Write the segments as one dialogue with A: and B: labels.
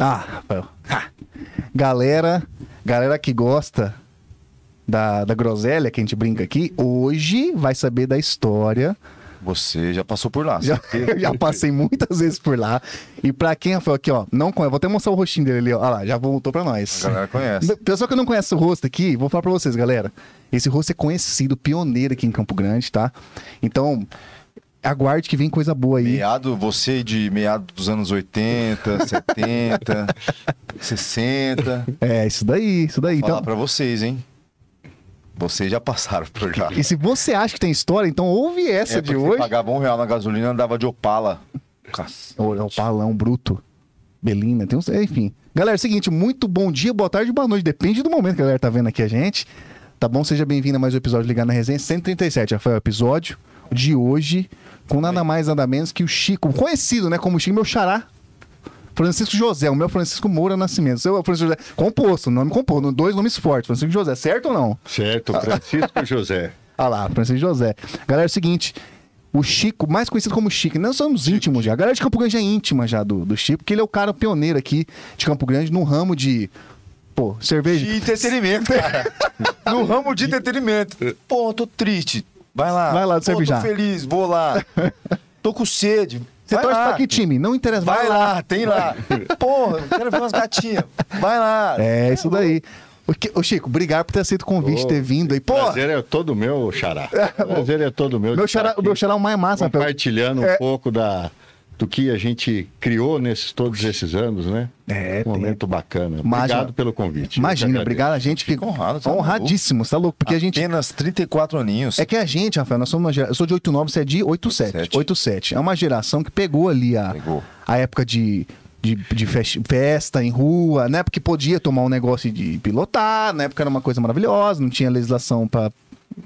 A: Ah, Rafael. Ha. Galera, galera que gosta da, da groselha que a gente brinca aqui, hoje vai saber da história.
B: Você já passou por lá.
A: Já,
B: certeza.
A: eu já passei muitas vezes por lá. E pra quem, Rafael, aqui, ó, não conhece. Vou até mostrar o rostinho dele ali, ó. Olha lá, já voltou pra nós.
B: A galera conhece.
A: Pessoal que não conhece o rosto aqui, vou falar pra vocês, galera. Esse rosto é conhecido, pioneiro aqui em Campo Grande, tá? Então, aguarde que vem coisa boa aí.
B: Meado, você de meado dos anos 80, 70, 60.
A: É, isso daí, isso daí.
B: Falar
A: Então,
B: pra vocês, hein? Vocês já passaram por lá.
A: e se você acha que tem história, então ouve essa
B: É,
A: de
B: porque
A: hoje.
B: Pagava um real na gasolina, andava de Opala. Cacete.
A: Ou é o Palão Bruto. Belina, tem uns. Enfim. Galera, é o seguinte, muito bom dia, boa tarde, boa noite. Depende do momento que a galera tá vendo aqui a gente. Tá bom? Seja bem-vindo a mais um episódio de Ligar na Resenha 137. Já foi o episódio de hoje, com nada mais, nada menos que o Chico, conhecido, né? Como o Chico, meu xará. Francisco José, o meu Francisco Moura Nascimento. Seu Francisco José, composto, nome composto, dois nomes fortes, Francisco José, certo ou não?
C: Certo,
A: Ah.
C: Francisco José.
A: Olha lá, Francisco José. Galera, é o seguinte. O Chico, mais conhecido como Chico, nós somos íntimos já. A galera de Campo Grande é íntima já do, do Chico, porque ele é o cara pioneiro aqui de Campo Grande no ramo de. Pô, cerveja.
B: De entretenimento, cara. no ramo de entretenimento. Pô, tô triste. Vai lá.
A: Vai lá do
B: Pô,
A: cervejar.
B: tô feliz, vou lá. Tô com sede.
A: Você
B: vai
A: torce
B: lá.
A: pra que time? Não interessa.
B: Vai, lá, tem lá. Porra, eu quero ver umas gatinhas. Vai lá.
C: Tá
A: É, isso daí. O, que- ô, Chico, obrigado por ter aceito o convite, ter vindo aí. Pô,
C: Prazer é todo meu, Xará. Prazer é todo meu. de
A: meu
C: estar
A: xará,
C: aqui
A: o meu xará é o mais massa, Rafael.
C: Compartilhando
A: É.
C: um pouco da, do que a gente criou nesses, todos esses anos, né?
A: É,
C: Um
A: tem-
C: momento bacana.
A: Imagina-
C: Obrigado pelo convite. Eu que
A: Imagina,
C: agradeço.
A: obrigado a gente. Fica
B: honrado,
C: é
B: tá
A: honradíssimo, você tá louco? Porque a gente.
B: Apenas 34 aninhos.
A: É que a gente, Rafael, nós somos uma geração. Eu sou de 89, você é de 87.
B: 87.
A: 87. É uma geração que pegou ali a,
B: Pegou.
A: a época de, de, de fes- festa em rua, né? Porque podia tomar um negócio de pilotar, na época era uma coisa maravilhosa, não tinha legislação pra.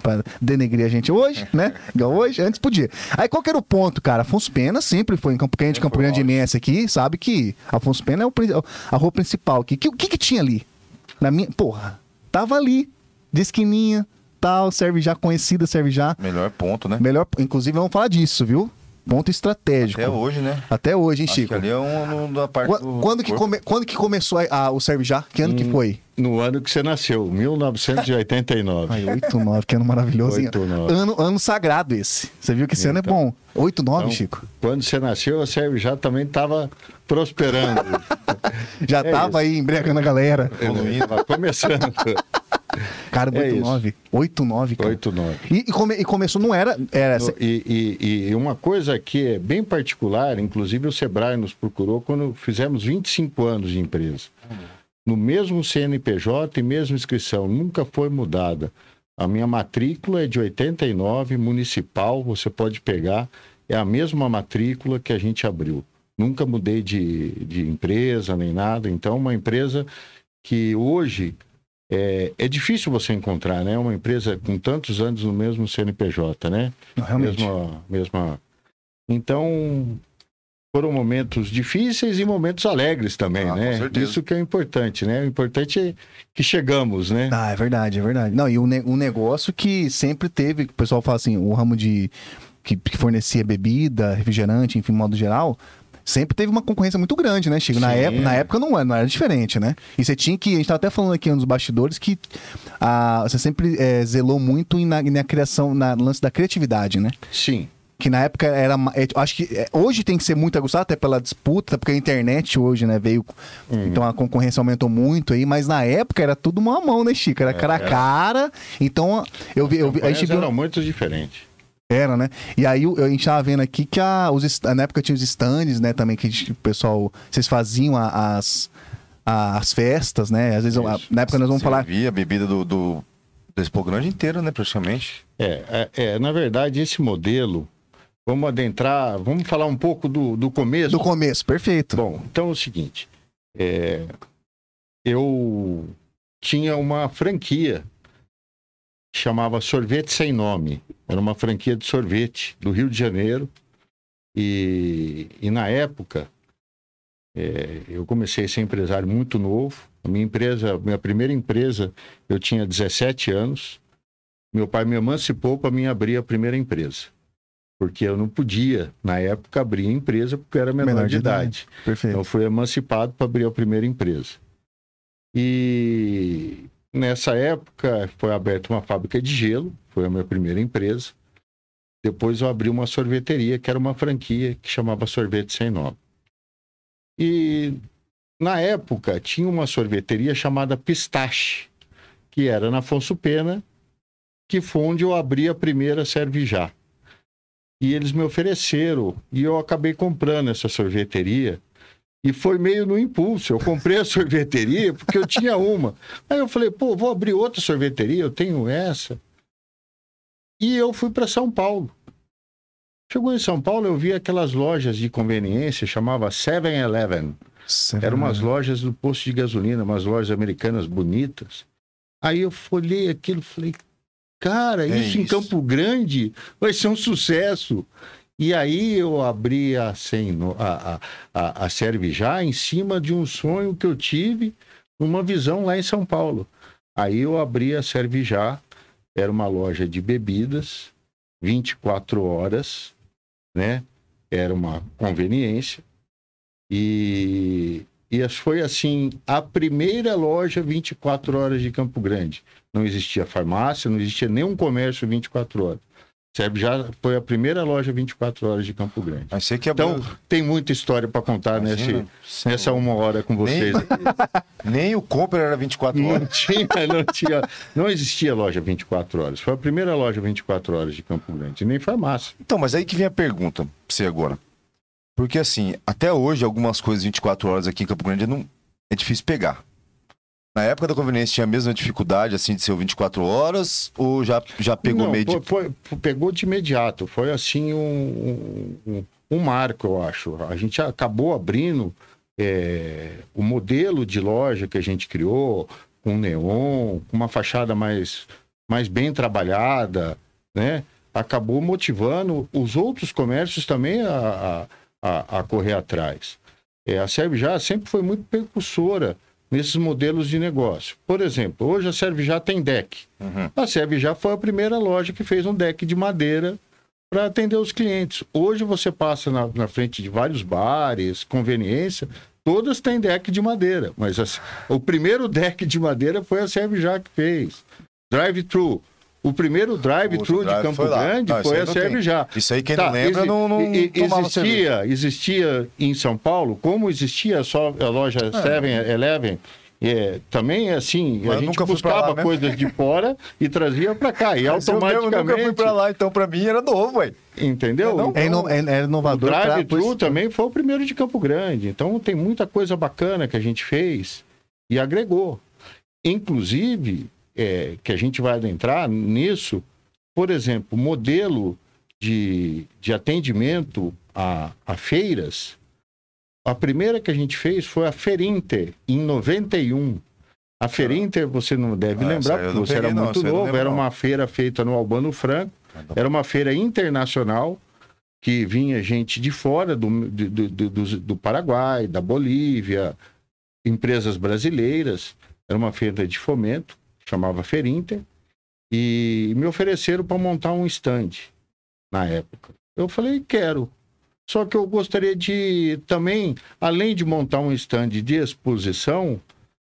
A: Pra denegrir a gente hoje, né? Igual hoje, antes podia. Aí qual que era o ponto, cara? Afonso Pena sempre foi em Campo Grande, Campo Grande imenso aqui, sabe que Afonso Pena é o, prin- a rua principal aqui. O que, o que que tinha ali? Na minha. Porra, tava ali, de esquininha, tal, serve já, conhecida, serve já.
B: Melhor ponto, né?
A: Melhor, inclusive, vamos falar disso, viu? Ponto estratégico.
B: Até hoje, né?
A: Até hoje, hein,
B: Acho
A: Chico?
B: que ali é um, um da parte
A: Qua-
B: do
A: Quando que,
B: corpo.
A: come- quando que começou a- a- o serve já? Que ano que
C: Hum.
A: foi?
C: No ano que você nasceu, 1989.
A: Ai, 89, que ano maravilhoso, hein?
C: 89.
A: Ano, ano sagrado esse. Você viu que esse ano é bom. 89,
C: Então,
A: Chico.
C: Quando você nasceu, a Sérvia já também estava prosperando.
A: Já
C: é
A: tava aí embriagando a galera.
B: Evoluindo.
C: Estava começando.
A: Cara,
C: É isso.
A: 89. 89, cara.
C: 89.
A: E, e come- e começou, não era. era
C: No- e, e- e uma coisa que é bem particular, inclusive o Sebrae nos procurou quando fizemos 25 anos de empresa. No mesmo CNPJ e mesma inscrição, nunca foi mudada. A minha matrícula é de 89, municipal, você pode pegar, é a mesma matrícula que a gente abriu. Nunca mudei de, de empresa nem nada, então uma empresa que hoje é, é difícil você encontrar, né? Uma empresa com tantos anos no mesmo CNPJ, né?
A: não, realmente.
C: Mesma, mesma. Então, foram momentos difíceis e momentos alegres também,
B: Ah, com
C: né?
B: certeza.
C: Isso que é o importante, né? O importante é que chegamos, né?
A: Ah, é verdade, é verdade. Não, e um, ne- um negócio que sempre teve, que o pessoal fala assim, o ramo de. Que, que fornecia bebida, refrigerante, enfim, modo geral, sempre teve uma concorrência muito grande, né, Chico? Na,
C: Sim.
A: época, na época não era, não era diferente, né? E você tinha que. A gente tava até falando aqui nos bastidores que ah, você sempre eh, zelou muito em na, na criação, na, no lance da criatividade, né?
C: Sim.
A: que na época era. ma- é, Acho que é, hoje tem que ser muito aguçado, até pela disputa, porque a internet hoje, né, veio.
C: Uhum.
A: Então a concorrência aumentou muito aí, mas na época era tudo mão a mão, né, Chico?
C: É,
A: Era cara a cara. Então eu vi. Eu vi a gente
C: Mas
A: viu-
C: eram muito diferentes.
A: era, né? E aí eu- a gente tava vendo aqui que a, os, est- na época tinha os stands, né, também, que a gente- o pessoal. Vocês faziam a- as. a- As festas, né? Às vezes, eu- a-
C: Isso.
A: na época nós vamos falar.
B: Servia a bebida do, do, do Expo Grande inteiro, né? Praticamente.
C: É, é, é, na verdade, esse modelo, vamos adentrar, vamos falar um pouco do, do começo.
A: Do começo, perfeito.
C: Bom, então é o seguinte. é, eu tinha uma franquia que chamava Sorvete Sem Nome. Era uma franquia de sorvete do Rio de Janeiro. E, e na época, é, eu comecei a ser empresário muito novo. A minha empresa, minha primeira empresa, eu tinha 17 anos. Meu pai me emancipou para mim abrir a primeira empresa. Porque eu não podia, na época, abrir empresa porque eu era menor, de idade.
A: Perfeito.
C: Então eu fui emancipado para abrir a primeira empresa. E nessa época foi aberta uma fábrica de gelo, foi a minha primeira empresa. Depois eu abri uma sorveteria, que era uma franquia que chamava Sorvete Sem Nome. E na época tinha uma sorveteria chamada Pistache, que era na Afonso Pena, que foi onde eu abri a primeira Servijá. E eles me ofereceram, e eu acabei comprando essa sorveteria. E foi meio no impulso. Eu comprei a sorveteria porque eu tinha uma. Aí eu falei, pô, vou abrir outra sorveteria, eu tenho essa. E eu fui para São Paulo. Chegou em São Paulo, eu vi aquelas lojas de conveniência, chamava 7-Eleven. Eram umas
A: É
C: lojas do posto de gasolina, umas lojas americanas bonitas. Aí eu olhei aquilo e falei, cara,
B: É
C: isso em
B: isso.
C: Campo Grande vai ser um sucesso. E aí eu abri a, sem no- a, a, a, a Servijá em cima de um sonho que eu tive, uma visão lá em São Paulo. Aí eu abri a Servijá, era uma loja de bebidas, 24 horas, né? Era uma conveniência. E, e as- foi assim, a primeira loja 24 horas de Campo Grande. Não existia farmácia, não existia nenhum comércio 24 horas. Serve já foi a primeira loja 24 horas de Campo Grande.
B: Mas sei que é
C: Então, tá, né, tem muita história para contar nesse, nessa uma hora com vocês.
B: Nem o compra era 24
C: Não
B: horas.
C: tinha, não tinha, não existia loja 24 horas. Foi a primeira loja 24 horas de Campo Grande, nem farmácia.
B: Então, mas aí que vem a pergunta pra você agora. Porque assim, até hoje algumas coisas 24 horas aqui em Campo Grande não é difícil pegar. Na época da conveniência tinha a mesma dificuldade assim de ser o 24 horas ou já já pegou
C: Não,
B: meio de...
C: foi- foi- foi- pegou de imediato. Foi assim um, um, um marco, eu acho. A gente acabou abrindo é, o modelo de loja que a gente criou, com um neon, com uma fachada mais, mais bem trabalhada, né? Acabou motivando os outros comércios também a, a, a- a correr atrás. É, a Servijá sempre foi muito precursora nesses modelos de negócio. Por exemplo, hoje a Servijá tem deck.
B: Uhum.
C: A Serve já foi a primeira loja que fez um deck de madeira para atender os clientes. Hoje você passa na, na frente de vários bares, conveniência, todas têm deck de madeira, mas a- o primeiro deck de madeira foi a Serve já que fez. Drive-thru. O primeiro
B: Outro
C: drive-thru de
B: drive
C: Campo
B: foi lá.
C: Grande
B: Ah, isso
C: foi
B: aí
C: a
B: não tem.
C: Serve já.
B: Isso aí quem
C: Tá,
B: não lembra
C: exi-
B: não, não
C: e- e-
B: tomava cerveja.
C: existia, existia em São Paulo, como existia só a loja 7-Eleven, é, também
B: Ah.
C: assim,
B: Mas eu
C: a gente
B: nunca fui pra
C: buscava
B: lá mesmo.
C: coisas de fora e trazia para cá. E
B: Mas eu mesmo
C: automaticamente,
B: nunca fui pra lá, então pra mim era novo, ué.
C: entendeu? Então,
B: Não,
A: É, ino- é- é
C: O
A: inovador pra-
C: drive-thru
A: pois-
C: também foi o primeiro de Campo Grande. Então tem muita coisa bacana que a gente fez e agregou. Inclusive, é, que a gente vai adentrar nisso, por exemplo, modelo de, de atendimento a, a feiras. A primeira que a gente fez foi a Ferinter, em 91. A Ferinter, você não deve
B: Ah, essa
C: lembrar,
B: eu
C: porque
B: não
C: você
B: peguei,
C: era
B: não,
C: muito
B: essa eu não
C: novo,
B: lembro,
C: era
B: não.
C: uma feira feita no Albano Franco.
B: Ah, tá.
C: Então. Era uma feira internacional que vinha gente de fora do, de- de- de- dos- do Paraguai, da Bolívia, empresas brasileiras. Era uma feira de fomento, chamava Ferinter, e me ofereceram para montar um stand na época. Eu falei, quero. Só que eu gostaria de também, além de montar um stand de exposição,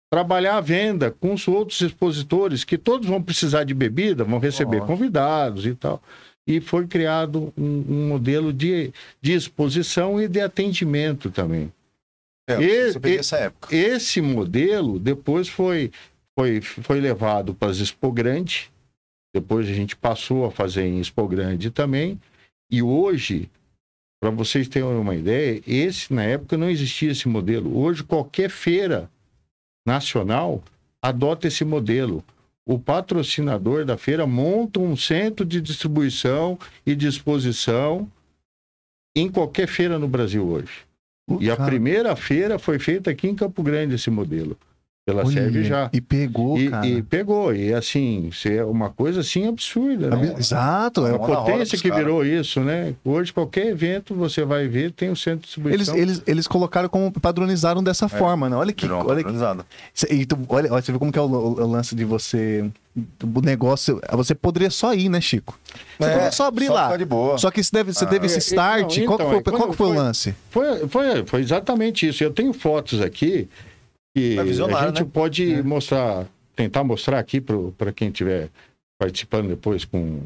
C: trabalhar a venda com os outros expositores, que todos vão precisar de bebida, vão receber
B: Ótimo.
C: convidados e tal. E foi criado um, um modelo de, de exposição e de atendimento também.
B: É, eu
C: E-
B: só peguei
C: e-
B: essa época.
C: Esse modelo depois foi, foi, foi levado para as Expo Grande, depois a gente passou a fazer em Expo Grande também, e hoje, para vocês terem uma ideia, esse na época não existia esse modelo. Hoje qualquer feira nacional adota esse modelo. O patrocinador da feira monta um centro de distribuição e de exposição em qualquer feira no Brasil hoje. E a
A: Cara,
C: primeira feira foi feita aqui em Campo Grande, esse modelo. Ela serve já.
A: E pegou,
C: E,
A: cara.
C: e pegou. E assim, isso é uma coisa assim absurda. né?
A: Ab- Exato. é-
C: A
B: Mão na roda
C: potência
B: pros
C: que
B: caras.
C: virou isso, né? Hoje, qualquer evento você vai ver, tem um centro de
A: Eles,
C: distribuição.
A: eles, eles colocaram como padronizaram
C: É.
A: dessa forma, né? Olha que.
B: Virou um uma
A: Olha, que-
B: padronizada.
A: cê- e tu- olha, olha, você viu como que é o, o- o lance de você. O negócio. Você poderia só ir, né, Chico? Você
B: É,
A: poderia só abrir
B: só
A: lá.
B: ficar de boa.
A: Só que você, deve, você teve
C: É,
A: esse
C: é,
A: start.
C: não,
A: qual que
C: então,
A: foi,
C: é, quando
A: qual que foi o
C: foi-
A: lance?
C: Foi, foi, foi exatamente isso. Eu tenho fotos aqui que
B: É visionário,
C: a gente
B: né?
C: pode
A: É.
C: mostrar, tentar mostrar aqui para quem estiver participando depois com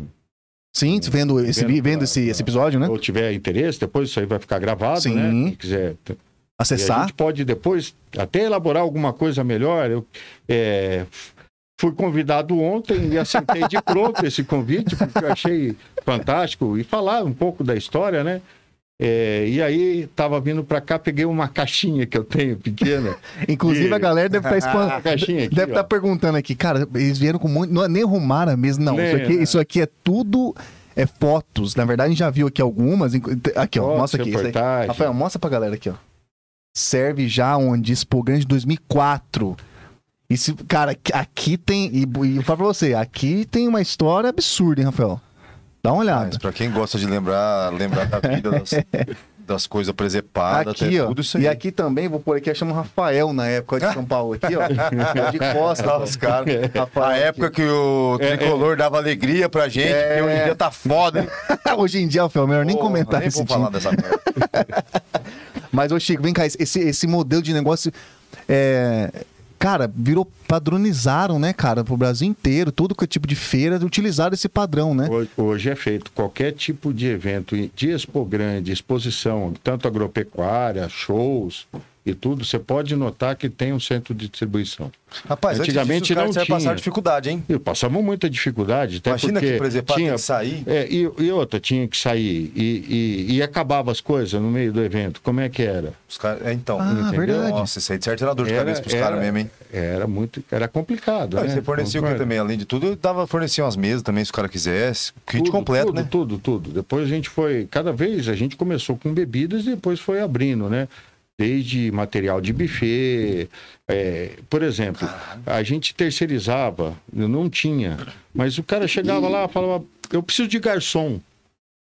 A: Sim, vendo esse,
C: Vendo
A: vendo,
C: pra-
A: esse,
C: pra-
A: esse episódio, né?
C: ou tiver interesse, depois isso aí vai ficar gravado,
A: Sim.
C: né? Quem quiser. t- E a
A: Acessar.
C: gente pode depois até elaborar alguma coisa melhor. Eu é, f- fui convidado ontem e aceitei de pronto esse convite, porque eu achei fantástico. E falar um pouco da história, né? É, e aí, estava vindo para cá, peguei uma caixinha que eu tenho pequena.
A: Inclusive, a galera deve estar
C: A caixinha aqui,
A: Deve estar
C: ó.
A: perguntando aqui, cara, eles vieram com muito. Não é nem arrumaram a mesa, não.
C: Nem,
A: Isso aqui,
C: né?
A: isso aqui é tudo. É fotos. Na verdade, a gente já viu aqui algumas. inc- Aqui, ó.
C: Fotos,
A: mostra aqui. isso aí.
C: reportagem.
A: Rafael, mostra pra galera aqui, ó. Serve já onde? Expogante de 2004. E se, cara, aqui- aqui tem. E, e eu falo pra você, aqui tem uma história absurda, hein, Rafael? Dá uma
B: Mas
A: olhada.
B: É, pra quem gosta de lembrar, lembrar da vida das, das coisas presepadas,
A: aqui, ó.
B: tudo isso aí.
A: E aqui também, vou pôr aqui, é chama o Rafael na época de São Paulo. Aqui, ó. Tá de costa,
B: Os caras. É,
A: Rafael,
B: A
A: aqui.
B: época que o tricolor dava alegria pra gente, que hoje em dia tá foda, hein?
A: Hoje em dia, Rafael, melhor nem
B: Porra,
A: comentar
B: nem
A: esse
B: vou
A: time.
B: falar dessa merda.
A: Mas, ô Chico, vem cá, esse, esse modelo de negócio. é, Cara, virou. Padronizaram, né, cara, pro Brasil inteiro. Todo que é tipo de feira utilizaram esse padrão, né?
C: Hoje, hoje é feito qualquer tipo de evento, de expo grande, exposição, tanto agropecuária, shows e tudo, você pode notar que tem um centro de distribuição.
B: Rapaz, antes disso, os caras
C: Antigamente não
B: precisavam passar
C: tinha.
B: dificuldade, hein?
C: E passavam muita dificuldade, até
B: Imagina
C: porque
B: que, por exemplo, ah,
C: tinha,
B: tem que sair.
C: é, e, e outra, tinha que sair e, e, e acabava as coisas no meio do evento, como é que era?
B: Os caras- é, então.
A: Ah,
B: entendeu?
A: verdade.
B: Nossa, isso aí de certo era dor de
C: Era-
B: cabeça pros
C: era-
B: caras mesmo, hein?
C: Era muito, era complicado,
B: Ah, e
C: né?
B: você fornecia o que
C: Concorda?
B: também? Além de tudo, eu dava, fornecia umas mesas também, se o cara quisesse. Kit
C: Tudo,
B: completo,
C: tudo,
B: né?
C: Tudo, tudo. Depois a gente foi, cada vez a gente começou com bebidas e depois foi abrindo, né? Desde material de buffet. é, por exemplo, a gente terceirizava, eu não tinha, mas o cara chegava lá e falava: Eu preciso de garçom.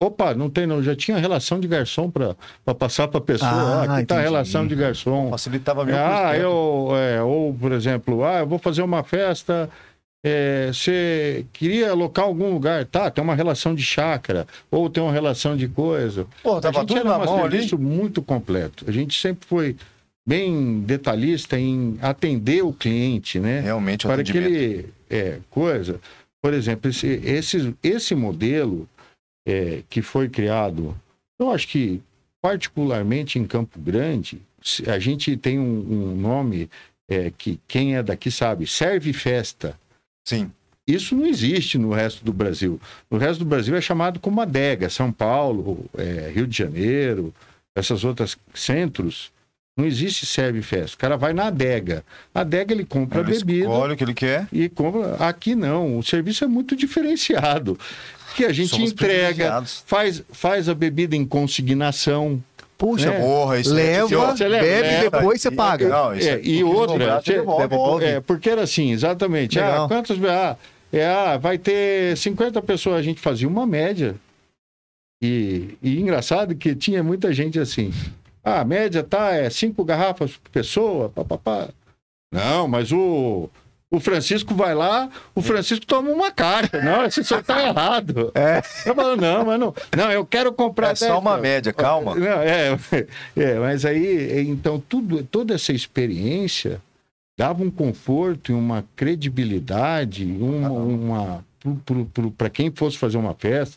C: Opa, não tem não, já tinha relação de garçom para passar para pessoa.
A: Ah,
C: Ah, aqui tá a
A: entendi.
C: relação de garçom.
B: Facilitava né? mesmo.
C: Ah, eu, é, ou por exemplo, ah, eu vou fazer uma festa. é, Você queria alocar algum lugar? Tá, tem uma relação de chácara, ou tem uma relação de coisa.
B: Pô,
C: a
B: tava
C: gente
B: tudo na
C: um
B: mão ali.
C: serviço muito completo. A gente sempre foi bem detalhista em atender o cliente, né?
B: Realmente, o
C: para que
B: atendimento.
C: ele é, coisa. Por exemplo, esse, esse, esse modelo é, que foi criado, eu acho que particularmente em Campo Grande, se- a gente tem um, um nome é, que quem é daqui sabe, serve festa.
B: Sim.
C: Isso não existe no resto do Brasil. No resto do Brasil é chamado como adega, São Paulo, é, Rio de Janeiro, essas outras centros. Não existe serve festa. O cara vai na adega. Na adega ele compra
B: Ele
C: bebida
B: escolhe o que é. ele quer.
C: e compra. Aqui não, o serviço é muito diferenciado. Que a gente
B: Somos
C: entrega,
B: privilegiados.
C: faz, faz a bebida em consignação.
B: né?
A: Puxa,
C: É.
B: Porra, isso aí,
A: Leva,
B: isso aí, ó. É,
C: Você né? leva,
A: bebe,
C: leva,
A: depois você
B: E-
A: paga.
B: Não, isso
C: É,
B: aí,
C: e
B: o que
C: outra,
B: desdobrar, você
C: cê-
B: devolve.
C: é, porque era assim, exatamente.
A: Legal.
C: Ah, quantos. Ah, é, ah, vai ter 50 pessoas, a gente fazia uma média. E, e engraçado que tinha muita gente assim. Ah, a média tá, é 5 garrafas por pessoa, papapá. Não, mas o. O Francisco vai lá, o Francisco toma uma caixa. Não, esse senhor tá errado.
A: É.
C: Eu falo, não, mas não. Não, eu quero comprar.
B: É só
C: dez,
B: uma
C: não.
B: média, calma.
C: Não, é, é, mas aí, é, então, tudo, toda essa experiência dava um conforto e uma credibilidade, uma, uma para quem fosse fazer uma festa.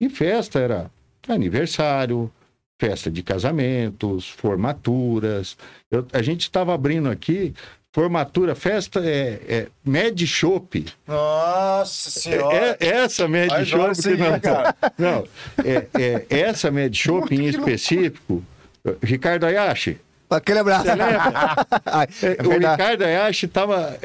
C: E festa era aniversário, festa de casamentos, formaturas. Eu- a gente estava abrindo aqui formatura, festa é, é med shop.
B: Nossa
C: É,
B: senhora.
C: é- essa Med
B: Mas olha
C: Shop
B: isso
C: que
B: aí, né,
C: não,
B: cara.
C: não é, é, essa Med Shop em específico, Ricardo Ayashi.
A: Aquele abraço.
C: Você lembra?
A: Ai,
C: É,
A: é
C: o
A: verdade.
C: Ricardo Ayashi estava.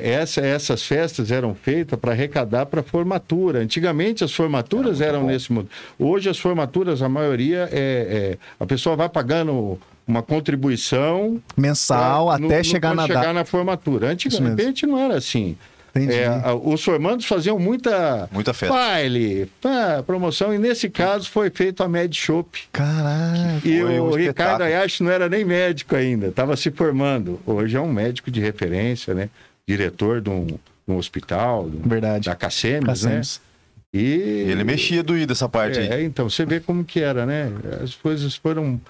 C: essas festas eram feitas para arrecadar para formatura. Antigamente as formaturas eram nesse mundo. Hoje as formaturas, a maioria, é, é, a pessoa vai pagando uma contribuição
A: Mensal
C: pra- é, no-
A: até
C: no-
A: chegar
C: quando
A: na data.
C: chegar na formatura. Antigamente não era assim.
A: Entendi.
C: É, a- os formandos faziam muita
B: Muita festa.
C: baile, pá, promoção, e nesse caso foi feito a Med Shop.
A: Caralho.
C: E
B: Foi um
C: o Ricardo
B: espetáculo.
C: Ayashi não era nem médico ainda, estava se formando. Hoje é um médico de referência, né? Diretor de um, de um hospital, de um-
A: Verdade.
C: da
A: Tá
C: Cacemes, né?
A: Cassemos.
C: E
B: E Ele é mexia doído essa parte aí.
C: é, então, você vê como que era, né? As coisas foram,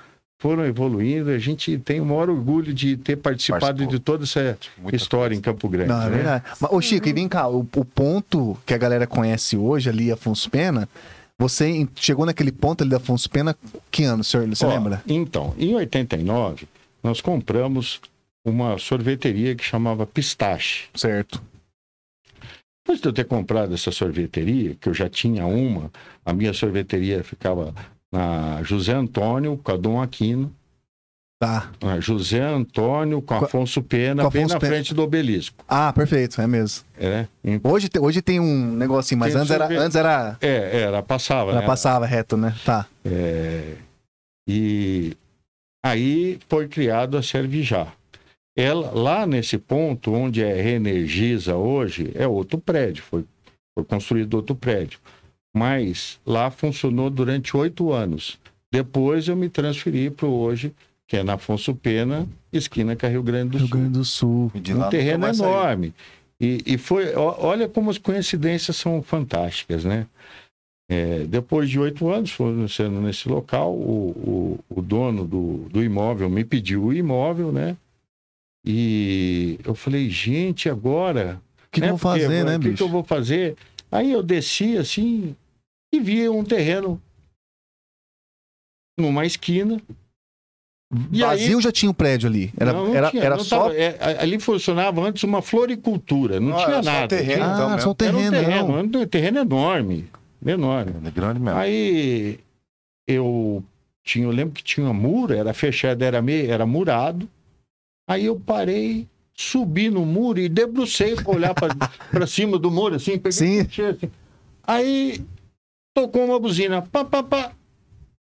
C: foram evoluindo, a gente tem o maior orgulho de ter participado
B: Participou.
C: de toda essa
B: Muita
C: história em Campo Grande.
A: Não, é
C: né?
A: verdade. Mas, ô, Chico, e vem cá, o, o ponto que a galera conhece hoje ali, Afonso Pena, você em- chegou naquele ponto ali da Afonso Pena, que ano, senhor? Você
C: Ó,
A: lembra?
C: Então, em 89, nós compramos uma sorveteria que chamava Pistache.
A: Certo.
C: Depois de eu ter comprado essa sorveteria, que eu já tinha uma, a minha sorveteria ficava na José Antônio, com a Dom Aquino,
A: Tá.
C: na José Antônio com
A: Com-
C: Afonso Pena,
A: com
C: bem
A: Afonso
C: na
A: Pena.
C: frente do obelisco.
A: Ah, perfeito, é mesmo.
C: É,
A: Hoje, te- hoje tem um negocinho, mas
C: Tem
A: antes era,
C: sorvete.
A: antes era.
C: é era, passava.
A: Ela
C: né?
A: passava reto, né? Tá.
C: É, e aí foi criado a Servijá. Ela, lá nesse ponto onde é Reenergiza hoje, é outro prédio, foi, foi construído outro prédio. Mas lá funcionou durante oito anos. Depois eu me transferi para o hoje, que é na Afonso Pena, esquina com a Rio Grande do
A: Rio
C: Sul
A: Grande do Sul.
B: E de
C: um
B: lá
C: terreno
B: nunca mais saiu.
C: enorme. E, e foi, ó- olha como as coincidências são fantásticas, né? É, depois de oito anos foram sendo nesse local, o, o, o dono do, do imóvel me pediu o imóvel, né? E eu falei, gente, agora
A: O que que eu vou
C: porque,
A: fazer,
C: mano,
A: né,
C: o que que
A: bicho?
C: eu vou fazer? Aí eu desci assim e vi um terreno numa esquina. E
A: Vazio já tinha um prédio ali. Era,
C: não, não
A: era,
C: tinha,
A: era
C: não
A: só. Ah,
C: tava- é, a- ali funcionava antes uma floricultura, não
B: Não,
C: tinha
B: era só
C: nada.
B: terreno,
C: tinha-
B: então,
A: ah, só um
B: mesmo.
C: era um
A: terreno.
C: terreno,
A: não.
C: era um terreno enorme, enorme.
B: É grande mesmo.
C: Aí eu tinha, eu lembro que tinha um muro, era fechado, era meio, era murado. Aí eu parei, subi no muro e debrucei para olhar para cima do muro assim, peguei
A: Sim.
C: um cochilo, assim. Aí tocou uma buzina, pá, pá, pá.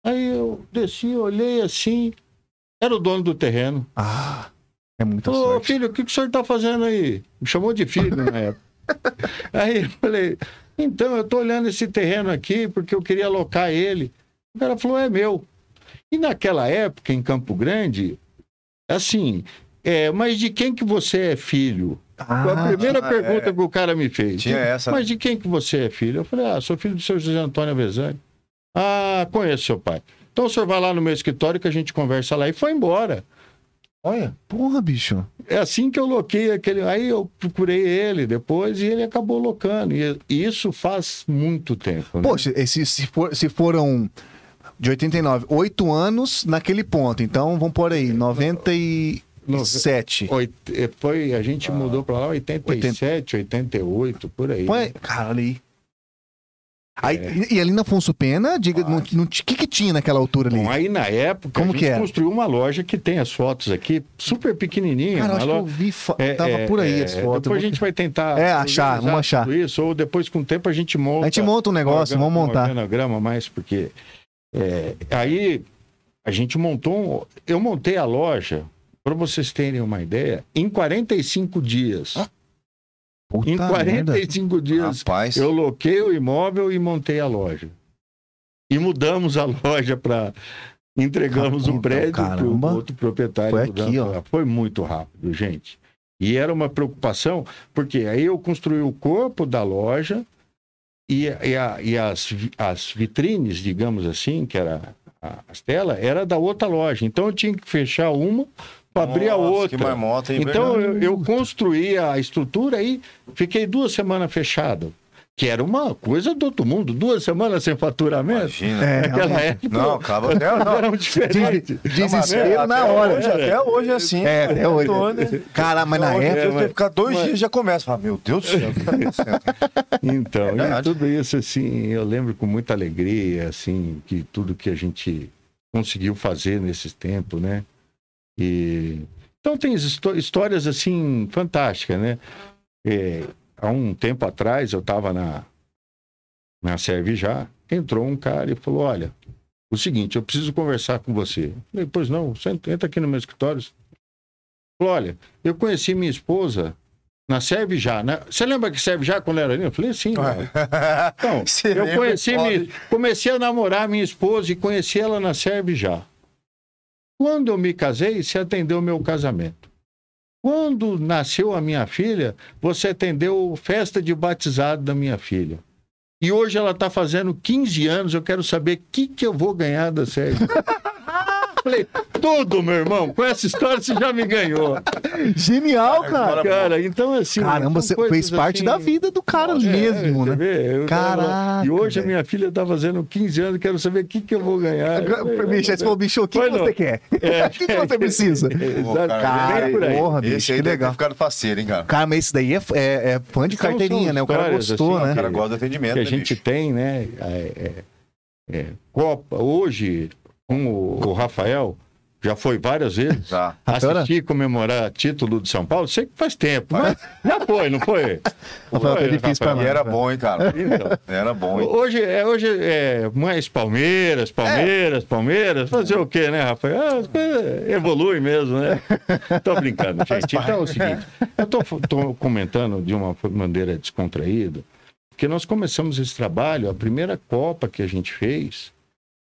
C: Aí eu desci, olhei assim, era o dono do terreno.
A: Ah, é muita
C: Ô,
A: sorte.
C: filho, o que, que o senhor está fazendo aí? Me chamou de filho na época. aí eu falei, então, eu estou olhando esse terreno aqui porque eu queria alocar ele. O cara falou, é meu. E naquela época, em Campo Grande, assim, é, mas de quem que você é filho? Foi a
A: Ah,
C: primeira
B: ah,
C: pergunta
B: é.
C: que o cara me fez.
B: Tinha essa. né?
C: Mas de quem que você é filho? Eu falei, ah, sou filho do seu José Antônio Avezzani. Ah, conheço seu pai. Então o senhor vai lá no meu escritório que a gente conversa lá. E foi embora.
B: Olha.
A: porra, bicho.
C: É assim que eu loquei aquele. Aí eu procurei ele depois e ele acabou locando. E e isso faz muito tempo. Né?
A: Poxa, esse, se, for- se foram de 89, 8 anos naquele ponto. Então vamos por aí, 97.
C: Oit- eh, Foi, a
A: Ah.
C: gente mudou pra lá 87, 88, por aí.
A: Põe, cara, ali. Aí,
C: É.
A: e, e ali na Afonso Pena, diga, não- não- o que, que tinha naquela altura ali?
C: Bom, Ah. aí na época
A: Como
C: a gente
A: que era?
C: construiu uma loja que tem as fotos aqui, super pequenininha.
A: Cara, eu
C: uma
A: acho que
C: loja-
A: eu vi, fo-
C: É,
A: tava
C: é,
A: por aí
C: é,
A: as fotos.
C: Depois a gente vai tentar.
A: É, achar,
C: organizar
A: vamos achar.
C: tudo Isso, ou depois, com o tempo, a gente monta.
A: A gente monta um negócio,
C: organ-
A: vamos montar.
C: Um organograma mais, porque. é, aí a gente montou. um- eu montei a loja, para vocês terem uma ideia, em 45 dias.
A: Ah, Puta
C: em
A: merda.
C: 45 dias,
B: Rapaz.
C: eu loquei o imóvel e montei a loja. E mudamos a loja para. Entregamos o
A: Caramba,
C: prédio para
A: caramba.
C: outro proprietário.
A: Foi aqui,
C: mudando lá. Foi muito rápido, gente. E era uma preocupação, porque aí eu construí o corpo da loja e, e a- e as, vi- as vitrines, digamos assim, que era a- as telas, era da outra loja. Então eu tinha que fechar uma para abrir a
B: Nossa,
C: outra.
B: Que marmota, hein?
C: Então
B: verdade.
C: eu, eu construí a estrutura e fiquei duas semanas fechado, que era uma coisa do outro mundo, duas semanas sem faturamento.
B: Imagina.
A: É,
C: Naquela época né?
B: Não, acaba até. Não,
C: eram diferentes.
A: Des- desespero na hora.
C: né?
B: Hoje, até hoje é assim.
A: É, até hoje.
B: Tô, né?
A: Cara, mas na
B: Então,
A: época.
B: eu
C: mas-
B: tenho que ficar dois
C: mas-
B: dias e já começa. Fala, meu Deus do céu. o que tá acontecendo?
C: Então, e
B: Verdade.
C: tudo isso assim, eu lembro com muita alegria, assim, que tudo que a gente conseguiu fazer nesse tempo, né? E então tem histó- histórias assim fantásticas, né? É, há um tempo atrás eu estava na na Serve já, entrou um cara e falou, olha, o seguinte, eu preciso conversar com você. Eu Falei, pois não, senta, entra aqui no meu escritório. Falou, olha, eu conheci minha esposa na Serve Já, né? Você lembra que Serve Já quando era ali? Eu falei, sim.
B: Ah,
C: cara. Então,
B: Você
C: eu
B: lembra,
C: conheci,
B: pode.
C: minha- comecei a namorar minha esposa e conheci ela na Serve Já. Quando eu me casei, você atendeu meu casamento. Quando nasceu a minha filha, você atendeu festa de batizado da minha filha. E hoje ela está fazendo 15 anos, eu quero saber o que, que eu vou ganhar da Sérvia. Falei, tudo, meu irmão, com essa história você já me ganhou.
A: Genial, cara.
C: Cara, então assim.
A: Caramba,
C: são
A: você
C: coisas
A: fez parte
C: assim-
A: da vida do cara
C: É,
A: mesmo,
C: você
A: né?
C: vê? Eu tava-
A: Caraca,
C: E hoje
A: velho.
C: a minha filha está fazendo 15 anos, quero saber o que, que eu vou ganhar.
A: Bicho, aí você falou, bicho, o que,
C: é Foi É,
A: que você
C: não. é,
A: quer? O que, que você precisa?
C: Exato,
B: Cara,
C: bem por aí.
A: porra, bicho,
B: Esse
A: que
B: aí deve ter
A: legal.
B: ficado faceiro, hein, cara?
A: Cara, mas esse daí é, é, é fã de
C: São-
A: carteirinha,
C: são
A: né? O cara
C: histórias,
A: gostou,
C: assim,
A: né?
B: O cara
C: É.
B: gosta do atendimento,
C: que a
B: né,
C: gente
B: bicho?
C: tem, né? é- é- é, Copa, hoje, com o, com o Rafael, já foi várias vezes.
B: Já.
A: né?
C: Assistir comemorar título de São Paulo, sei que faz tempo, mas já foi, não foi?
A: Rafael, tá
C: Foi,
A: difícil pra
B: E
A: nós.
B: era bom, hein, cara?
C: Então,
B: Era bom, hein?
C: hoje, é, hoje é mais Palmeiras,
B: É.
C: Palmeiras, Palmeiras. Fazer o quê, né, Rafael? Ah, As coisas evoluem mesmo, né? Tô brincando, gente. Então é o seguinte, eu tô, tô comentando de uma maneira descontraída, porque nós começamos esse trabalho, a primeira Copa que a gente fez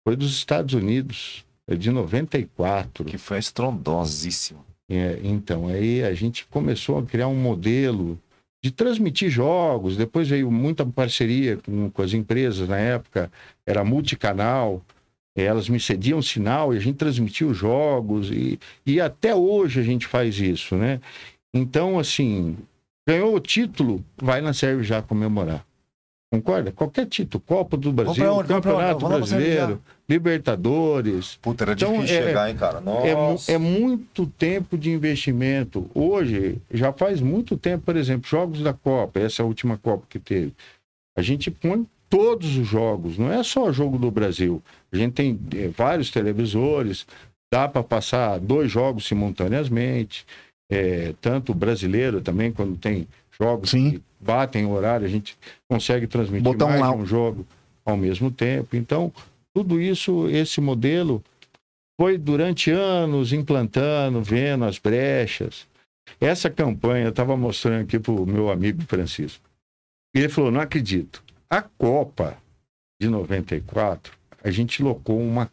C: foi dos Estados Unidos, é de 94.
B: Que foi estrondosíssimo.
C: É, então, aí a gente começou a criar um modelo de transmitir jogos. Depois veio muita parceria com, com as empresas na época, era multicanal, eh, elas me cediam sinal e a gente transmitia os jogos. E, e até hoje a gente faz isso, né? Então, assim, ganhou o título, vai na Sérvia já comemorar. Concorda? Qualquer título, Copa do
B: Vamos pra
C: Brasil,
B: onde? Vamos pra onde?
C: Campeonato
B: Vamos lá pra Sérvia já.
C: Brasileiro, Libertadores.
B: Puta, era
C: Então,
B: difícil
C: é-
B: chegar, hein, cara?
C: É, mu-
B: Nossa.
C: é muito tempo de investimento. Hoje, já faz muito tempo, por exemplo, jogos da Copa, essa última Copa que teve. A gente põe todos os jogos, não é só jogo do Brasil. A gente tem eh, vários televisores, dá para passar dois jogos simultaneamente, eh, tanto o brasileiro também, quando tem jogos
A: Sim.
C: que batem o horário, a gente consegue transmitir
A: Botar um
C: mais
A: lá-
C: de um jogo ao mesmo tempo. Então, tudo isso, esse modelo foi durante anos implantando, vendo as brechas. Essa campanha, eu estava mostrando aqui para o meu amigo Francisco. Ele falou: não acredito. A Copa de 94, a gente locou uma,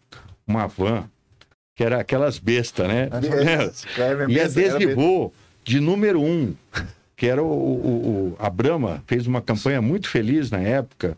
C: uma van, que era aquelas bestas, né?
B: Era
C: E é a
B: mesmo, era mesmo.
C: deslivou de número um, que era o, o- o- a Brahma, fez uma campanha muito feliz na época.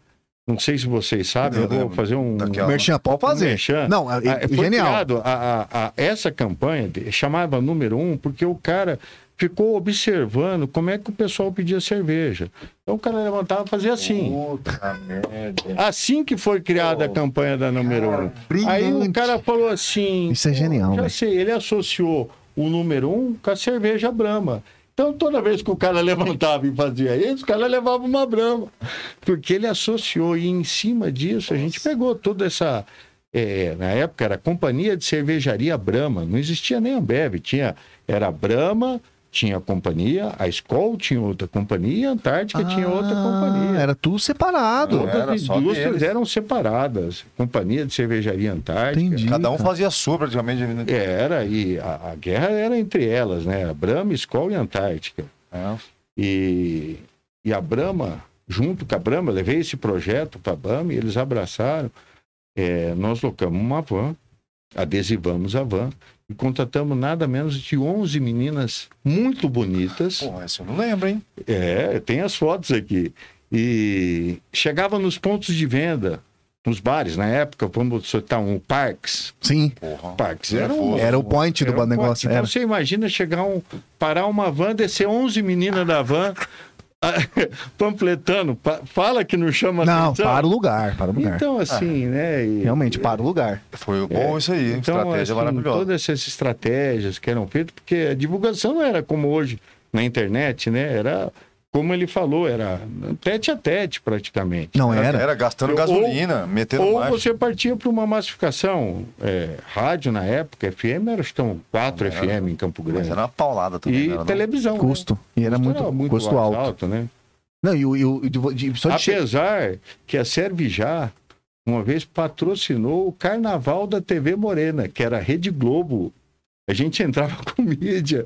C: Não sei se vocês sabem,
B: Eu
C: eu vou
B: lembro
C: fazer um.
B: daquela-
A: Merchan, pode
C: um
A: fazer.
C: merchan.
A: Não, é-
C: Ah, foi
A: genial.
C: criado a- a- a- essa campanha de- chamava número um porque o cara ficou observando como é que o pessoal pedia cerveja. Então o cara levantava e fazia assim.
B: Puta merda.
C: Assim que foi criada a
B: Oh.
C: campanha da número um. Aí
A: Brilhante.
C: o cara falou assim.
A: Isso é genial,
C: Já
A: velho.
C: sei, ele associou o número um com a cerveja Brahma. Então, toda vez que o cara levantava e fazia isso, o cara levava uma Brahma. Porque ele associou, e em cima disso, a gente pegou toda essa. é, na época era Companhia de Cervejaria Brahma, não existia nem Ambev, tinha, era Brahma, tinha a companhia, a Skol tinha outra companhia, a Antártica tinha outra companhia.
A: Ah, Era tudo separado.
B: Não, é.
C: Todas
B: era
C: as
B: só
C: indústrias
B: deles.
C: eram separadas. Companhia de Cervejaria Antártica.
A: Entendi.
B: Cada um
A: cara.
B: fazia a sua, praticamente. né?
C: É, Era, e a, a guerra era entre elas, né? A Brahma, Skol e Antártica. É. E, e a Brahma, junto com a Brahma, eu levei esse projeto para a Brahma e eles abraçaram. É, nós locamos uma van, adesivamos a van e contratamos nada menos de 11 meninas muito bonitas.
B: Pô, essa eu não lembro, hein?
C: É, tem as fotos aqui. E chegava nos pontos de venda, nos bares, na época, vamos soltar um Parks.
A: Sim,
B: Porra.
C: Parks era um.
A: era o point do
C: era um
A: negócio.
C: ponto. Então
A: Era.
C: você imagina chegar um. parar uma van, descer 11 meninas da van, pampletando. pa- fala que não chama
A: Não,
C: atenção.
A: para o lugar, para o lugar. Ah,
C: Então, assim, né? e-
A: Realmente, para o lugar.
B: Foi bom isso aí.
C: então,
B: Estratégia
C: assim,
B: maravilhosa.
C: Todas essas estratégias que eram feitas, porque a divulgação não era como hoje na internet, né? Era como ele falou, era tete a tete praticamente.
A: Não
B: Era,
A: era?
B: era gastando
C: Ou-
B: gasolina, metendo
C: Ou
B: marcha.
C: você partia para uma massificação. é, rádio na época, FM, eram estão 4
B: Não era.
C: FM em Campo
B: Mas
C: Grande.
B: era uma paulada também.
C: E
B: não era, não?
C: televisão. né?
A: Custo. E era muito, custo alto. Então,
C: né?
A: Não, e o. e o- e de- de- só de che-
C: Apesar que a Servijá, uma vez patrocinou o Carnaval da TV Morena, que era a Rede Globo. A gente entrava com mídia.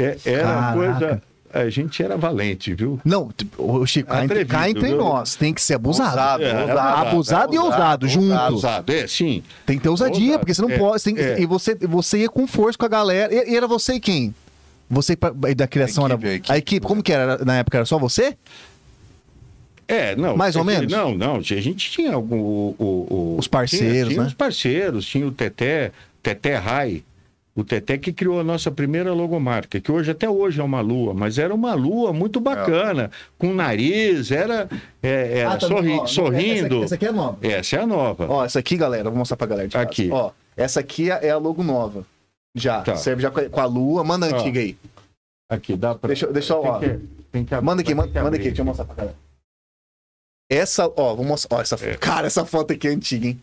C: É, era uma coisa.
A: Caraca.
C: A gente era valente, viu?
A: Não, t- ô, Chico, cá entre,
C: Atrevido,
A: cá entre
C: É viu?
A: nós, tem que ser abusado.
B: Ousado,
A: É,
B: ousado,
A: abusado, e ousado, junto.
C: Ousado, é, sim.
A: Tem que ter ousadia,
C: Ousado,
A: porque você não
C: é,
A: pode. você tem-
C: é.
A: E você, você ia com força com a galera. E, e era você e quem? Você e pa- da criação
B: A
A: era.
B: equipe, a equipe.
A: A equipe, como que era? Era- Na época era só você?
C: É, não.
A: Mais ou
C: é,
A: menos?
C: Não, não. A gente tinha algum, o, o- o-
A: Os parceiros,
C: tinha, tinha
A: né?
C: Os parceiros, tinha o Teté, Teté Rai. O Teté que criou a nossa primeira logomarca, que hoje até hoje é uma lua, mas era uma lua muito bacana, com nariz, era, é, era sorri- sorrindo.
A: Ah, tá, Essa, aqui é nova.
C: Essa é a nova.
A: Ó, essa aqui, galera, vou mostrar pra galera de casa.
C: Aqui.
A: Ó, essa aqui é a logo nova. Já.
C: Tá.
A: Serve já com a, com a lua. Manda a
C: Ó.
A: antiga aí.
C: Aqui, dá pra.
A: Deixa eu- deixa eu-
C: Tem
A: ó.
C: que- é? tem que abrir,
A: Manda aqui,
C: vai
A: manda,
C: ter que
A: manda
C: abrir.
A: aqui, deixa eu mostrar pra galera. Essa, ó, vou mostrar. Ó, essa,
C: É.
A: Cara, essa foto aqui é antiga, hein?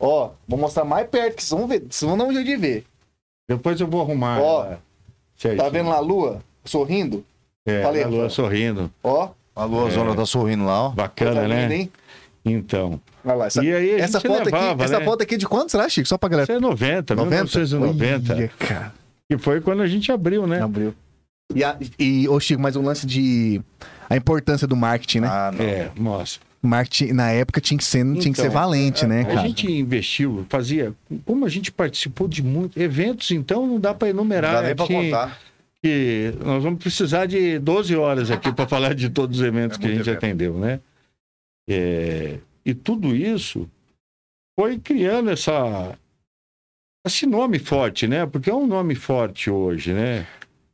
A: Ó, vou mostrar mais perto, que vocês vão ver. Vocês vão dar um jeito de ver.
C: Depois eu vou arrumar.
A: Ó,
C: ela,
A: Tá
C: certinho.
A: vendo lá a lua? Sorrindo?
C: É,
A: Falei,
C: a lua
A: Rafael.
C: sorrindo.
A: Ó,
B: Alô, a
C: É.
B: Zona tá sorrindo lá, ó.
A: coisa
C: Bacana, né?
A: linda, hein?
C: Então.
A: Olha lá, essa,
C: E aí a
A: essa
C: gente
A: foto aqui,
C: levava,
A: essa
C: né?
A: foto aqui é de quanto será, Chico? Só pra galera.
C: Isso é 90, 1990.
A: Ih, cara,
C: Que foi quando a gente abriu, né?
A: abriu. E, a, e, ô, Chico, mais um lance de. A importância do marketing, né?
B: Ah, não.
C: É, nossa.
A: Marketing, na época, tinha que ser, tinha que
C: Então,
A: ser valente, né,
C: A
A: cara?
C: gente investiu, fazia. Como a gente participou de muitos eventos, então não dá para
B: Não
C: enumerar.
B: dá nem pra
C: que-
B: contar.
C: que nós vamos precisar de 12 horas aqui para falar de todos os eventos
B: É
C: que a
B: muito
C: gente
B: evento.
C: atendeu, né? É, e tudo isso foi criando essa, esse nome forte, né? Porque é um nome forte hoje, né?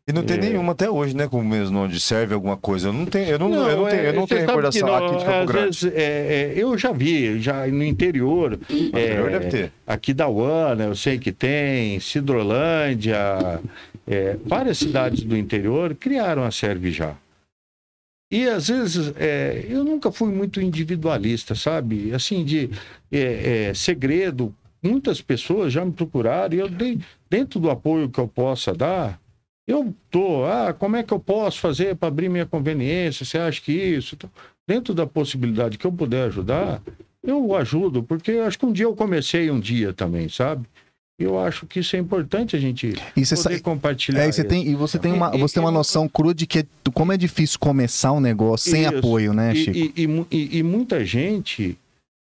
B: E não tem
C: É.
B: nenhuma até hoje, né? Com o mesmo nome de serve alguma coisa. Eu não tenho, eu não, eu não
C: é,
B: tenho, eu não
C: você
B: tenho
C: sabe
B: recordação
C: que não,
B: aqui de Campo
C: às
B: Grande.
C: vezes, é, é, eu já vi, já no interior.
B: Interior
C: é,
B: deve ter.
C: Aqui da Uana, eu sei que tem, Cidrolândia, é, várias cidades do interior criaram a serve já. E às vezes é, eu nunca fui muito individualista, sabe? Assim, de é, é, segredo. Muitas pessoas já me procuraram e eu dei, dentro do apoio que eu possa dar, eu tô, ah, como é que eu posso fazer para abrir minha conveniência? Você acha que isso? Então, dentro da possibilidade que eu puder ajudar, eu ajudo, porque eu acho que um dia eu comecei um dia também, sabe? Eu acho que isso é importante a gente
A: E você
C: poder
A: sa-
C: compartilhar.
A: É, e você
C: isso.
A: tem, e você tem
C: E-
A: uma,
C: e-
A: você tem uma
C: e-
A: noção crua de que é- como é difícil começar um negócio sem
C: Isso.
A: apoio, né,
C: E-
A: Chico?
C: E, e mu- e- e muita gente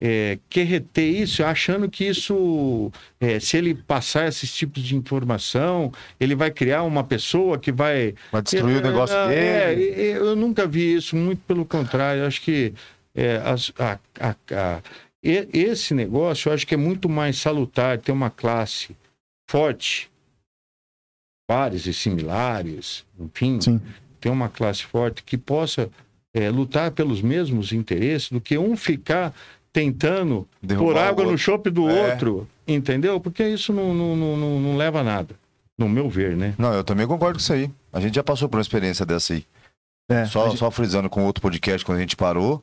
C: é, quer reter isso, achando que isso, é, se ele passar esses tipos de informação, ele vai criar uma pessoa que vai.
B: Vai destruir o negócio
C: É,
B: dele.
C: é, é, eu nunca vi isso, muito pelo contrário. Acho que é, as- a- a- a- e- esse negócio eu acho que é muito mais salutar ter uma classe forte, pares e similares, enfim
A: Sim.
C: ter uma classe forte que possa eh, lutar pelos mesmos interesses do que um ficar tentando
B: Derrubar
C: pôr
B: o
C: água no
B: um outro.
C: chope do
B: É.
C: outro, entendeu? Porque isso não, não, não, não- não leva a nada, no meu ver, né?
B: Não, eu também concordo com isso aí. A gente já passou por uma experiência dessa aí.
A: É,
B: Só,
A: a gente-
B: só frisando com outro podcast, quando a gente parou,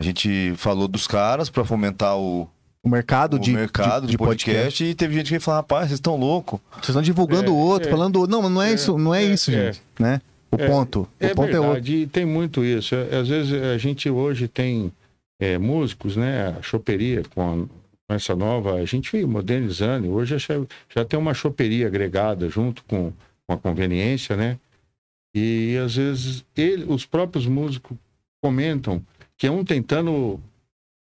B: a gente falou dos caras pra fomentar o,
A: o mercado,
B: o
A: de,
B: mercado
A: de,
B: de,
A: de
B: podcast, e teve gente que falou, rapaz, vocês estão loucos.
A: Vocês estão divulgando
C: É,
A: o outro,
C: é,
A: falando, não, mas não é,
C: é,
A: isso, não é,
C: é,
A: isso,
C: é.
A: gente, né? O
C: É,
A: ponto,
C: É
A: o ponto é outro.
C: verdade, e tem muito isso. É, Às vezes a gente hoje tem eh, músicos, né? A choperia com, a- com essa nova, a gente vem modernizando. e Hoje já, já tem uma choperia agregada junto com, com a conveniência, né? E às vezes ele- os próprios músicos comentam que é um tentando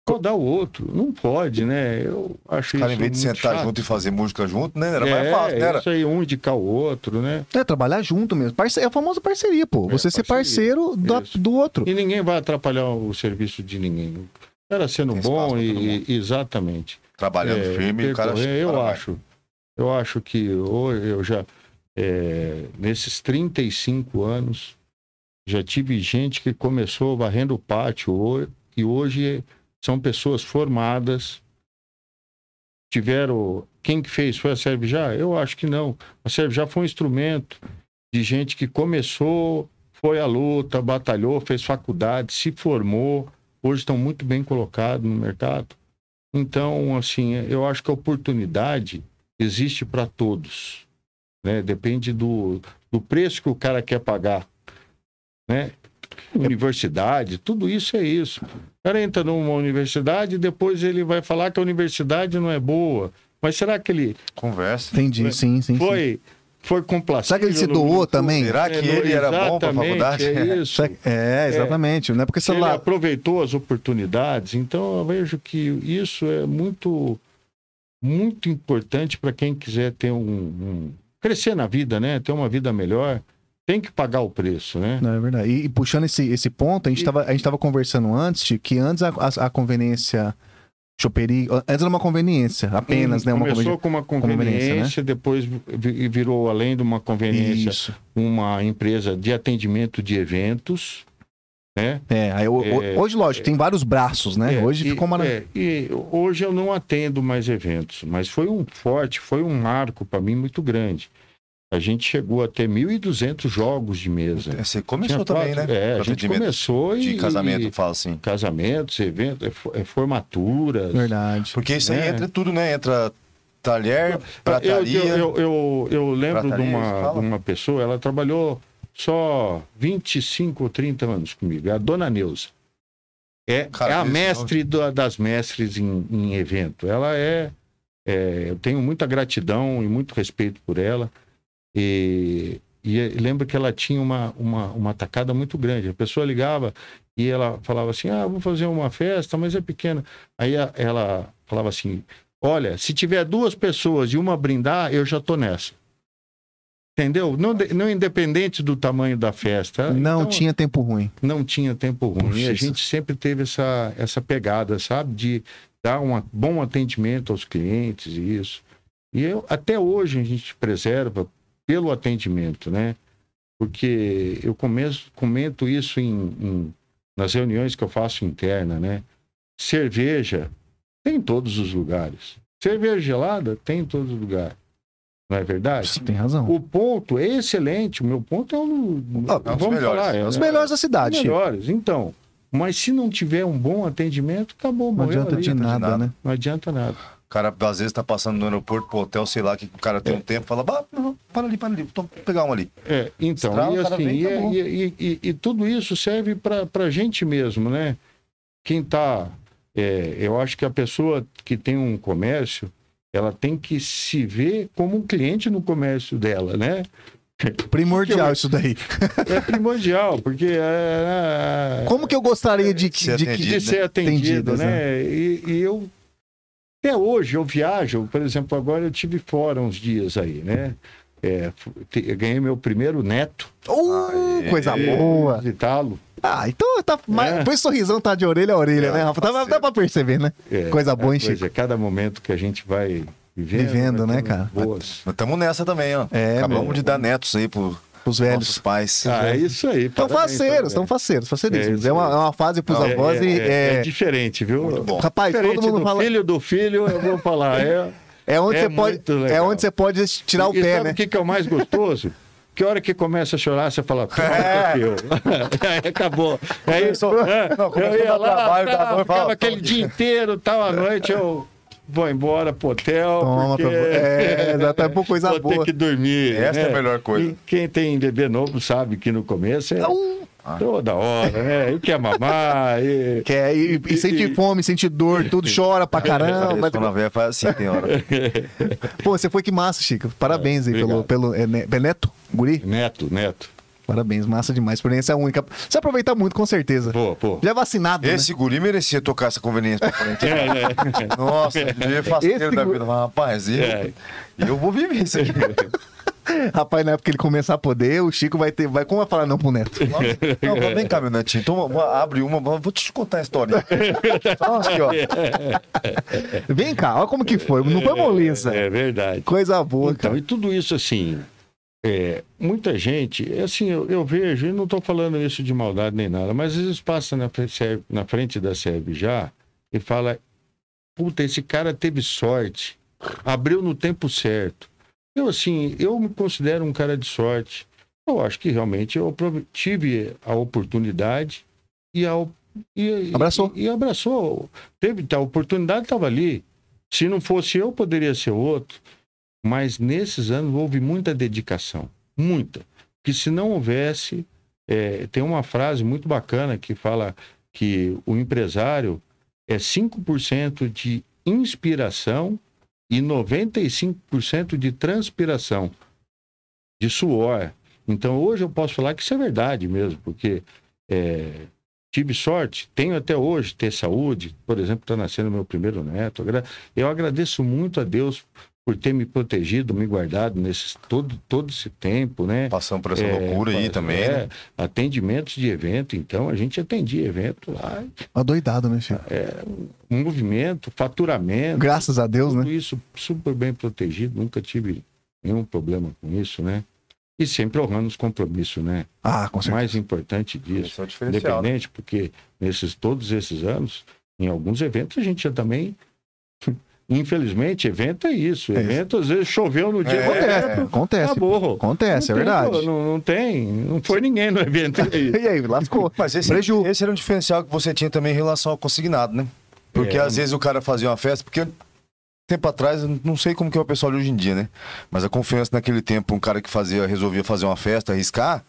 C: rodar o outro. Não pode, né? Eu acho
B: Os caras, em vez
C: isso
B: de
C: muito
B: sentar
C: chato.
B: junto e fazer música junto, né? Era
C: é,
B: mais fácil, né? Era...
C: Isso aí, um indicar o outro, né?
A: É trabalhar junto mesmo. Parce- É a famosa parceria, pô.
C: É,
A: Você ser
C: parceria.
A: parceiro da-
C: Isso.
A: do outro.
C: E ninguém vai atrapalhar o serviço de ninguém. O cara sendo
B: Tem espaço
C: bom
B: pra
C: e,
B: todo mundo.
C: e- exatamente.
B: Trabalhando
C: É,
B: firme e o cara.
C: percorrer,
B: o
C: eu
B: cara vai.
C: acho. Eu acho que ho- eu já, é, nesses 35 anos, já tive gente que começou varrendo o pátio ho- e hoje são pessoas formadas. Tiveram. Quem que fez? Foi a Servijá? Eu acho que não. A Servijá foi um instrumento de gente que começou, foi à luta, batalhou, fez faculdade, se formou. Hoje estão muito bem colocados no mercado. Então, assim, eu acho que a oportunidade existe para todos. Né? Depende do, do preço que o cara quer pagar. Né? Universidade, tudo isso é isso. O cara entra numa universidade e depois ele vai falar que a universidade não é boa. Mas será que ele
B: Conversa.
A: Entendi, sim, sim. sim.
C: foi, foi complacente?
A: Será que ele se doou também?
B: Será que ele era bom pra faculdade?
C: É isso.
A: Será que- É, exatamente. Não é porque sei
C: ele
A: lá.
C: aproveitou as oportunidades. Então, eu vejo que isso é muito, muito importante para quem quiser ter um, um- crescer na vida, né? Ter uma vida melhor, tem que pagar o preço, né?
A: Não, é verdade. E, e puxando esse, esse ponto, a gente,
C: E-
A: estava a gente tava conversando antes, Chico, que antes a, a, a conveniência choperia. Antes era uma conveniência, apenas, né? Uma
C: Hum, Começou
A: conveniência.
C: com uma
A: conveniência, né?
C: conveniência, depois vi- virou além de uma conveniência,
A: Isso.
C: uma empresa de atendimento de eventos, né?
A: É, aí, o- o-
C: É,
A: hoje, lógico, tem vários braços, né?
C: É,
A: hoje
C: e-
A: ficou maravilhoso.
C: é, e hoje eu não atendo mais eventos, mas foi um forte, foi um marco para mim muito grande. A gente chegou a ter 1.200 jogos de mesa.
B: Você começou
C: Tinha
B: também,
C: quatro-
B: né?
C: É, a gente
B: Atendimento
C: começou e,
B: De casamento,
C: e-
B: fala assim.
C: casamentos, eventos, é fo- é formaturas.
A: Verdade.
B: Porque isso aí
C: É.
B: entra tudo, né? Entra talher,
C: Eu,
B: prataria.
C: eu, eu, eu, eu lembro de
B: Prataria, isso
C: uma,
B: fala.
C: de uma pessoa, ela trabalhou só 25 ou 30 anos comigo, a dona Neuza. É,
B: Cara,
C: é a
B: esse
C: mestre da- das mestres em, em evento. Ela é, é, Eu tenho muita gratidão e muito respeito por ela. E, e eu lembro que ela tinha uma, uma, uma tacada muito grande. A pessoa ligava e ela falava assim: Ah, vou fazer uma festa, mas é pequena. Aí a- ela falava assim: Olha, se tiver duas pessoas e uma brindar, eu já tô nessa. Entendeu? Não, de- não independente do tamanho da festa.
A: Não
C: Então,
A: tinha tempo ruim.
C: não tinha tempo ruim.
A: Puxa,
C: a
A: isso-
C: gente sempre teve essa, essa pegada, sabe? De dar um a- bom atendimento aos clientes e isso. E eu, até hoje a gente preserva pelo atendimento, né? Porque eu começo, comento isso em, em- nas reuniões que eu faço interna, né? Cerveja tem em todos os lugares. Cerveja gelada tem em todos os lugares. Não é verdade?
A: Você tem razão.
C: O ponto é excelente. O meu ponto é o.
A: Ah,
B: é um dos melhores. É um
A: Os
C: né?
A: melhores da cidade, Chico.
C: melhores. Então, mas se não tiver um bom atendimento, acabou,
A: Não
C: morreu
A: adianta
C: ali. tá
A: de nada,
B: nada.
A: né?
C: Não adianta nada.
B: O cara, às vezes, tá passando no aeroporto pro hotel, sei lá, que o cara tem um tempo, fala, bah, não, para ali, para ali, tô, vou pegar uma ali.
C: É, então,
B: Estrala,
C: e
B: o cara
C: assim,
B: vem,
C: e,
B: acabou.
C: e- e- e- e tudo isso serve para a gente mesmo, né? Quem tá. é, eu acho que a pessoa que tem um comércio, ela tem que se ver como um cliente no comércio dela, né?
A: Primordial
C: Porque eu-
A: isso daí.
C: É primordial, porque. é,
A: Como que eu gostaria de, que-
B: Ser
A: de que.
B: atendido.
C: de ser atendido,
A: né, atendidas,
C: né? E, e eu até hoje eu viajo, por exemplo, agora eu tive fora uns dias aí, né? É, fu- te- eu ganhei meu primeiro neto, né?
A: Uh,
B: Aê.
A: coisa boa!
C: visitá-lo.
A: Ah, então tá. Mas,
C: É.
A: Por isso sorrisão tá de orelha a orelha,
B: É,
A: né, Rafa? Tá-
B: parceiro.
A: dá pra perceber, né?
C: É,
A: Coisa boa, hein,
C: pois
A: Chico?
C: é, cada momento que a gente vai vivendo,
A: Vivendo, né,
C: coisas
A: cara?
C: Boas.
B: Mas tamo nessa também, ó.
A: É,
B: Acabamos
A: meu.
B: de dar netos aí pro
A: Os
B: nossos
A: velhos.
B: pais.
C: Ah, é isso aí.
A: Estão
C: parabéns,
A: faceiros, estão
C: parabéns.
A: faceiros, faceiríssimos.
C: É
A: É,
C: isso
A: uma,
C: aí.
A: é uma fase pros avós
C: é,
A: e.
C: é,
A: É,
C: é diferente, viu?
B: Muito bom.
A: Rapaz,
C: Diferente
A: todo mundo
C: do
A: fala.
C: filho do filho, eu vou falar. É,
A: É onde,
C: é
A: você pode,
C: muito legal.
A: é onde você pode tirar o
C: e
A: pé,
C: sabe
A: né?
C: o que, que é o mais gostoso? Que hora que começa a chorar, você fala, é. eu. Aí acabou. Aí,
B: Começou-
C: é,
B: não, começou
C: eu
B: a
C: ia
B: dar
C: lá,
B: trabalho,
C: tá,
B: dá dor,
C: ficava
B: fala,
C: aquele
B: toma
C: dia inteiro, tal, à noite, eu vou embora pro hotel,
A: Toma,
C: porque
A: pra... é, exatamente, pô, coisa
C: vou ter
A: boa.
C: que dormir.
B: Essa
C: né?
B: é a melhor coisa.
C: E quem tem bebê novo sabe que no começo é
A: Então,
C: toda hora, né? E quer mamar, e... é,
A: quer é, e, e sente fome, sente dor, tudo, chora pra
B: Não,
A: caramba.
B: mas... Quando a véia faz assim, tem hora.
A: Pô, você foi que massa, Chico. Parabéns aí pelo,
C: obrigado.
A: pelo é, ne- é Neto, Guri.
C: Neto, neto.
A: Parabéns, massa demais. Experiência única. Você aproveita muito, com certeza.
C: Pô, pô.
A: Já é vacinado,
B: Esse guri merecia tocar essa conveniência pra frente.
C: É, né?
B: Nossa, ele é
A: Esse
B: faceiro da
A: gu-
B: vida. Mas, Rapaz, eu,
C: É.
B: eu vou viver isso aqui.
A: né? Rapaz, na época que ele começar a poder, o Chico vai ter. Vai... Como vai falar não pro Neto?
B: Não, fala, vem cá, meu netinho. Toma, uma- abre uma, vou te contar a história. Só aqui, ó.
A: Vem cá, olha como que foi. Não foi moleza.
C: É verdade.
A: Coisa boa,
C: Então,
A: cara.
C: e tudo isso assim, é, muita gente, é assim, eu, eu vejo, e não estou falando isso de maldade nem nada, mas às vezes passa na, fre- Ser- na frente da Serb já e fala: puta, esse cara teve sorte, abriu no tempo certo. Eu, assim, eu me considero um cara de sorte. Eu acho que realmente eu aprove- tive a oportunidade e a. op- E,
A: Abraçou.
C: E, e abraçou. Teve, tá, a oportunidade estava ali. Se não fosse eu, poderia ser outro mas nesses anos houve muita dedicação, muita. Que se não houvesse, é, tem uma frase muito bacana que fala que o empresário é 5% de inspiração e 95% de transpiração, de suor. Então hoje eu posso falar que isso é verdade mesmo, porque é, tive sorte, tenho até hoje ter saúde, por exemplo, está nascendo meu primeiro neto. Agra- Eu agradeço muito a Deus por ter me protegido, me guardado nesse todo, todo esse tempo, né?
B: Passando por essa
C: É,
B: loucura aí
C: pa-
B: também,
C: é,
B: né?
C: Atendimentos de evento, então a gente atendia evento lá,
A: Adoidado, né, Chico?
C: movimento, faturamento,
A: Graças a Deus,
C: tudo
A: né?
C: isso super bem protegido, nunca tive nenhum problema com isso, né? E sempre honrando os compromissos, né?
A: Ah, com
C: O
A: certeza.
C: mais importante disso.
B: Esse é o diferencial. né?
C: Independente, porque nesses todos esses anos, em alguns eventos a gente já também. Infelizmente, evento é isso.
A: É isso.
C: evento às vezes choveu no dia.
B: É,
A: Acontece,
B: é.
A: acontece.
C: Acabou.
A: Acontece,
C: Não
A: é
C: tem,
A: verdade.
C: pô, Não, não tem. Não foi ninguém no evento. É isso.
A: E aí, lascou.
B: Mas esse,
A: Preju.
B: esse era um diferencial que você tinha também em relação ao consignado, né? Porque
C: É.
B: às vezes o cara fazia uma festa, porque tempo atrás, eu não sei como que é o pessoal de hoje em dia, né? Mas a confiança naquele tempo, um cara que fazia, resolvia fazer uma festa, arriscar,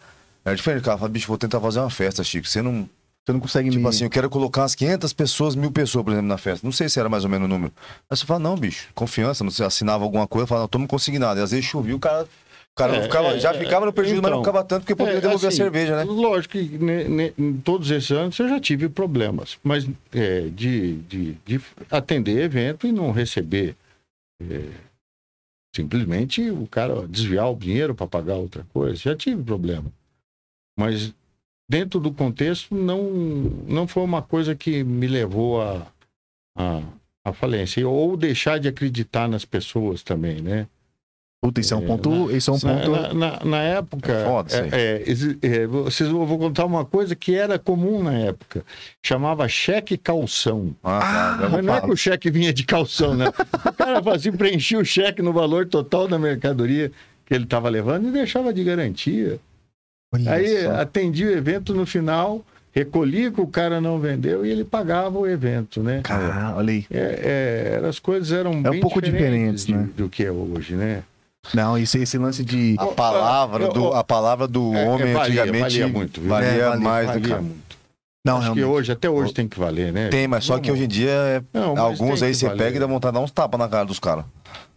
B: era diferente. O cara fala, bicho, vou tentar fazer uma festa, Chico. Você não.
A: Você não consegue
B: Tipo
A: me...
B: assim, eu quero colocar umas 500 pessoas, mil pessoas, por exemplo, na festa. Não sei se era mais ou menos o número. Aí você fala, não, bicho, confiança, você assinava alguma coisa, falava, não, toma um consignado. E às vezes chovia, o cara, o cara não
C: É,
B: ficava,
C: é,
B: já
C: é.
B: ficava no prejuízo, mas não
C: Então,
B: ficava tanto porque poderia
C: É,
B: devolver
C: assim,
B: a cerveja, né?
C: Lógico que ne- ne- em todos esses anos eu já tive problemas, mas é, de, de- de atender evento e não receber. é, simplesmente o cara desviar o dinheiro para pagar outra coisa, já tive problema. Mas dentro do contexto, não, não foi uma coisa que me levou à a, a falência. Ou deixar de acreditar nas pessoas também, né?
A: Puta, isso é um
C: É,
A: ponto... Isso é um
C: Na-
A: ponto...
C: Na, na- na época.
B: É foda isso aí.
C: é, é, exi- é, vocês, eu vou contar uma coisa que era comum na época. Chamava cheque calção.
B: Ah,
C: Mas não é que o cheque vinha de calção, né? O cara fazia, preenchia o cheque no valor total da mercadoria que ele estava levando e deixava de garantia.
A: Olha
C: Aí
A: só.
C: atendia o evento no final, recolhia que o cara não vendeu e ele pagava o evento, né?
A: Cara, olha aí.
C: É, é, era- as coisas eram
A: É um
C: bem
A: pouco diferentes,
C: de-
A: né?
C: do que é hoje, né?
A: Não, isso, esse lance de...
C: Ah,
B: A palavra
C: assim. Eu-
B: do, a palavra do
C: É, é,
B: homem
C: valia,
B: antigamente
C: valia muito, viu?
B: valia
A: É, valia,
B: mais do
C: Valia
B: que
C: muito.
A: Não,
C: Acho que
A: realmente.
C: hoje, até hoje tem que valer, né?
B: tem, mas só que hoje em dia é-
C: Não, mas
B: alguns
C: tem
B: aí
C: que
B: você
C: valer.
B: pega e dá vontade de dar uns tapas na cara dos caras.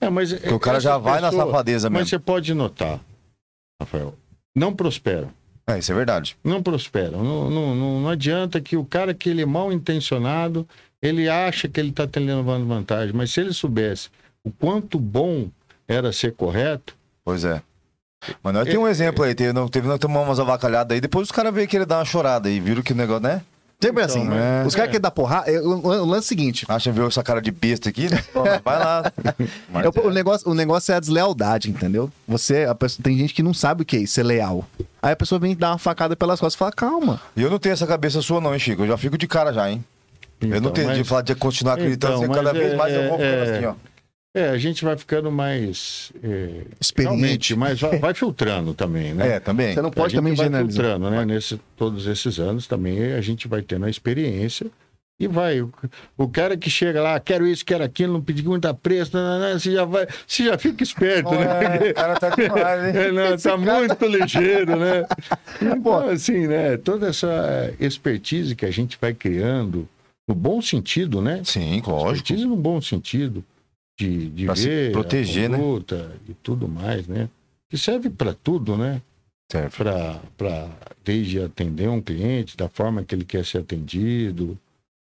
C: É, mas
B: Porque o cara já
C: essas
B: vai na
C: pessoas-
B: safadeza
C: Mas
B: mesmo.
C: você pode notar, Rafael, não prosperam.
B: É, isso é verdade.
C: Não prosperam. Não, não, não, não adianta que o cara que ele é mal intencionado, ele acha que ele está tendo vantagem. Mas se ele soubesse o quanto bom era ser correto,
B: Pois é. Mas
C: É,
B: nós temos um exemplo aí, teve, não- teve, nós tomamos umas avacalhadas aí, depois os caras veio querer dar uma chorada aí, viram que o negócio, né?
A: Sempre
C: Então,
A: assim,
B: né?
A: Os caras querem dar porrada... é, O o lance é o seguinte...
B: Acham ver essa cara de besta aqui, né? Pô, mas vai lá. Mas
A: É, o, o negócio, o negócio é a deslealdade, entendeu? Você, a pessoa, tem gente que não sabe o que é isso, ser leal. Aí a pessoa vem dar uma facada pelas costas e fala, calma.
B: E eu não tenho essa cabeça sua não, hein, Chico? Eu já fico de cara já, hein? eu não
C: Então,
B: tenho de
C: mas-
B: falar de continuar acreditando,
C: Então,
B: assim, cada
C: mas
B: vez
C: é-
B: mais eu vou ficando
C: é-
B: assim, ó.
C: é, a gente vai ficando mais. É, realmente,
A: Experiente.
C: mas vai, vai filtrando também, né?
B: É, também.
A: Você não
C: a
A: pode
C: gente
A: também
C: vai
A: generalizar.
C: filtrando, né? Nesse, todos esses anos também a gente vai tendo a experiência e vai. O, o cara que chega lá, quero isso, quero aquilo, não pedi muita preço, não, não, não, né, você já vai, você já fica esperto, né?
B: É, o cara tá demais, hein?
C: É, não, tá muito ligeiro, né?
A: Pô.
C: Então, assim, né? Toda essa expertise que a gente vai criando, no bom sentido, né?
B: Sim, lógico.
C: Expertise no bom sentido de, de
B: Pra se
C: ver
B: proteger,
C: a
B: né?
C: conduta e tudo mais, né? Que serve para tudo, né?
B: Certo.
C: para desde atender um cliente da forma que ele quer ser atendido,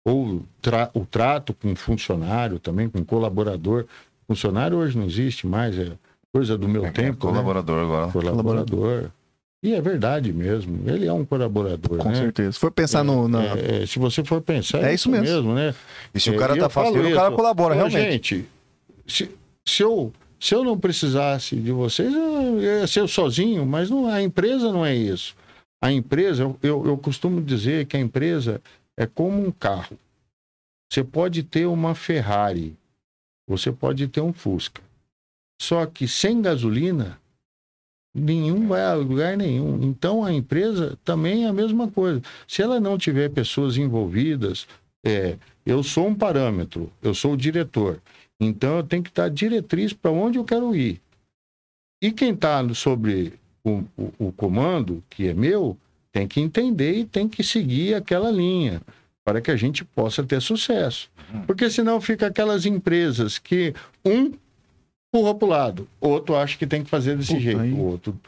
C: ou tra- o trato com funcionário também, com colaborador. Funcionário hoje não existe mais, é coisa do meu
B: É,
C: tempo. né? Colaborador.
B: Colaborador agora.
C: colaborador. E é verdade mesmo, ele é um colaborador.
A: Com
C: né?
A: certeza. Se for pensar no. na-
C: É, é, se você for pensar,
A: É isso mesmo.
C: né?
B: E se
C: É,
B: o cara
C: e
B: tá
C: eu falo
B: fazendo, o cara
C: isso.
B: colabora,
C: Ô,
B: realmente.
C: Gente, se, se eu, se eu não precisasse de vocês, eu ia ser eu sozinho, mas não, a empresa não é isso. A empresa, eu, eu, eu costumo dizer que a empresa é como um carro. Você pode ter uma Ferrari, você pode ter um Fusca. Só que sem gasolina, nenhum vai a lugar nenhum. Então a empresa também é a mesma coisa. Se ela não tiver pessoas envolvidas, é, eu sou um parâmetro, eu sou o diretor. Então eu tenho que estar diretriz para onde eu quero ir. tá E quem está sobre o, o- o comando, que é meu, tem que entender e tem que seguir aquela linha para que a gente possa ter sucesso. Porque senão fica aquelas empresas que um empurra para o lado, outro acha que tem que fazer desse
A: Puta,
C: jeito,
A: aí.
C: o outro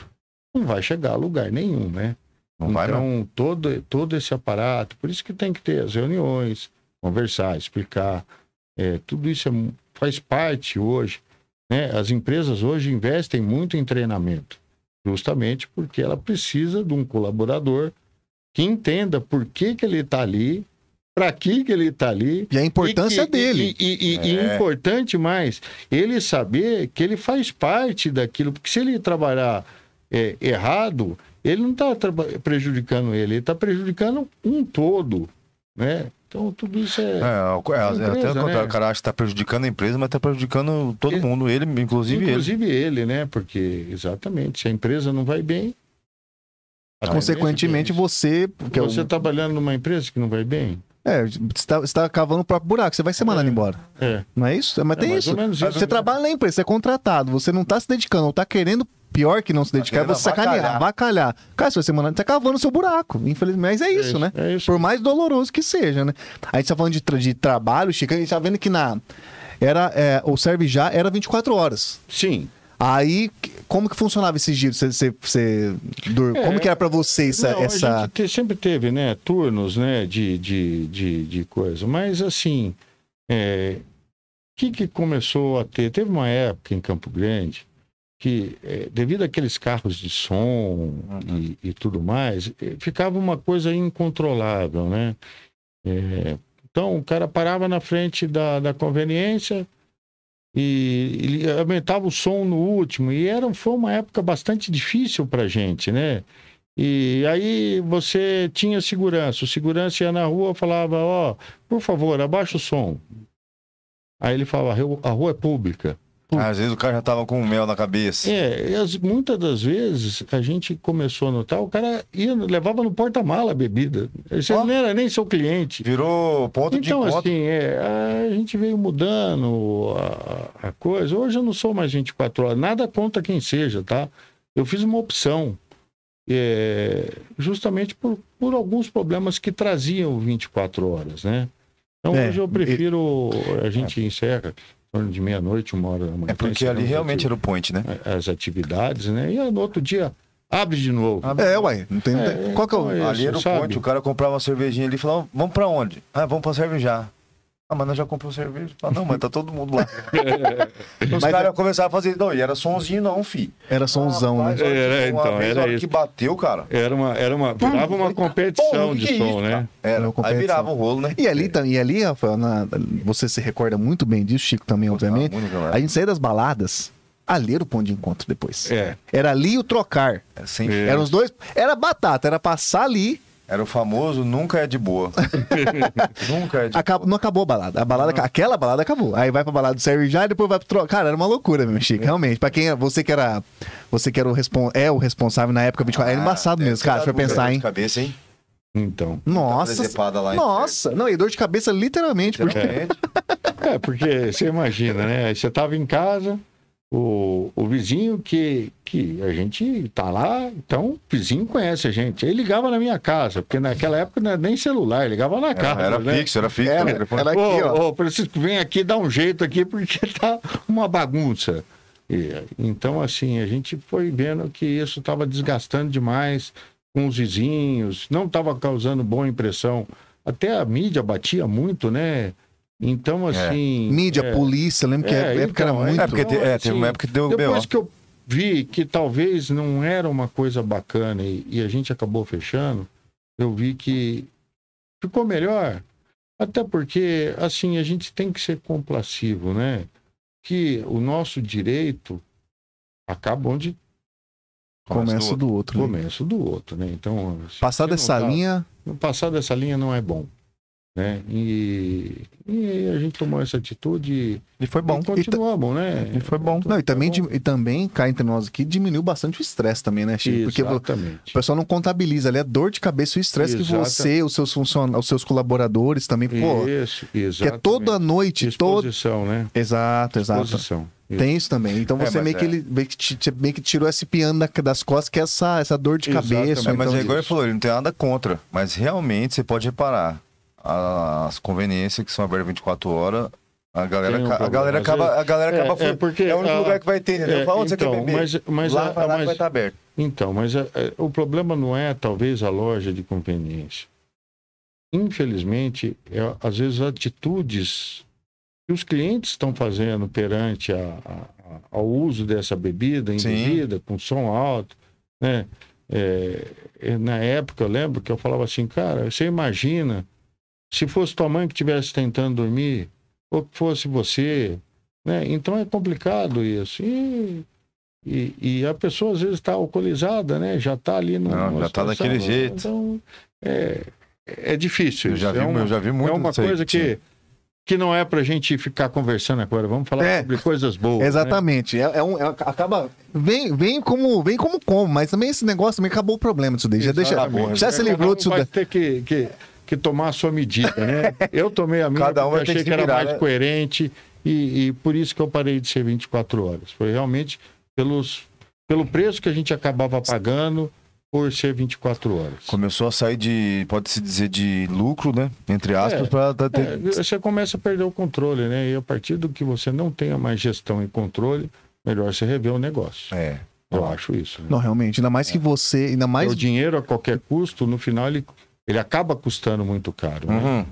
C: não vai chegar a lugar nenhum, né?
B: Não vai, não.
C: então, todo, todo esse aparato, por isso que tem que ter as reuniões, conversar, explicar. é, tudo isso é mu- faz parte hoje. Né? As empresas hoje investem muito em treinamento, justamente porque ela precisa de um colaborador que entenda por que, que ele está ali, para que, que ele está ali.
A: E a importância é
C: e que-
A: dele.
C: E, e- e- e
B: É.
C: importante mais, ele saber que ele faz parte daquilo, porque se ele trabalhar é, errado, ele não está prejudicando ele, ele está prejudicando um todo, né? Então tudo isso é...
B: É, ao- é,
C: a
B: até
C: empresa,
B: o contrário,
C: né?
B: o cara acha que tá prejudicando a empresa, mas tá prejudicando todo
C: E-
B: mundo, ele, inclusive, ele.
C: Inclusive ele. né? Porque, exatamente, se a empresa não vai bem.
B: Ah, é
C: a
A: Consequentemente,
C: tendência
A: você. Porque
C: é
A: é o-
C: isso. você trabalhando numa empresa que não vai bem?
A: É, você está, você está cavando o próprio buraco, você vai ser mandado
C: É.
A: embora.
C: É.
A: Não é isso? É, Mas
C: É
A: tem
C: mais
A: isso.
C: ou menos isso.
A: Você trabalha na empresa, você é contratado, você não tá se dedicando, ou tá querendo pior que não se dedicar,
C: Tá
A: é
B: querendo
A: você sacanear, avacalhar. Cara, se você mandar, tá cavando o seu buraco. Infelizmente, mas é isso, né?
C: É isso.
A: Por mais doloroso que seja, né? A gente tá falando de, tra- de trabalho, Chico, a gente tá vendo que na. Era, é, o serve já era 24 horas.
C: Sim.
A: Aí, que- como que funcionava esse giro? Você, você, você dur-
C: É.
A: Como que era pra você essa.
C: Não,
A: é essa...
C: A gente te- sempre teve, né, turnos, né, de, de, de, de coisa. Mas, assim, é, o que que começou a ter? Teve uma época em Campo Grande que, é, devido àqueles carros de som e, e tudo mais, eh, ficava uma coisa incontrolável, né? É, então, o cara parava na frente da, da conveniência e ele aumentava o som no último. E era, foi uma época bastante difícil pra gente, né? E aí você tinha segurança. O segurança ia na rua falava, ó, por favor, abaixa o som. Aí ele falava, "A ru- a rua é pública.
B: Às vezes o cara já tava com um mel na cabeça.
C: É, e as- muitas das vezes a gente começou a notar, o cara ia, levava no porta-mala a bebida. Você
B: Ó.
C: não era nem seu cliente.
B: Virou ponto
C: Então,
B: de encontro.
C: assim, é, a gente veio mudando a, a coisa. Hoje eu não sou mais 24 horas, nada contra quem seja, tá? Eu fiz uma opção, é, justamente por, por alguns problemas que traziam o 24 horas, né? Então,
A: É,
C: hoje eu prefiro. A gente encerra em torno de meia-noite, uma hora da manhã. tá
B: é porque ali
C: encerramos
B: realmente era o point, né?
C: aqui as atividades, né? E aí, no outro dia abre de novo.
A: É, uai, não tem. não tem-
C: É,
A: Qual que é o.
C: então é
B: ali
C: isso,
B: era o
C: sabe?
B: ponte, o cara comprava uma cervejinha ali e falava, vamos pra onde? Ah, vamos pra cervejar. Ah, mas nós já compramos cerveja. Ah, não, mas tá todo mundo lá. Os
A: Mas- é-
B: caras começaram a fazer, não, e era sonzinho não, fi.
A: Era
C: Ah,
A: sonzão,
B: Rapaz,
A: né?
B: olha,
C: Era,
B: chegou uma
C: então,
B: vez,
C: era
B: a hora
C: isso.
B: que bateu, cara.
C: Era uma, era uma, virava
B: Porra,
C: uma competição
B: que
C: de
B: que é
C: som,
B: isso,
C: né?
B: cara? Era,
A: Era uma
B: aí
A: competição.
B: virava um rolo, né?
A: E ali, tam- e ali Rafael, na- você se recorda muito bem disso, Chico também, obviamente.
B: muito, galera.
A: a gente saía das baladas, ali era o ponto de encontro depois.
C: É.
A: Era ali o trocar.
B: É, sem
C: É.
A: Eram os dois. Era batata, era passar ali.
B: Era o famoso nunca é de boa. nunca é de
A: acab- não acabou a balada. A balada, aquela balada acabou. Aí vai pra balada do Sérgio já e depois vai pro trocar. Cara, era uma loucura mesmo, Chico. Realmente. Pra quem é- você que era. Você que era o, respon- é o responsável na época 24. Era é embaçado
B: Ah, é deve
A: mesmo,
B: ter
A: cara.
B: dado
A: Deixa eu pensar,
B: dor
A: hein?
B: de Cabeça, hein?
C: Então.
A: Nossa.
B: presepada lá, hein? É.
A: Nossa. Não, e dor de cabeça literalmente. porque-
B: Sinceramente.
C: É, porque você imagina, né? Aí Você estava em casa, o, o vizinho que, que a gente tá lá, então o vizinho conhece a gente. Ele ligava na minha casa, porque naquela época não era nem celular, ele ligava na casa.
B: Era, era
C: né?
B: fixo, era fixo. É,
A: Era,
B: o telefone.
A: era aqui,
C: Ô,
A: ó.
C: ô, Francisco, vem aqui dar um jeito aqui, porque tá uma bagunça. E, então, assim, a gente foi vendo que isso estava desgastando demais com os vizinhos, não estava causando boa impressão. Até a mídia batia muito, né? Então, assim.
A: Mídia,
C: é,
A: polícia, eu lembro que
C: É,
A: a época
C: então,
A: era
C: é.
A: muito.
B: É, porque te- é,
C: assim,
B: teve uma época que deu né? B.O.
C: Depois que eu vi que talvez não era uma coisa bacana e, e a gente acabou fechando, eu vi que ficou melhor. Até porque, assim, a gente tem que ser complacivo, né? Que o nosso direito acaba onde
A: Começa do outro. né?
C: começa o do outro, né? Então, assim,
A: Passar
C: se não
A: dessa
C: tá-
A: linha.
C: Passar dessa linha não é bom. Né? E, e a gente tomou essa atitude
D: E foi bom.
C: e
A: E ta-
C: continuamos, né?
D: E foi bom.
A: Não, e também, di- e também, cá entre nós aqui, diminuiu bastante o estresse também, né, Chico? Porque vo- o
C: Exatamente.
A: pessoal não contabiliza ali a dor de cabeça e o estresse que
C: Exata-
A: você, os seus funcionários, os seus colaboradores também, pô,
C: Isso,
A: que é toda noite, todo.
C: Disposição, né?
A: Exato, exato.
C: Disposição.
A: Tem isso também. Então
B: É,
A: você
B: mas
A: meio, que
B: é.
A: ele, meio, que ti- ti- meio que tirou esse piano da- das costas, que é essa, essa dor de cabeça.
C: Exatamente.
B: É, mas
A: então,
B: é igual ele falou, ele não tem nada contra. Mas realmente você pode reparar. As conveniências que são abertas 24 horas, a galera,
C: Tem um
B: ca- a
C: problema,
B: galera
C: mas
B: acaba. A galera
C: é-
B: acaba
C: é
B: fui-
C: porque
B: é o único
C: a-
B: lugar que vai ter, entendeu?
C: é,
B: Fala onde você
C: então,
B: quer beber.
C: mas- mas
B: lá
C: a-
B: vai lá que
C: mas-
B: vai tá- estar aberto.
C: Então, mas é, é, o problema não é talvez a loja de conveniência. Infelizmente, é, às vezes atitudes que os clientes estão fazendo perante a- a- a- ao uso dessa bebida
B: Sim.
C: embebida, com som alto, né? É, é, na época eu lembro que eu falava assim, cara, você imagina se fosse tua mãe que estivesse tentando dormir, ou que fosse você, né? Então é complicado isso. E, e, e a pessoa às vezes está alcoolizada, né? Já está ali no.
B: Não, já tá daquele jeito.
C: Então é, é difícil.
B: Eu já,
C: isso.
B: vi,
C: é uma,
B: eu já vi muito
C: é uma
B: disso aí
C: coisa
B: tinha.
C: que, que não é para gente ficar conversando agora. Vamos falar
A: É.
C: sobre coisas boas. né?
A: Exatamente. É, é um, é- acaba. Vem, vem como vem como, como, mas também esse negócio também acabou o problema disso daí. Já, deixa,
B: Exatamente.
A: já se
C: Cada
A: livrou
C: um
A: disso
C: Vai
A: daí.
C: ter que, que, que tomar a sua medida, né? Eu tomei a minha,
B: Cada um
C: porque
B: vai ter
C: achei
B: que
C: que,
B: se
C: era
B: virar,
C: mais
B: né?
C: coerente e, e por isso que eu parei de ser 24 horas. Foi realmente pelos, pelo preço que a gente acabava pagando por ser 24 horas.
B: Começou a sair de, pode-se dizer, de lucro, né? Entre aspas,
C: É.
B: pra tá- ter-
C: É, você começa a perder o controle, né? E a partir do que você não tenha mais gestão e controle, melhor você rever o negócio.
B: É.
C: Eu acho isso. né?
A: Não, realmente. Ainda mais que você. Ainda
C: Porque
A: mais.
C: O dinheiro a qualquer custo, no final, ele, ele acaba custando muito caro. né?
B: Uhum.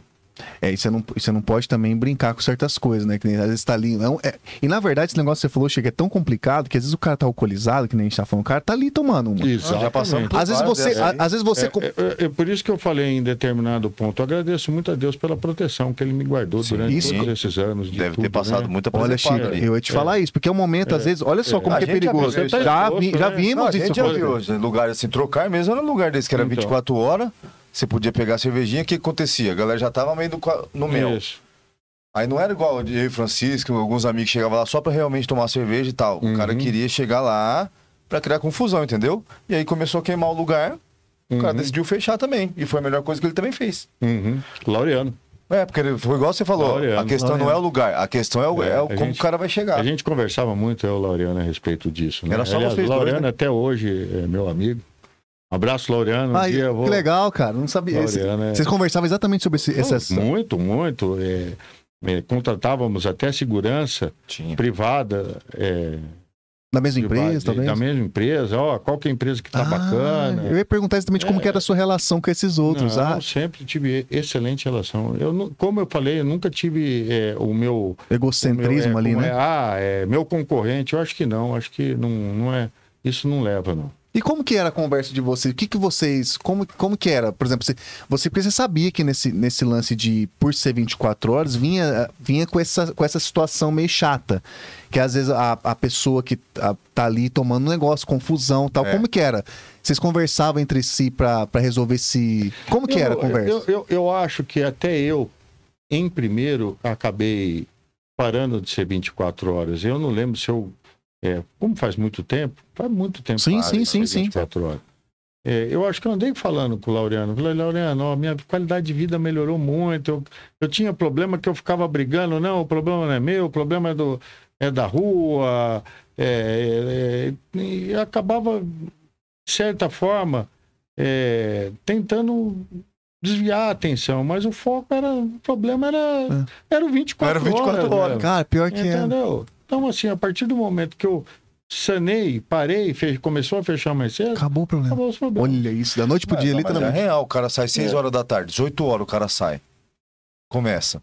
A: É, e você não, e você não pode também brincar com certas coisas, né? Que nem às vezes tá ali. é um- é- e na verdade, esse negócio que você falou, chega, é tão complicado que às vezes o cara tá alcoolizado, que nem a gente tá falando, o cara tá ali tomando uma.
C: Exatamente.
B: Já passamos por
A: Às vezes
B: várias
A: você.
B: dessas aí.
A: a- às vezes você. com-
C: É, é- é por isso que eu falei em determinado ponto. Eu agradeço muito a Deus pela proteção que ele me guardou
B: Sim,
C: durante
A: isso-
C: todos esses anos. de
B: Deve ter
C: tudo,
B: passado
C: né?
B: muita
A: Olha, Chico,
B: presepada ali.
A: eu ia te falar isso, porque é um momento, às vezes, olha só como
B: A
A: que é
B: gente já
A: perigoso.
B: viu isso,
A: Já,
C: é
A: vi- já
C: exposto, né?
B: Não, a
A: vimos isso.
B: gente já
C: coisa.
B: viu hoje, né? lugar assim, trocar mesmo era um lugar desse que era
C: Então.
B: 24 horas, você podia pegar a cervejinha, o que que acontecia? A galera já tava meio do qua- no mel.
C: Isso.
B: Aí não era igual eu e o Francisco, alguns amigos que chegavam lá só pra realmente tomar cerveja e tal. O cara
C: Uhum.
B: queria chegar lá pra criar confusão, entendeu? E aí começou a queimar o lugar, o cara
C: Uhum.
B: decidiu fechar também. E foi a melhor coisa que ele também fez.
C: Uhum. Laureano.
B: É, porque ele- foi igual você falou,
C: Laureano,
B: a questão não é o lugar, a questão é, o, é o-
C: a
B: como
C: gente-
B: o cara vai chegar.
C: A gente conversava muito, eu e o Laureano, a respeito disso. Né?
B: Era só
C: Aliás,
B: vocês dois,
C: Laureano
B: né?
C: até hoje é meu amigo. Abraço, Laureano. Um
A: Ah,
C: dia eu vou...
A: que legal, cara. Não sabia. Esse-
C: Laureano é-
A: Vocês conversavam exatamente sobre esse, essa.
C: Muito, muito. é, é, contratávamos até segurança
B: Tinha.
C: privada é,
A: Da mesma
C: privada,
A: empresa,
C: de-
A: talvez?
C: da mesma empresa. Ó, qual que é a empresa que tá
A: Ah,
C: bacana?
A: Eu ia perguntar exatamente como
C: É.
A: que era a sua relação com esses outros.
C: Não,
A: ah,
C: eu sempre tive excelente relação. Eu, nu- como eu falei, eu nunca tive é, o meu. o meu, é,
A: egocentrismo ali,
C: como
A: né?
C: é, ah, é meu concorrente. Eu acho que não. Acho que não, não é. Isso não leva, não.
A: E como que era a conversa de vocês? O que que vocês... Como, como que era? Por exemplo, você, você... Porque você sabia que nesse, nesse lance de por ser 24 horas, vinha, vinha com, essa, com essa situação meio chata. Que às vezes a, a pessoa que tá, tá ali tomando um negócio, confusão e tal.
B: É.
A: Como que era? Vocês conversavam entre si pra, pra resolver esse... Como que
C: Eu-
A: era a conversa?
C: Eu, eu, eu acho que até eu, em primeiro, acabei parando de ser 24 horas. Eu não lembro se eu. é, como faz muito tempo, faz muito tempo.
A: Sim,
C: que eu
A: sim,
C: parei de
A: sim,
C: ser
A: sim.
C: 24 horas. É, eu acho que eu andei falando com o Laureano. Falei, Laureano, ó, minha qualidade de vida melhorou muito. Eu, eu tinha problema que eu ficava brigando. Não, o problema não é meu, o problema é, do, é da rua. é, é, é, e acabava, de certa forma, é, tentando desviar a atenção, mas o foco era, o problema era, era o 24
B: Era 24
C: horas.
B: horas,
C: né?
A: Cara, pior que é, era.
C: Entendeu? Então, assim, a partir do momento que eu sanei, parei, fe- começou a fechar mais cedo,
A: Acabou o problema.
C: acabou os problemas.
A: Olha isso, da noite pro
B: Mas
A: dia,
B: não, mas
A: literalmente.
B: É real, o cara sai 6
C: É.
B: horas da tarde, 18 horas o cara sai. Começa.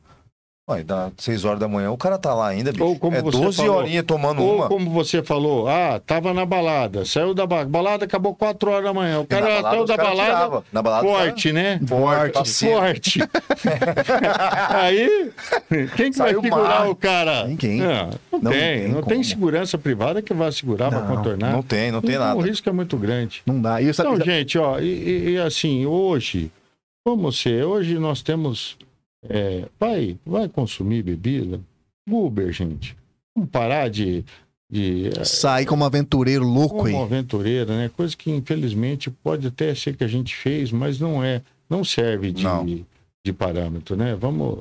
B: Aí dá 6 horas da manhã, o cara tá lá ainda, bicho.
C: Ou como
B: é
C: você
B: 12
C: falou,
B: horinhas tomando
C: Ou
B: uma.
C: como você falou, ah, tava na balada, saiu da ba- balada, acabou 4 horas da manhã. O
B: E na
C: cara
B: balada,
C: saiu
B: os
C: da
B: cara
C: balada,
B: tirava. Na balada, os cara-
C: forte, né?
B: Forte, tá cedo.
C: Forte. Aí, quem que vai
B: Saiu
C: segurar
B: mar.
C: o cara?
A: Ninguém.
C: Não, não,
A: Não
C: tem.
A: tem
C: não tem
A: como.
C: segurança privada que vá segurar para
A: Não,
C: contornar.
B: Não tem, não tem
C: Então, O
B: nada.
C: risco é muito grande.
A: Não dá.
B: Tá,
A: E eu sabe-
C: Então, gente, ó, e, e- e assim, hoje, como você, hoje nós temos É, vai, vai consumir bebida? Uber, gente. Vamos parar de. de é,
A: Sai como aventureiro louco aí.
C: como aventureira, né? Coisa que infelizmente pode até ser que a gente fez, mas não é, não serve de,
B: Não.
C: de parâmetro, né? Vamos,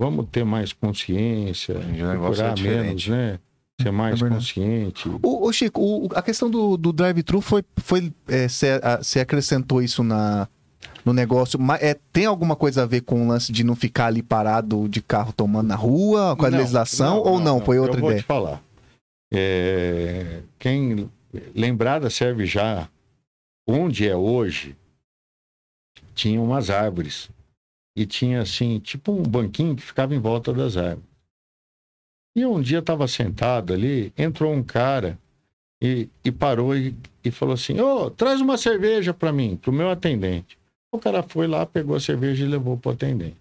C: vamos ter mais consciência,
B: Hoje em dia o negócio é
C: procurar menos,
B: diferente. É
C: né? Ser mais
A: verdade.
C: consciente.
A: Ô, ô, Chico, o- a questão do, do drive-thru foi. foi é, você, a- você acrescentou isso na, no negócio, mas é, tem alguma coisa a ver com o lance de não ficar ali parado de carro tomando na rua, com a
C: Não,
A: legislação, ou não? Foi outra
C: Eu vou
A: ideia?
C: te falar. É, quem lembrada serve já onde é hoje tinha umas árvores e tinha assim tipo um banquinho que ficava em volta das árvores. E eu um dia estava sentado ali, entrou um cara e, e parou e, e falou assim: "Ô, traz uma cerveja para mim, pro meu atendente". O cara foi lá, pegou a cerveja e levou pro atendente.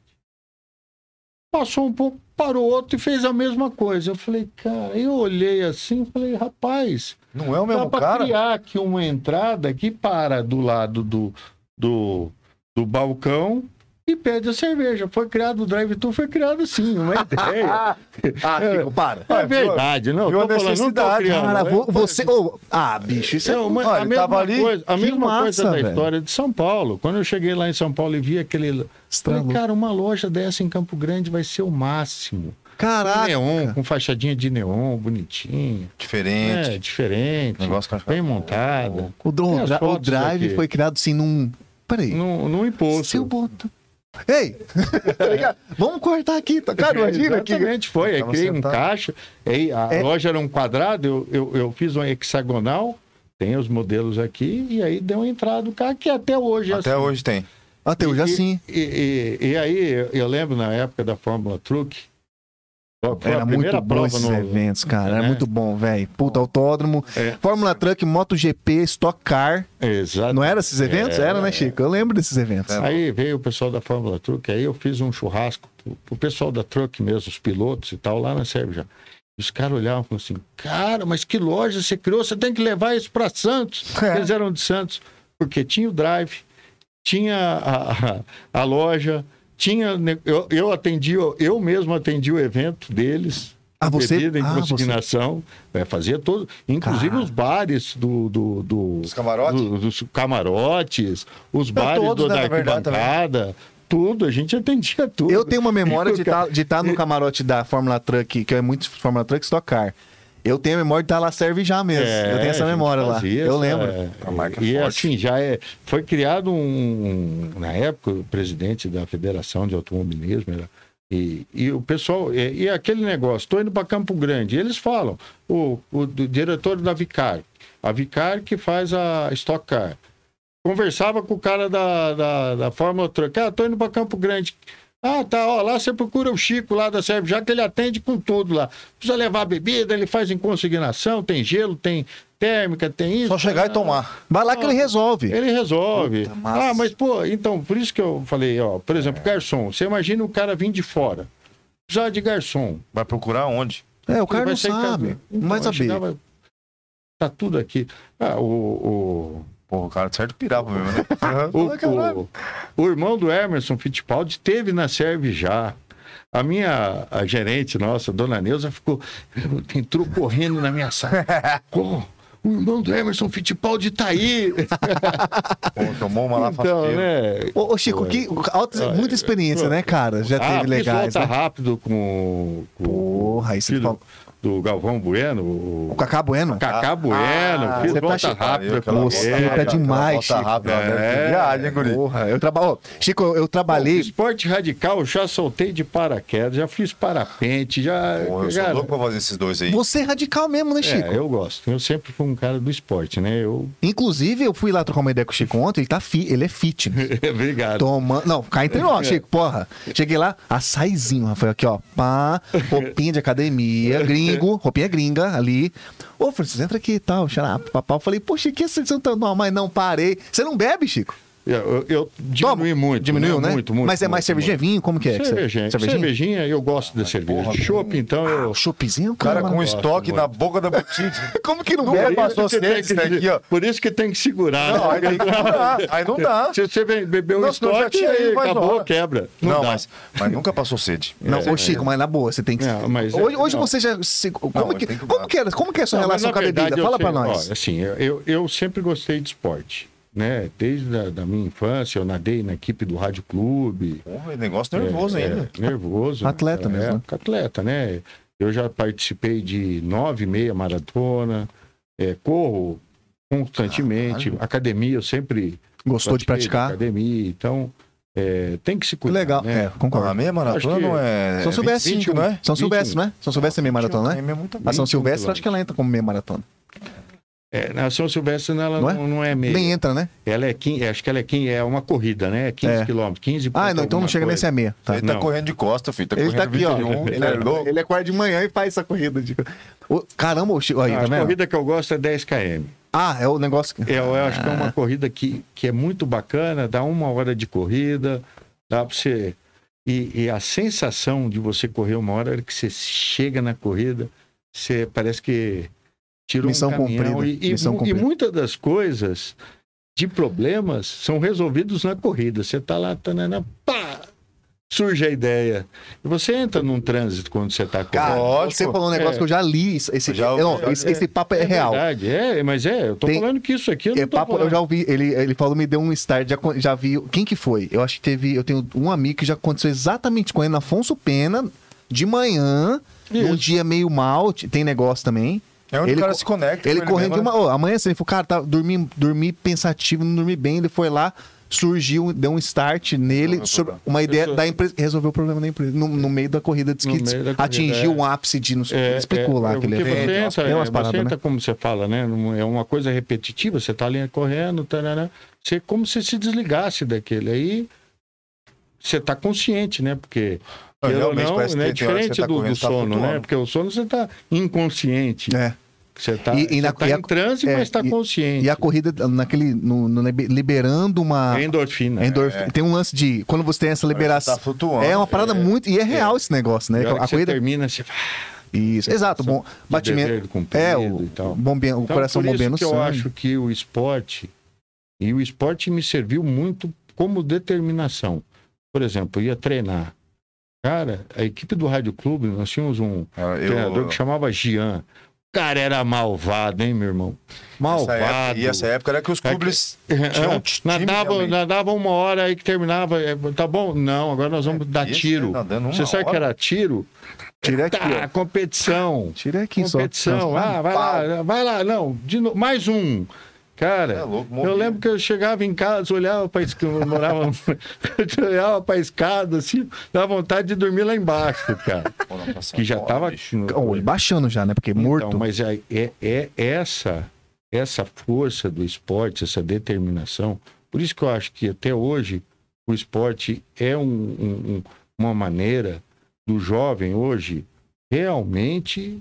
C: Passou um pouco, parou outro e fez a mesma coisa. Eu falei, cara, eu olhei assim, e falei, rapaz,
B: Não é o
C: dá
B: mesmo
C: pra
B: cara?
C: criar aqui uma entrada que para do lado do, do, do balcão e pede a cerveja. Foi criado o drive-thru, foi criado assim, uma ideia.
A: Ah, Chico, para.
C: é
B: Ah,
C: verdade, não,
B: viu a
C: tô falando, não tô
B: necessidade,
C: criando.
A: Cara,
C: né?
A: vo- você. ô, ah, bicho, isso é.
C: Não, mas
A: olha,
C: a
A: tava
C: mesma,
A: ali,
C: coisa, a
A: que
C: mesma
A: massa,
C: coisa da
A: velho.
C: história de São Paulo. Quando eu cheguei lá em São Paulo e vi aquele... Falei,
A: Estralou.
C: cara, uma loja dessa em Campo Grande vai ser o máximo.
A: Caraca.
C: neon, com fachadinha de neon, bonitinha. É,
B: Diferente.
C: diferente.
A: Um
B: O negócio que-
C: Bem montada.
A: O, dro-
C: Tem as
A: o
C: fotos
A: drive
C: aqui.
A: foi criado assim num. Peraí.
C: Num, num
A: Se eu
C: impulso.
A: boto. Ei! tá ligado? Vamos cortar aqui, tá? cara, imagina aqui.
C: É,
A: tá-
C: Exatamente, foi. Aí
B: Tava
C: criei um
B: sentado.
C: caixa. Aí a
A: É.
C: loja era um quadrado, eu, eu, eu fiz uma hexagonal. Tem os modelos aqui. E aí deu a entrada do carro, que até hoje é
B: Até
C: assim.
B: hoje tem.
A: Até hoje
C: E-
A: assim.
C: E, e- e aí, eu- eu lembro na época da Fórmula Truck. Foi
A: Era
C: a
A: muito
C: primeira
A: bom
C: prova
A: esses
C: no.
A: eventos, cara. Era
C: né?
A: muito bom, velho. Puta, autódromo.
C: É.
A: Fórmula Truck, MotoGP, Stock Car.
C: Exato.
A: Não eram esses eventos?
C: É.
A: Era, né, Chico? Eu lembro desses eventos.
B: É.
C: Aí veio o pessoal da Fórmula Truck, aí eu fiz um churrasco pro, pro pessoal da Truck mesmo, os pilotos e tal, lá na Sérvia. E os caras olhavam e falavam assim, cara, mas que loja você criou, você tem que levar isso para Santos.
A: É.
C: Eles eram de Santos, porque tinha o drive, tinha a, a- a loja, tinha... ne- Eu, eu atendi, eu, eu mesmo atendi o evento deles,
A: Ah, você?
C: bebida em
A: Ah, você.
C: consignação, é, fazia todo... Inclusive
A: Cara.
C: os bares do... do, do
B: Os camarotes?
C: do- dos camarotes, os
B: Não,
C: bares
B: todos,
C: do,
B: né,
C: da
B: na verdade, também.
C: arquibancada, tudo, a gente atendia tudo.
A: Eu tenho uma memória de
C: E o ca-
A: estar no camarote da Fórmula Truck, que é muito Fórmula Truck, Stock Car. Eu tenho a memória de estar lá, serve já mesmo.
C: É,
A: eu tenho
C: a
A: essa
C: gente
A: memória lá.
C: fazia
A: Eu
C: essa-
A: lembro.
B: A marca
C: e
B: é forte.
C: assim, já é, foi criado um, um- Na época, o presidente da Federação de Automobilismo era- E, e o pessoal, e, e aquele negócio, estou indo para Campo Grande, eles falam, o, o do- diretor da Vicar, a Vicar que faz a Stock Car, conversava com o cara da, da, da Fórmula Truck, ah, estou indo para Campo Grande, ah, tá, ó, lá você procura o Chico lá da Serve, já que ele atende com tudo lá. Precisa levar bebida, ele faz em consignação, tem gelo, tem térmica, tem isso. é- Ah,
B: Só chegar e tomar.
A: Vai lá que ele resolve.
C: Ele resolve.
A: Puta, massa. É.
C: Ah, mas pô, então, por isso que eu falei, ó, por exemplo, garçom, você imagina o cara vir de fora. Precisar de garçom.
B: Vai procurar onde?
A: É, o cara
C: Ele
A: não
C: sair
A: sabe.
C: cadu-
A: Não vai
C: Então,
A: saber.
C: chegava- Tá tudo aqui. Ah, o- o...
B: Porra, o cara de certo pirava mesmo, né?
C: O,
A: é
B: Ah, caralho.
C: o- o irmão do Emerson Fittipaldi teve na Serve já. A minha a gerente nossa, dona Neuza, ficou. entrou correndo na minha sala. Como? O irmão do Emerson Fittipaldi tá aí.
B: Pô, tomou uma lá
C: então,
B: faceira.
C: né?
A: Ô, ô, Chico, que, alta- muita experiência, né, cara? Já
C: Ah,
A: teve legais.
C: Volta
A: Né?
C: rápido com, com
A: Porra, isso
C: filho
A: falou.
C: do Galvão Bueno, o,
A: O Cacá Bueno.
C: Cacá Bueno,
B: Ah,
C: fiz
A: você tá
C: volta
A: chegando.
C: rápida.
B: Aquela
C: com
A: Nossa,
B: volta
C: ele.
A: fica
B: rápida,
A: demais,
B: aquela
A: Chico.
B: Volta rápida, né?
C: É.
B: Viagem, guri.
A: Porra, eu trabalho. Chico, eu, eu
C: Pô,
A: trabalhei.
C: Esporte radical, eu já soltei de paraquedas, já fiz parapente, já.
B: Porra, eu sou
C: cara,
B: louco pra fazer esses dois aí.
A: Você é radical mesmo, né, Chico?
C: É, eu gosto. Eu sempre fui um cara do esporte, né? Eu.
A: Inclusive, eu fui lá trocar uma ideia com o Chico ontem, ele tá fi, ele é fit.
C: Obrigado.
A: Toma... Não, cá entre
C: É.
A: nós, Chico, porra. Cheguei lá, açaizinho, Rafael, aqui, ó. Pá, roupinha de academia, gringo, roupinha gringa ali. Ô, é Francisco, entra aqui e tal, xará, papapá. Eu falei, poxa, que essa edição tá. Não, mas não, parei. Você não bebe, Chico?
C: Eu, eu diminui
A: Toma.
C: muito.
A: Diminuiu, né?
C: Muito, muito.
A: Mas é
C: muito,
A: mais cervejinha,
C: muito.
A: vinho? Como que é? que você-
C: Cervejinha. cervejinha. eu gosto da cerveja.
B: porra,
C: Chopp, então, eu...
A: Ah, chupizinho?
B: O cara
A: Cara,
B: com um
A: mano.
C: gosto
B: estoque
C: muito.
B: na boca da botija.
A: Como que não
B: Nunca
A: bebe?
B: passou
C: Você tem
B: acidente,
C: é que-
B: tá aqui, ó.
C: Por isso que tem que segurar.
B: Não,
C: né?
B: aí tem que curar. Aí não dá.
C: Se você be- beber um
B: Não, senão já
C: estoque,
B: tira aí,
C: aí
B: faz
C: acabou,
B: hora.
C: quebra.
B: Não,
C: dá.
B: mas, mas nunca passou sede. É,
A: Não, ô Chico, mas na boa, você tem que.
C: Não, mas-
A: hoje hoje
C: não.
A: você já. se- Como,
B: Não,
A: que,
B: tem que
A: como,
B: dar.
A: que é, como que é a sua
C: Não, mas
A: relação
C: na
A: com a
C: verdade,
A: bebida?
C: eu
A: Fala pra
C: sempre-
A: nós.
C: ó, assim, eu- eu, eu sempre gostei de esporte, né? Desde a da minha infância, eu nadei na equipe do Rádio Clube.
B: Porra, é negócio nervoso
C: É,
B: ainda.
C: é, nervoso.
A: Atleta
C: naquela
A: mesmo,
C: época, Atleta, né? Eu já participei de nove e meia maratona, é, corro constantemente, academia, eu sempre
A: Gostou de
C: pratiquei
A: praticar?
C: Academia, então é, tem que se
A: Que
C: cuidar.
A: legal. É,
C: né?
B: Porra,
A: concordo.
B: a meia
C: Acho
B: maratona
C: que-
B: não é.
A: São
B: é
A: Silvestre,
B: 25,
C: tipo,
B: não é?
A: São Silvestre,
C: 25.
A: né? São Silvestre é meia maratona, né?
B: É meia muita
A: A São
C: 25
A: Silvestre, acho que ela entra como meia maratona.
C: É, na São Silvestre
A: Não
C: ela não
A: é?
C: é, não, é meia.
A: Nem entra, né?
C: Ela é 15, acho que ela é 15, é uma corrida, né? 15
A: É.
C: quilômetros, 15
A: Ah,
C: ponto
A: não, então não
C: alguma
A: chega nem a
C: coisa.
A: ser meia. Tá.
B: Ele tá
C: Não.
B: correndo de costa, filho. Tá
A: Ele tá
B: correndo
A: aqui, ó.
B: 21,
A: Ele,
B: Ele é louco.
A: ele acorda de manhã e faz essa corrida. tipo. De... Ô, caramba, o Chico. Aí,
C: Não,
A: tá
C: A
A: vendo?
C: corrida que eu gosto é 10 km.
A: Ah, é o negócio que.
C: Eu, eu acho que é uma corrida que, que é muito bacana, dá uma hora de corrida, dá pra você. E, e a sensação de você correr uma hora é que você chega na corrida, você parece que tirou
A: Missão
C: um caminhão
A: cumprida,
C: E, e
A: missão
C: mu- e
A: cumprida.
C: muitas das coisas de problemas são resolvidos na corrida. Você tá lá, tá, né, na- pá, surge a ideia. E você entra num trânsito quando você tá correndo.
A: Cara,
B: Lógico.
A: você falou um negócio
C: É.
A: que eu já li. Esse, esse-
B: Já-
A: não,
B: já-
A: esse, esse papo é, real.
C: verdade, é, mas é, eu tô
A: Tem-
C: falando que isso aqui eu não
A: É
C: tô
A: papo, eu
C: falando.
A: já ouvi, ele, ele falou, me deu um start, já, con- já vi. Quem que foi? Eu acho que teve. Eu tenho um amigo que já aconteceu exatamente com ele na Afonso Pena, de manhã, num
C: Isso.
A: dia meio mal, t- tem negócio também.
B: É onde
A: Ele
B: o cara
A: co-
B: se conecta.
A: Ele
B: com
A: correndo de
B: mesmo,
A: uma.
B: né?
A: Ô, amanhã assim, ele falou, cara, tá, dormi, dormi pensativo, não dormi bem. Ele foi lá, surgiu, deu um start nele,
B: Resolveu
A: sobre
B: o
A: uma ideia
C: Isso.
A: da empresa. Resolveu o problema da empresa. No, no meio da corrida, diz
C: No
A: que
C: meio da corrida,
A: atingiu
C: é.
A: um ápice de. Não, sei-
C: É,
A: ele explicou
C: é,
A: lá
C: é,
A: que ele
C: porque
A: tem,
C: você
A: umas-
C: entra,
A: tem umas
C: é,
A: paradas,
C: você
A: né?
C: entra, como você fala, né? num- É uma coisa repetitiva, você tá ali correndo, tarará, você como se se desligasse daquele. Aí você tá consciente, né? Porque
B: Não,
C: queira ou
B: Ah, realmente,
C: não,
B: parece que
C: né? é
B: tem hora que você
C: diferente
B: tá
C: do,
B: correndo,
C: do
B: você tá
C: sono, né?
B: flutuando.
C: Porque o sono você tá inconsciente.
A: É.
C: Você tá,
A: E- e
C: você
A: na-
C: tá
A: e a-
C: em transe,
A: é,
C: mas tá
A: e-
C: consciente.
A: E a corrida naquele. no- no libe- liberando uma.
C: É endorfina.
A: endorf- Tem um lance de. Quando você tem essa liberação.
B: Tá flutuando.
A: é uma parada muito. E é real esse negócio, né?
C: E a hora
A: A
C: que você
A: corrida.
C: termina, você fala, "Ah,
A: Isso. Exato. Bom,
C: de
A: batimento.
C: dever cumprido
A: É, o,
C: e tal.
A: bombe- o
C: Então,
A: coração
C: por isso
A: bombeando no
C: que eu
A: sangue.
C: acho que o esporte e o esporte me serviu muito como determinação. Por exemplo, eu ia treinar. Cara, a equipe do Rádio Clube, nós tínhamos um
B: Ah, eu-
C: treinador que chamava Gian. O cara era malvado, hein, meu irmão?
B: Essa
C: Malvado. É,
B: época- E essa época era que os clubes tinham um ti- time
C: nadava,
B: realmente.
C: nadava uma hora aí que terminava. é, Tá bom? Não, agora nós vamos dar
B: Esse
C: tiro.
B: tá dando uma
C: Você sabe que
B: hora.
C: era tiro?
A: Tira aqui, ó.
C: Tá, competição.
A: Tira aqui só.
C: competição. Ah, vai lá, vai lá, não, de novo, mais um. Cara,
B: É louco, movia.
C: eu lembro que eu chegava em casa, olhava para escada, eu morava, eu olhava para escada assim, dava vontade de dormir lá embaixo, cara,
B: Pô, não, passa
C: que já
B: fora,
C: tava
B: bicho.
A: Ó, ele baixando já, né? Porque morto.
C: Então, mas é, é, é essa essa força do esporte, essa determinação. Por isso que eu acho que até hoje o esporte é um- um- um- uma maneira do jovem hoje realmente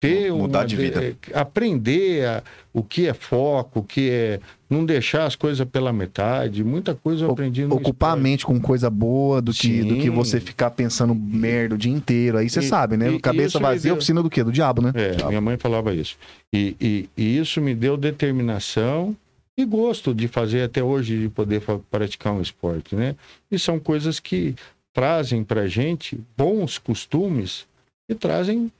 C: ter
B: Mudar
C: uma
B: de
C: de-
B: vida.
C: aprender a- o que é foco, o que é não deixar as coisas pela metade. Muita coisa eu
A: O-
C: aprendi no
A: Ocupar a
C: esporte.
A: mente com coisa boa do que, do que
C: Sim.
A: você ficar pensando merda o dia inteiro. Aí você
C: E-
A: sabe, né?
C: e- e
A: Cabeça
C: isso me
A: vazia,
C: deu-
A: oficina do quê? Do diabo, né?
C: É, minha mãe falava isso. E, e- e isso me deu determinação e gosto de fazer até hoje, de poder fa- praticar um esporte, né? E são coisas que trazem pra gente bons costumes e trazem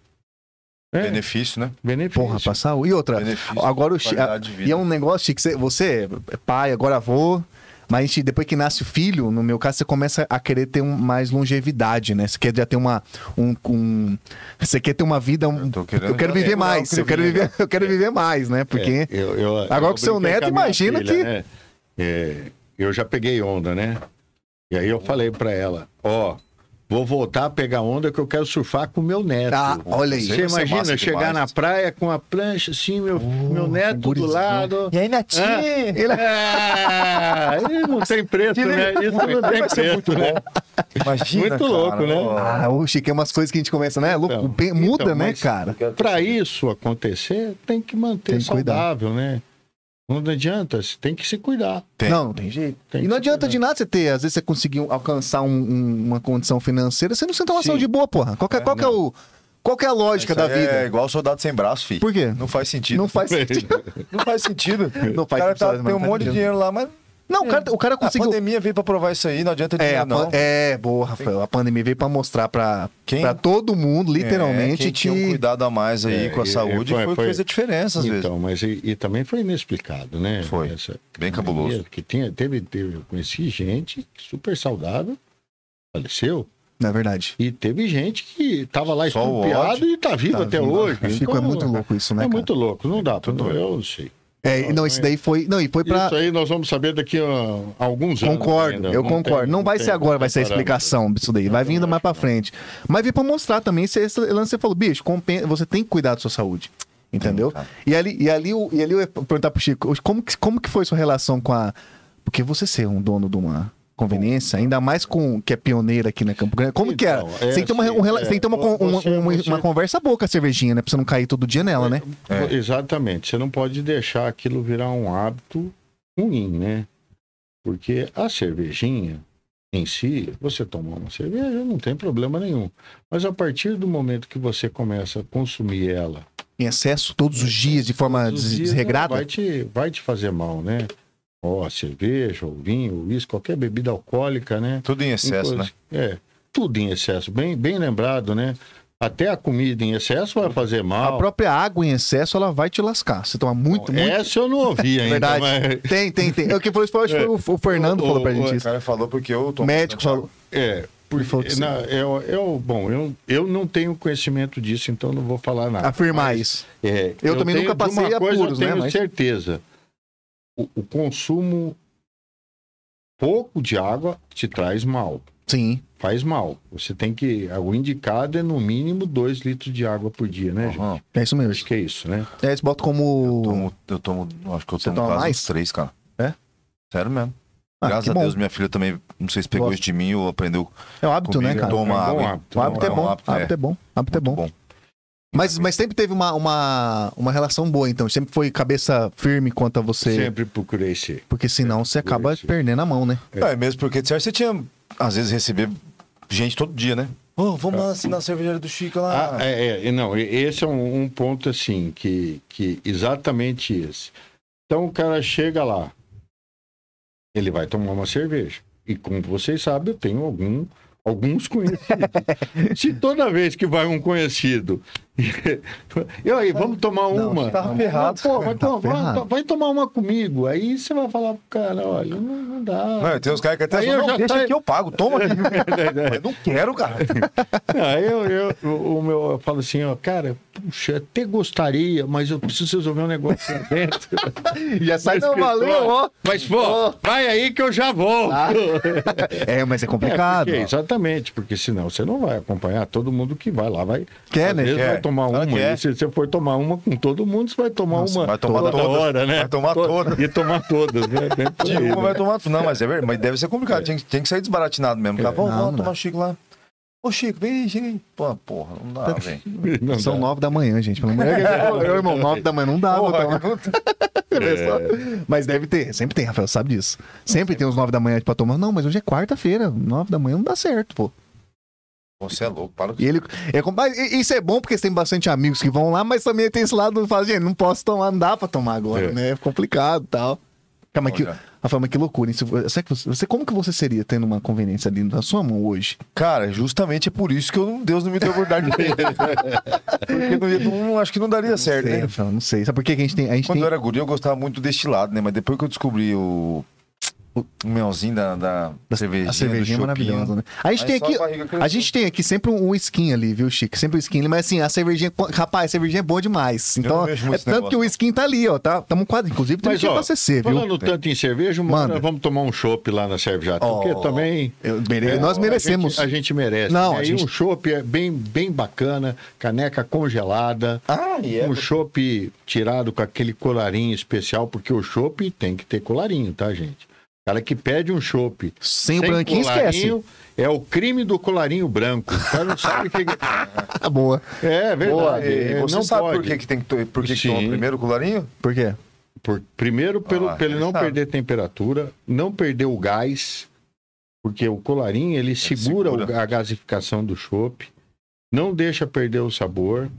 C: né,
B: Benefício, né?
C: benefícios.
A: Porra, pra saúde. E outra,
B: Benefício,
A: agora o Chi-
B: qualidade de vida.
A: E é um negócio, Chico, você, você é pai, agora avô, mas a gente, depois que nasce o filho, no meu caso, você começa a querer ter um- mais longevidade, né? Você quer já ter uma. Um, um- você quer ter uma vida. um-
B: Eu tô querendo
A: eu quero
B: já
A: viver
B: regular
A: mais.
B: o
A: Eu quero
B: creminho,
A: viver, eu
C: É.
A: quero viver mais, né? Porque.
C: Eu- eu-
A: Agora
C: eu
A: com seu
C: brinquei
A: neto,
C: a minha
A: imagina que-
C: né? É, eu já peguei onda, né? E aí eu falei pra ela, ó, vou voltar a pegar onda que eu quero surfar com É. meu neto.
A: Ah, olha aí.
B: Você
C: Você
B: vai ser massa
C: imagina
B: demais.
C: chegar na praia com a prancha assim, meu, meu neto
A: Uh,
C: do
A: um gurizão. é-
C: lado.
A: aí, Natinho?
C: Hã? Ah, ele não tem preço, né? Isso não tem preço, né?
B: Imagina,
C: Muito
B: cara,
C: louco, né?
B: ó.
A: Ah, o Chico, é umas coisas que a gente começa, né? Louco,
C: Então,
A: pe- muda,
C: então,
A: né,
C: mas-
A: cara?
C: Para isso acontecer, tem que manter
A: Tem que cuidar.
C: saudável, né? Não adianta, você tem que se cuidar.
B: Tem.
A: Não, não tem jeito. e
C: Tem
A: não
C: que se
A: adianta
C: cuidar.
A: de nada você ter, às vezes você conseguir alcançar um- um- uma condição financeira, você não senta uma
C: Sim.
A: saúde boa, porra. Qual que, é- qual que é o, qual que é a lógica da
B: Isso aí
A: vida?
B: É igual soldado sem braço, filho.
A: Por quê?
B: Não faz sentido.
A: Não faz sentido.
B: Não faz sentido.
A: Não
B: o
A: faz
B: cara
A: sentido,
B: tá,
A: mas
B: tem um
A: faz
B: monte de
A: sentido.
B: dinheiro lá, mas.
A: Não, o cara, o cara
B: A
A: conseguiu.
B: pandemia veio pra provar isso aí, não adianta
A: É,
B: dinheiro,
A: a pan-
B: não.
A: é, boa, Rafael. A pandemia veio pra mostrar pra,
B: Quem-
A: pra todo mundo,
B: É,
A: literalmente,
B: quem tinha um
A: que.
B: cuidado a mais aí
C: É,
B: com a
C: e-
B: saúde
C: e
B: foi
C: foi-
B: o que
C: foi-
B: fez a diferença, às vezes.
C: Então, mas e, e também foi inexplicado, né?
B: Foi. Bem cabuloso.
C: Que tinha, teve, teve, eu conheci gente super saudável, faleceu,
A: Na verdade.
C: e teve gente que tava lá
B: Só o
C: estupiado
B: ódio.
C: e tá vivo
A: Tá
C: até
A: vindo.
C: hoje.
A: Chico, é muito louco isso, né?
C: É
A: cara?
C: muito louco, não dá, pra- eu não sei.
A: É, e não, isso daí foi. Não, e foi pra.
C: Isso aí nós vamos saber daqui a alguns anos.
A: Concordo,
C: ainda.
A: eu
C: Não
A: concordo.
C: tem-
A: não vai
C: tem-
A: ser agora,
C: não
A: vai
C: tem
A: ser a
C: parâmetro.
A: explicação disso daí. Vai
C: também
A: vindo
C: acho
A: mais pra
C: que não.
A: frente. Mas veio pra mostrar também, esse, esse lance você falou, bicho, compen- você tem que cuidar da sua saúde. Entendeu?
B: cara.
A: e, ali, e, ali, o- e ali eu ia perguntar pro Chico, hoje, como que, como que foi sua relação com a. Porque você ser um dono de uma conveniência, ainda mais com que é pioneira aqui na Campo Grande, como que era?
C: Então,
A: Você
C: é
A: tem que ter uma,
C: assim,
A: um rela-
C: é,
A: você tem que ter uma, con- um-
C: você-
A: uma-
C: você-
A: uma conversa boa com a cervejinha, né? Pra você não cair todo dia nela, né?
B: É.
C: Exatamente. Você não pode deixar aquilo virar um hábito ruim, né? Porque a cervejinha em si, você tomar uma cerveja não tem problema nenhum. Mas a partir do momento que você começa a consumir ela,
A: Em excesso todos os dias, de forma
C: todos os
A: des-
C: dias, né?
A: desregrada.
C: vai te, vai te fazer mal, né? Ó, cerveja, ou vinho, ou isso, qualquer bebida alcoólica, né?
B: Tudo em excesso, né?
C: Inclusive, É, tudo em excesso. Bem, bem lembrado, né? Até a comida em excesso vai fazer mal.
A: A própria água em excesso, ela vai te lascar. Você toma muito, é muito.
C: Essa eu não ouvi ainda,
A: verdade.
C: mas...
A: Tem, tem, tem. É O que falou isso foi, acho que foi o, o Fernando
C: O-
A: falou pra
C: o-
A: gente
B: O
A: isso.
B: cara falou porque eu tô.
A: O médico falou.
C: É, porque,
A: falou que sim.
C: na- é eu, eu- bom, eu, eu não tenho conhecimento disso, então não vou falar nada.
A: Afirmar
C: Mas,
A: isso.
C: é,
A: Eu também
C: tenho-
A: nunca
C: de
A: passei
C: uma coisa,
A: apuros,
C: eu
A: né,
C: tenho
A: mas-
C: certeza. O, o consumo pouco de água te traz mal,
A: Sim.
C: faz mal. Você tem que, o indicado é no mínimo 2 litros de água por dia, né, gente?
B: Aham.
A: É isso mesmo.
C: Acho que é isso, né?
A: É, eles botam como.
B: Eu tomo, eu tomo, eu acho que eu
A: Você
B: tomo
A: toma
B: quase
A: mais?
B: uns três, cara.
A: É?
B: Sério mesmo.
A: Ah,
B: Graças
A: que
B: a
A: bom.
B: Deus, minha filha também, não sei se pegou
A: Gosto.
B: isso de mim ou aprendeu
A: É o hábito, né,
B: comigo,
A: cara?
B: toma
C: É um bom
B: água. hein?
C: hábito,
A: O hábito é
B: um
A: bom. O
B: hábito,
A: hábito é bom. O hábito é
B: Muito
A: bom. Mas, mas sempre teve uma, uma, uma relação boa, então. Sempre foi cabeça firme quanto a você.
C: Sempre procurei ser.
A: Porque senão você acaba
C: Sim.
A: perdendo a mão, né?
B: É, mesmo porque, de certo, você tinha, às vezes, receber gente todo dia, né? Ô, vamos lá assinar a cervejaria do Chico lá.
C: Ah, é, é, não, e- esse é um, um ponto assim, que, que exatamente esse. Então o cara chega lá, ele vai tomar uma cerveja. E como vocês sabem, eu tenho algum, alguns conhecidos. Se toda vez que vai um conhecido, e aí, vamos tomar
A: Não,
C: uma.
A: você tava
C: Não,
B: ferrado.
C: pô, vai,
A: Tá
C: tomar-
A: ferrado.
C: vai tomar uma comigo. Aí você vai falar pro cara, olha, não, não dá.
B: Não, é, tem uns caras que até
C: Aí
B: falam,
C: eu
B: não,
C: já
B: deixa
C: saio-
B: que eu pago, toma aqui. eu não quero, cara.
C: Aí eu, eu- o, o meu, eu falo assim, ó, cara, puxa, até gostaria, mas eu preciso resolver um negócio lá dentro.
A: Já sai não, valeu, ó.
C: Mas, pô, vai aí que eu já volto.
A: Ah, É, mas é complicado.
C: É, porque- exatamente, porque senão você não vai acompanhar todo mundo que vai lá, vai.
A: Quer,
C: às
A: né?
C: vezes
B: Quer.
C: vai tomar
B: Ela
C: uma.
B: quer.
C: e se você for tomar uma com todo mundo, você vai tomar
A: Nossa,
C: uma
B: vai tomar
C: toda
B: todas.
C: hora, né?
B: Vai tomar
C: To-
B: todas.
C: E tomar todas, né? Bem por
B: De
C: aí,
B: uma
C: né?
B: vai tomar tudo. Não, mas, é verdade, mas deve ser complicado. Tem, que- tem que sair desbaratinado mesmo. Cara, vamos,
A: É, Não,
B: vamos
A: não
B: tomar o Chico lá. Ô, Chico, vem, Chico. aí. Pô, porra, não dá, velho.
C: Não
A: São
C: dá.
A: nove da manhã, gente. Pelo amor de Deus. Meu irmão, nove da manhã não dá. vou tomar.
B: Porra, não dá.
A: Mas deve ter, sempre tem, Rafael, sabe disso. Sempre tem uns nove da manhã pra tomar. Não, mas hoje é quarta-feira, nove da manhã não dá certo, pô.
B: Você é louco, para com
A: E ele. É, com- mas i- isso é bom porque você tem bastante amigos que vão lá, mas também tem esse lado do fala, gente, não posso tomar, não dá pra tomar agora,
C: É.
A: né? É complicado e tal. Cara, mas
B: Bom,
A: que,
B: já.
A: Rafael, mas que loucura, hein? Se vo- será que você, você- como que você seria tendo uma conveniência ali na sua mão hoje?
B: Cara, justamente é por isso que eu não- Deus não me deu oportunidade de ter. Porque não, ia- não- acho que não daria certo,
A: Sei,
B: né?
A: Rafael, não sei. Sabe por que que a gente tem. A gente
B: Quando
A: tem...
B: eu era guri, eu gostava muito do destilado, né? Mas depois que eu descobri o, o melzinho da, da cervejinha,
A: A cervejinha é
B: do
A: maravilhosa, né? A gente,
B: Aí
A: tem
B: só
A: aqui,
B: a barriga cresceu.
A: a gente tem aqui sempre um skin ali, viu, Chico? Sempre um skin ali, mas assim, a cervejinha. Rapaz, a cervejinha é boa demais.
B: não
A: Então,
B: vejo
A: é
B: muito esse
A: tanto que o skin tá ali, ó. Tá, tamo quadro. Inclusive, tem
C: Mas,
A: que ir
C: ó,
A: pra CC, viu?
C: falando tanto em cerveja, uma
A: Manda.
C: hora vamos tomar um chopp lá na cervejaria,
B: Ó,
C: porque também...
A: Eu mere-
C: É,
A: Nós
C: a
A: merecemos.
C: gente- A gente, merece.
A: Não,
C: né?
A: a
C: E
A: gente-
C: um chopp é bem, bem bacana, caneca congelada.
B: Ah, e é.
C: Um chopp tirado com aquele colarinho especial, porque o chopp tem que ter colarinho, tá, gente? O cara que pede um chopp
A: Sem o branquinho, esquece.
C: colarinho, É o crime do colarinho branco. O cara não sabe o que...
A: Tá boa.
C: É verdade.
B: Boa, e
C: é,
B: você
C: não
B: sabe
C: pode.
B: por que, que tem que, to- por que que
C: Sim.
B: toma primeiro o colarinho?
A: Por quê?
C: Por- primeiro, pelo,
B: Ah,
C: pelo
B: ele
C: não
B: sabe.
C: perder temperatura, não perder o gás, porque o colarinho
A: É,
C: ele segura, o-
B: segura.
C: a gasificação do chopp, não deixa perder o sabor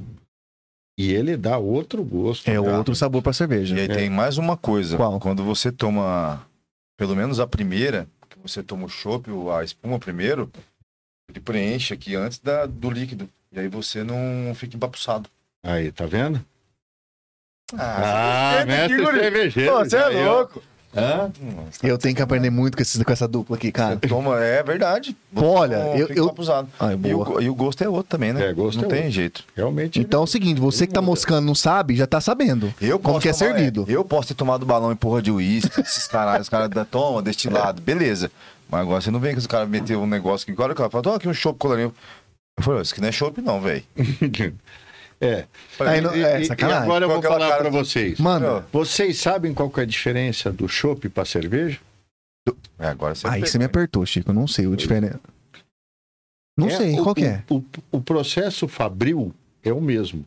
C: e ele dá outro gosto.
A: É
C: cara.
A: outro sabor pra cerveja.
B: Tá. E aí
C: É.
B: tem mais uma coisa.
A: Qual?
B: Quando você toma, pelo menos a primeira, que você toma o chopp, o- a espuma primeiro, ele preenche aqui antes da, do líquido. E aí você não fica empapuçado.
C: Aí, tá vendo?
B: você
C: Ah,
B: entende aqui,
C: mestre
B: guri?
C: cervejeiro.
B: Pô, você é
C: aí, ó.
B: louco.
C: Hã?
B: Hum,
A: Eu tenho que aprender muito com, esses- com essa dupla aqui, cara.
B: Você toma, é verdade. Você
A: Olha,
B: não
A: eu-
B: fica
A: eu-
B: empapuçado.
A: Ai,
B: E o,
A: boa.
B: go- e o gosto é outro também, né?
C: É, gosto
B: não
C: é
B: tem
C: outro.
B: jeito.
C: Realmente.
A: Então é o seguinte, você que tá moscando não sabe, já tá sabendo.
B: Eu
A: Como
B: posso
A: que é
B: tomar-
A: servido.
B: eu posso ter tomado balão e porra de uísque, esses caras, os caras da toma, destilado, beleza. Mas agora você não vem que os caras meter um negócio aqui. Olha o cara fala, toma aqui um chopp colorinho. Eu falei, "Ó, isso aqui não é chopp não, velho.
C: é.
A: Aí não-
C: E-
A: é,
C: e- E
A: sacanagem.
C: agora eu
B: Com
C: vou
B: aquela
C: falar
B: cara
C: pra
B: de-
C: vocês.
A: Manda.
C: Vocês sabem qual que é a diferença do chopp pra cerveja?
B: É, agora você
A: Aí
B: pegou,
A: você me
B: hein?
A: apertou, Chico. Não sei o diferente. Não
C: É,
A: sei,
C: o-
A: qual que é?
C: O, o processo fabril é o mesmo,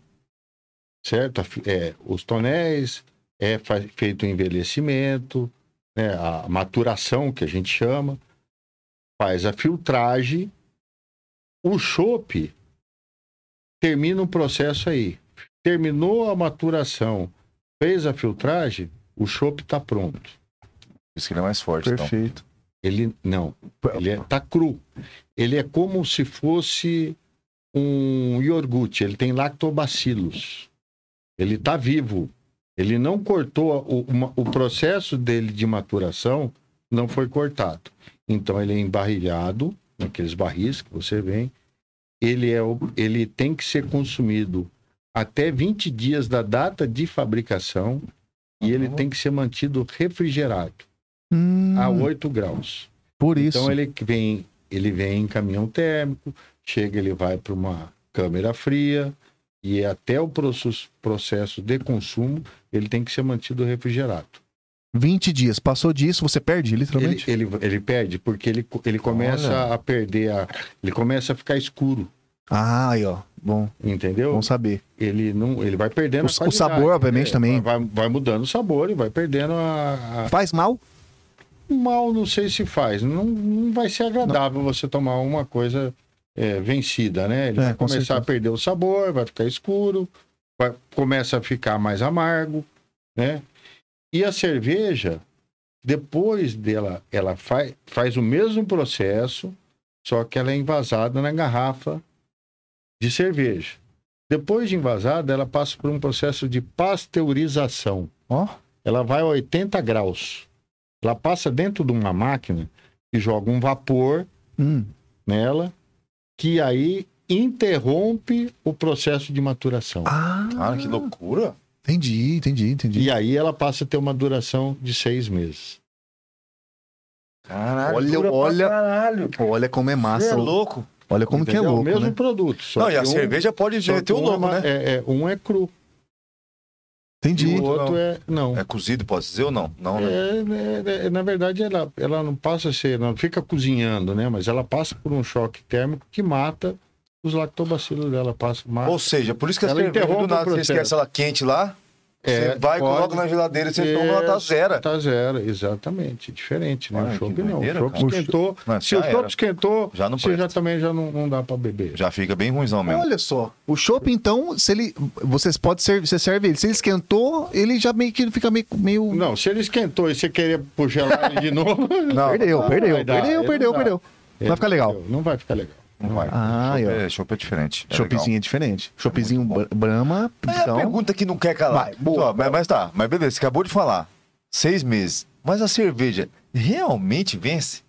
C: certo? A fi- É, os tonéis, é fa- feito o envelhecimento, né, a maturação, que a gente chama, faz a filtragem. O chopp termina um processo aí. Terminou a maturação, fez a filtragem, o chopp está pronto.
B: Isso que ele é mais forte, então.
A: Perfeito.
C: Ele não. Ele é, tá cru. Ele é como se fosse um iogurte. Ele tem lactobacilos. Ele tá vivo. Ele não cortou a- o, uma- o processo dele de maturação não foi cortado. Então ele é embarrilhado naqueles barris que você vem. Ele é o- ele tem que ser consumido até 20 dias da data de fabricação e ele tem que ser mantido refrigerado
A: Hum,
C: a 8 graus.
A: por isso.
C: Então ele que vem, ele vem em caminhão térmico, chega, ele vai para uma câmera fria e é até o processo- processo de consumo ele tem que ser mantido refrigerado.
A: 20 dias. Passou disso, você perde,
C: Ele,
A: literalmente.
C: ele, ele perde porque ele, co- ele começa
B: Olha.
C: a perder a, ele começa a ficar escuro,
A: Ah, aí, ó. Bom,
C: entendeu?
A: bom saber.
C: Ele não, ele vai perdendo
A: O,
C: a
A: o
C: qualidade,
A: sabor, obviamente,
C: né?
A: também.
C: Vai, vai mudando o sabor e vai perdendo a, a-
A: Faz mal?
C: mal não sei se faz. Não, não vai ser agradável você tomar uma coisa é, vencida, né? Ele
A: É,
C: vai
A: com
C: começar
A: certeza.
C: a perder o sabor, vai ficar escuro, vai, começa a ficar mais amargo, né? E a cerveja, depois dela, ela faz, faz o mesmo processo, só que ela é envasada na garrafa de cerveja. Depois de envasada, ela passa por um processo de pasteurização
A: Ó.
C: ela vai a 80 graus. Ela passa dentro de uma máquina e joga um vapor
A: Hum.
C: nela, que aí interrompe o processo de maturação.
A: Ah,
B: Cara, que loucura.
A: entendi, entendi, entendi.
C: E aí ela passa a ter uma duração de seis meses.
B: Caralho.
A: Olha,
B: dura pra
A: olha.
B: Caralho.
A: Olha como é
B: Você
A: massa.
B: é louco.
A: Olha como que é
C: Entendeu?
A: louco,
C: o mesmo
A: né?
C: produto. Só
B: Não,
C: que
B: e a
C: um,
B: cerveja pode
C: só que
B: ter o
C: um
B: nome,
C: é,
B: né?
C: é- é- um é cru,
A: Entendi.
C: e o outro
B: Não.
C: é não.
B: É cozido, posso dizer ou não? Não, né?
C: É, é, é, na verdade, ela, ela não passa a ser, não fica cozinhando, né? Mas ela passa por um choque térmico que mata os lactobacilos dela. Passa,
A: É.
C: mata.
B: Ou seja, por isso que a
C: Ela
B: cerveja do
C: interrompe o
B: nada, você
C: processo.
B: esquece ela quente lá,
C: É,
B: você vai,
C: pode.
B: coloca na geladeira e você
C: É,
B: toma, ela tá zero.
C: Tá zero, exatamente. Diferente, né?
B: Olha,
C: o chopp
B: Ah, que
C: não.
B: doideira,
C: o chopp
B: cara.
C: esquentou.
B: Não,
C: se
B: já
C: o chopp
B: era.
C: esquentou,
B: Já não
C: você
B: presta.
C: já também já não, não dá pra beber.
B: Já fica bem ruimzão mesmo.
A: Olha só, o chopp, então, se ele. Vocês podem servir, você serve ele. Se ele esquentou, ele já meio que fica meio. meio...
C: Não, se ele esquentou e você querer puxar lá ele de
B: Não,
C: novo.
A: perdeu,
C: não vai
A: perdeu,
C: dar,
A: perdeu,
C: não
A: perdeu,
C: dá.
A: perdeu. Vai ficar legal.
C: Não vai ficar legal.
B: Não vai.
A: Ah,
B: chopp,
A: eu-
B: é, chopp é diferente. É
A: Choppzinho é diferente. Choppzinho br- Brahma.
B: legal. É a
A: Então,
B: pergunta que não quer calar.
A: Vai, boa.
B: Ó, mas, mas tá, mas beleza, você acabou de falar. Seis meses. Mas a cerveja realmente vence?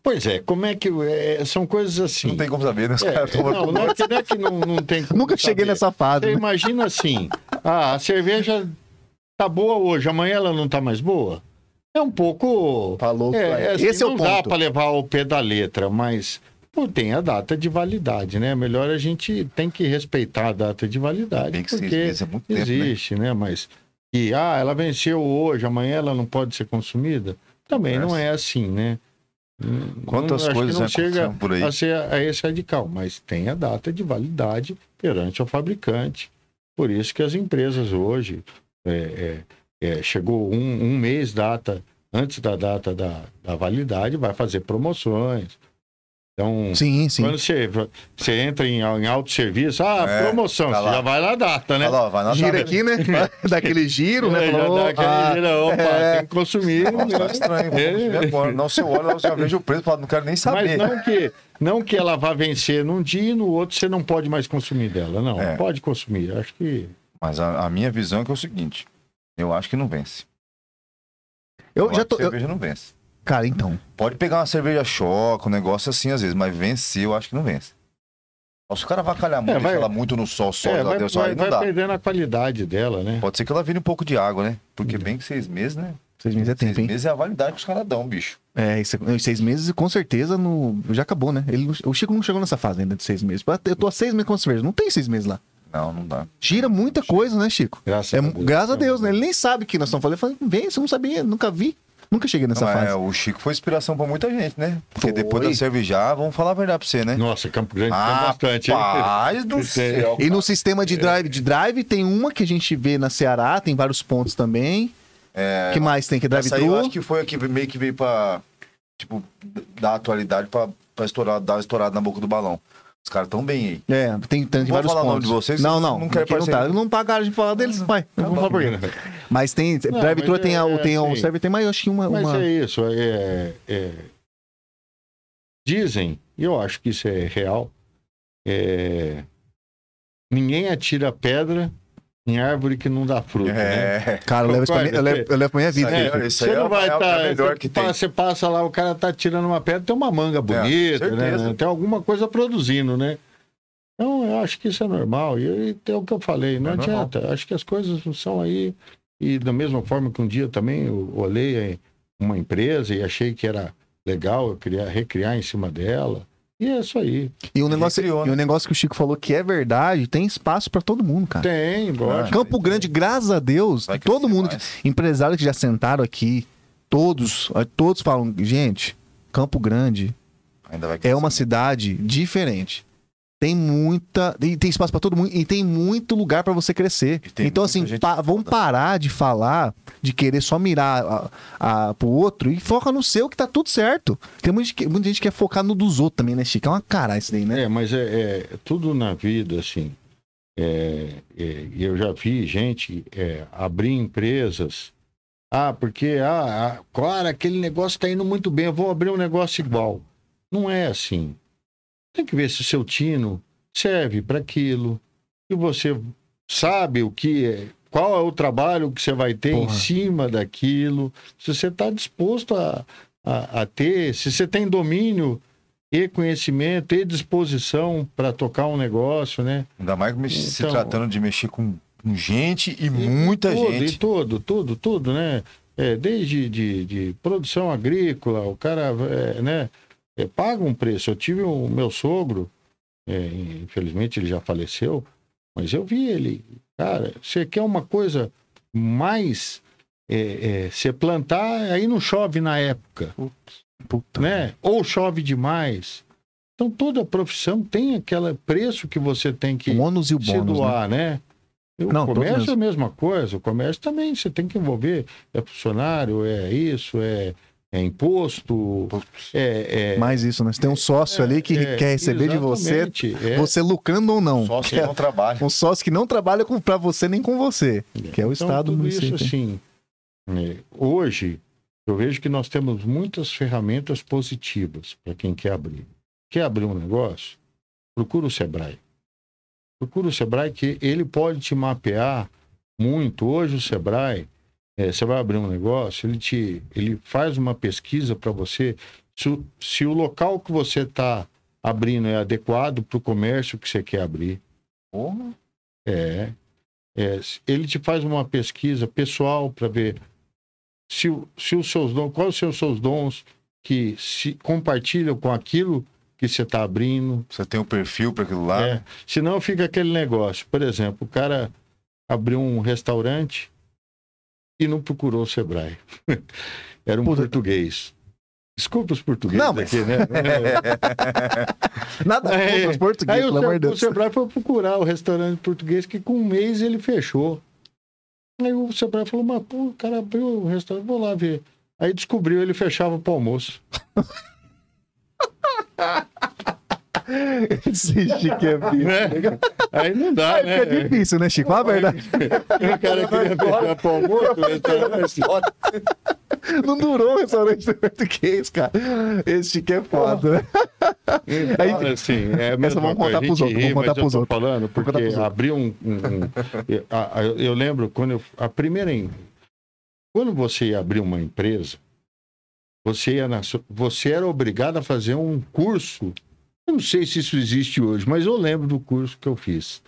C: Pois é, como é que. é, são coisas assim.
B: Não tem como saber, né? Os
C: É,
B: caras tomam
C: não, não é que, não é que não, não tem como
A: nunca cheguei
C: saber.
A: nessa fase.
C: Você
A: né?
C: imagina assim, ah, a cerveja tá boa hoje, amanhã ela não tá mais boa? É um pouco.
A: Falou.
C: É, é, assim,
A: Esse é o
C: não dá
A: ponto.
C: para levar ao pé da letra, mas pô, tem a data de validade, né? Melhor a gente tem que respeitar a data de validade,
B: Bem que seis
C: porque
B: meses é muito tempo, né?
C: existe, né? Mas e ah, ela venceu hoje, amanhã ela não pode ser consumida? Também não é assim, né? Hum,
B: Quantas
C: não- acho que
B: coisas
C: não
B: acontecem
C: chega
B: por aí.
C: a ser a esse radical, mas tem a data de validade perante o fabricante. Por isso que as empresas hoje é, é, é, chegou um, um mês data antes da data da, da validade, vai fazer promoções. Então,
A: Sim, sim.
C: quando você, você entra em, em autosserviço, ah,
B: É,
C: promoção,
B: tá
C: você
B: lá.
C: já vai na data, né?
B: Olha lá, vai na
A: Gira
B: tabela.
A: aqui, né? Dá aquele giro, né?
C: É, já
A: Falou,
C: dá aquele
A: ah,
C: gira, opa,
A: é.
C: tem que consumir.
B: Nossa, tá estranho. vamos
C: É.
B: ver agora. Não, se eu olho, eu já vejo o preço, falo, não quero nem
C: Mas
B: saber.
C: não é que, não que ela vá vencer num dia e no outro você não pode mais consumir dela. Não,
B: É.
C: pode consumir. Acho que.
B: Mas a, a minha visão é que é o seguinte: eu acho que não vence.
A: Eu já
B: acho
A: tô.
B: que
A: eu-
B: cerveja não vence.
A: Cara, então.
B: Pode pegar uma cerveja choca, um negócio assim às vezes, mas vencer eu acho que não vence. Nossa, o cara vai calhar muito,
C: É, vai-
B: deixa ela muito no sol, sol,
C: É,
B: meu
C: vai,
B: Deus,
C: vai-
B: aí não
C: vai
B: dá.
C: perdendo a qualidade dela, né?
B: Pode ser que ela vire um pouco de água, né? Porque bem que seis meses, né?
A: Seis meses é
B: Seis
A: tempo, hein?
B: meses é a validade que os caras dão, bicho.
A: É, isso é- seis meses com certeza no, já acabou, né? Ele, não- o Chico não chegou nessa fase ainda de seis meses. Eu tô há seis meses com cerveja. Não tem seis meses lá.
B: Não, não dá.
A: Gira muita coisa, né, Chico?
C: Graças
A: É,
C: a Deus.
A: graças a Deus, né? Ele nem sabe o que nós estamos falando. Ele fala, vem, você não sabia, nunca vi. Nunca cheguei nessa
B: Não, mas
A: fase.
B: é, o Chico foi inspiração pra muita gente, né? Porque
A: Foi.
B: depois da cervejar, vamos falar a verdade pra você, né?
C: Nossa, Campo Grande tem
B: Ah,
C: bastante. hein? é
B: Paz do
C: Tem.
B: céu.
A: E no sistema de drive, de drive tem uma que a gente vê na Ceará, tem vários pontos também.
B: É,
A: que mais tem que drive
B: essa aí eu
A: thru?
B: acho que foi a que meio que veio pra, tipo, dar atualidade pra, pra estourar, dar uma estourada na boca do balão. Os caras tão bem aí.
A: É, tem, tem
B: vou
A: vários
B: falar o
A: pontos.
B: nome de vocês,
A: não, não.
B: não
A: Não,
B: quero
A: aqui não,
B: parecer-
A: tá. não pagaram de falar deles, pai.
C: Não vou falar por quê, né?
A: Mas tem.
C: Não,
A: drive thru
C: mas
A: tem, a-
C: é-
A: tem o
C: sim.
A: server, tem mais, eu acho que uma.
C: Mas
A: uma...
C: é isso. é- é- Dizem, e eu acho que isso é real, é, ninguém atira pedra em árvore que não dá fruto. né?
B: É.
A: Cara, eu levo isso pra minha, eu
C: Concordo,
A: levo, eu levo pra minha vida.
B: Isso aí,
A: Chico.
B: olha, isso aí
C: Você
B: é
C: não
B: a-
C: vai
B: é a-
C: estar.
B: é a melhor que tem. É,
C: Você passa lá, o cara tá tirando uma pedra, tem uma manga bonita,
B: certeza.
C: né? Tem alguma coisa produzindo, né? Então, eu acho que isso é normal. E, e é o que eu falei, não
B: É normal.
C: adianta. Acho que as coisas não são aí. E da mesma forma que um dia também eu olhei aí uma empresa e achei que era legal eu criar, recriar em cima dela. E é isso aí.
A: E o negócio, é
B: criou,
A: e
B: né?
A: o negócio que o Chico falou que é verdade, tem espaço pra todo mundo,
B: Ah.
A: cara.
C: Tem, lógico.
A: Campo Grande, graças a Deus,
B: Vai
A: todo
B: crescer
A: mundo,
B: mais.
A: empresários que já sentaram aqui, todos, todos falam, gente, Campo Grande
B: Ainda vai
A: é
B: crescer.
A: uma cidade diferente. Tem muita, e tem espaço pra todo mundo e tem muito lugar pra você crescer.
B: E tem
A: Então
B: muita
A: assim,
B: gente
A: pa- vamos
B: foda.
A: parar de falar, de querer só mirar a, a- pro outro e foca no seu que tá tudo certo. Tem muita gente que, muita gente que quer focar no dos outros também, né, Chico? É uma cara isso daí, né?
C: É, mas é, é tudo na vida, assim. É, é, eu já vi gente é, abrir empresas. Ah, porque ah, ah, claro, aquele negócio está indo muito bem, eu vou abrir um negócio igual. Não é assim. Tem que ver se o seu tino serve para aquilo. E você sabe o que é, qual é o trabalho que você vai ter em
A: Porra.
C: cima daquilo. Se você está disposto a, a, a ter, se você tem domínio e conhecimento e disposição para tocar um negócio, né?
B: Ainda mais que mex- se
C: Então-
B: tratando de mexer com, com gente e,
C: E
B: muita
C: tudo,
B: gente.
C: E tudo, tudo, tudo, né? É, desde de, de produção agrícola, o cara, é, né? é, paga um preço. Eu tive o meu sogro, é, infelizmente ele já faleceu, mas eu vi ele. Cara, você quer uma coisa mais... É, é, você plantar, aí não chove na época.
A: Puta.
C: né? Ou chove demais. Então toda profissão tem aquele preço que você tem que
A: O
B: Um
A: ônus e o
C: se
A: bônus, né?
C: doar, né? E O
A: Não, todos
C: comércio
A: mesmo.
C: é a mesma coisa, o comércio também você tem que envolver, é funcionário, é isso, é, é imposto, é, é
A: Mais isso, né? Você tem um sócio ali que
C: é,
A: quer receber de você,
C: exatamente, é.
A: você lucrando ou não.
B: Só se
A: Que é
B: não trabalha.
A: um sócio que não trabalha com, pra você nem com você. Que é o
C: Então,
A: Estado
C: tudo
A: município.
C: isso assim. é, hoje eu vejo que nós temos muitas ferramentas positivas para quem quer abrir. Quer abrir um negócio? Procura o Sebrae. Procura o Sebrae que ele pode te mapear muito. Hoje o Sebrae, é, você vai abrir um negócio, ele te, ele faz uma pesquisa para você se, o- se o local que você está abrindo é adequado para o comércio que você quer abrir.
B: Porra.
C: É. É, s- ele te faz uma pesquisa pessoal para ver se, o- se os seus dons, quais são os seus dons que se compartilham com aquilo que você está abrindo.
B: Você tem um perfil pra aquilo
A: Tá.
B: lá.
C: É. Senão fica aquele negócio. Por exemplo, o cara abriu um restaurante e não procurou o Sebrae. Era um
A: Puta.
C: português. Desculpa os portugueses
A: Não, mas-
C: aqui, né?
A: Nada
C: É,
A: contra os portugueses,
C: Aí o,
A: pelo
C: Se-
A: amor de
C: o
A: Deus.
C: Sebrae foi procurar o restaurante português que com um mês ele fechou. Aí o Sebrae falou, mas pô, o cara abriu o restaurante, vou lá ver. Aí descobriu, ele fechava pro almoço.
A: Esse Chico é bicho.
C: Né? Aí não dá,
A: Aí
C: né?
A: fica difícil, né, Chico? Fala a verdade.
C: O cara queria fechar pro almoço, o restaurante.
A: Não durou o restaurante do português, cara. Esse Chico é foda, né? Aí-
C: Então, assim, é a mesma
A: Essa vamos
C: coisa,
A: contar
C: a gente
A: pros outros,
C: ri,
A: vamos contar
C: mas eu
A: pros
C: tô
A: outros.
C: falando,
A: Vamos contar pros
C: porque abriu um... um- um- eu, a- a- eu lembro quando eu... A primeira... em- Quando você ia abrir uma empresa, você, ia na so- você era obrigado a fazer um curso. Eu não sei se isso existe hoje, mas eu lembro do curso que eu fiz.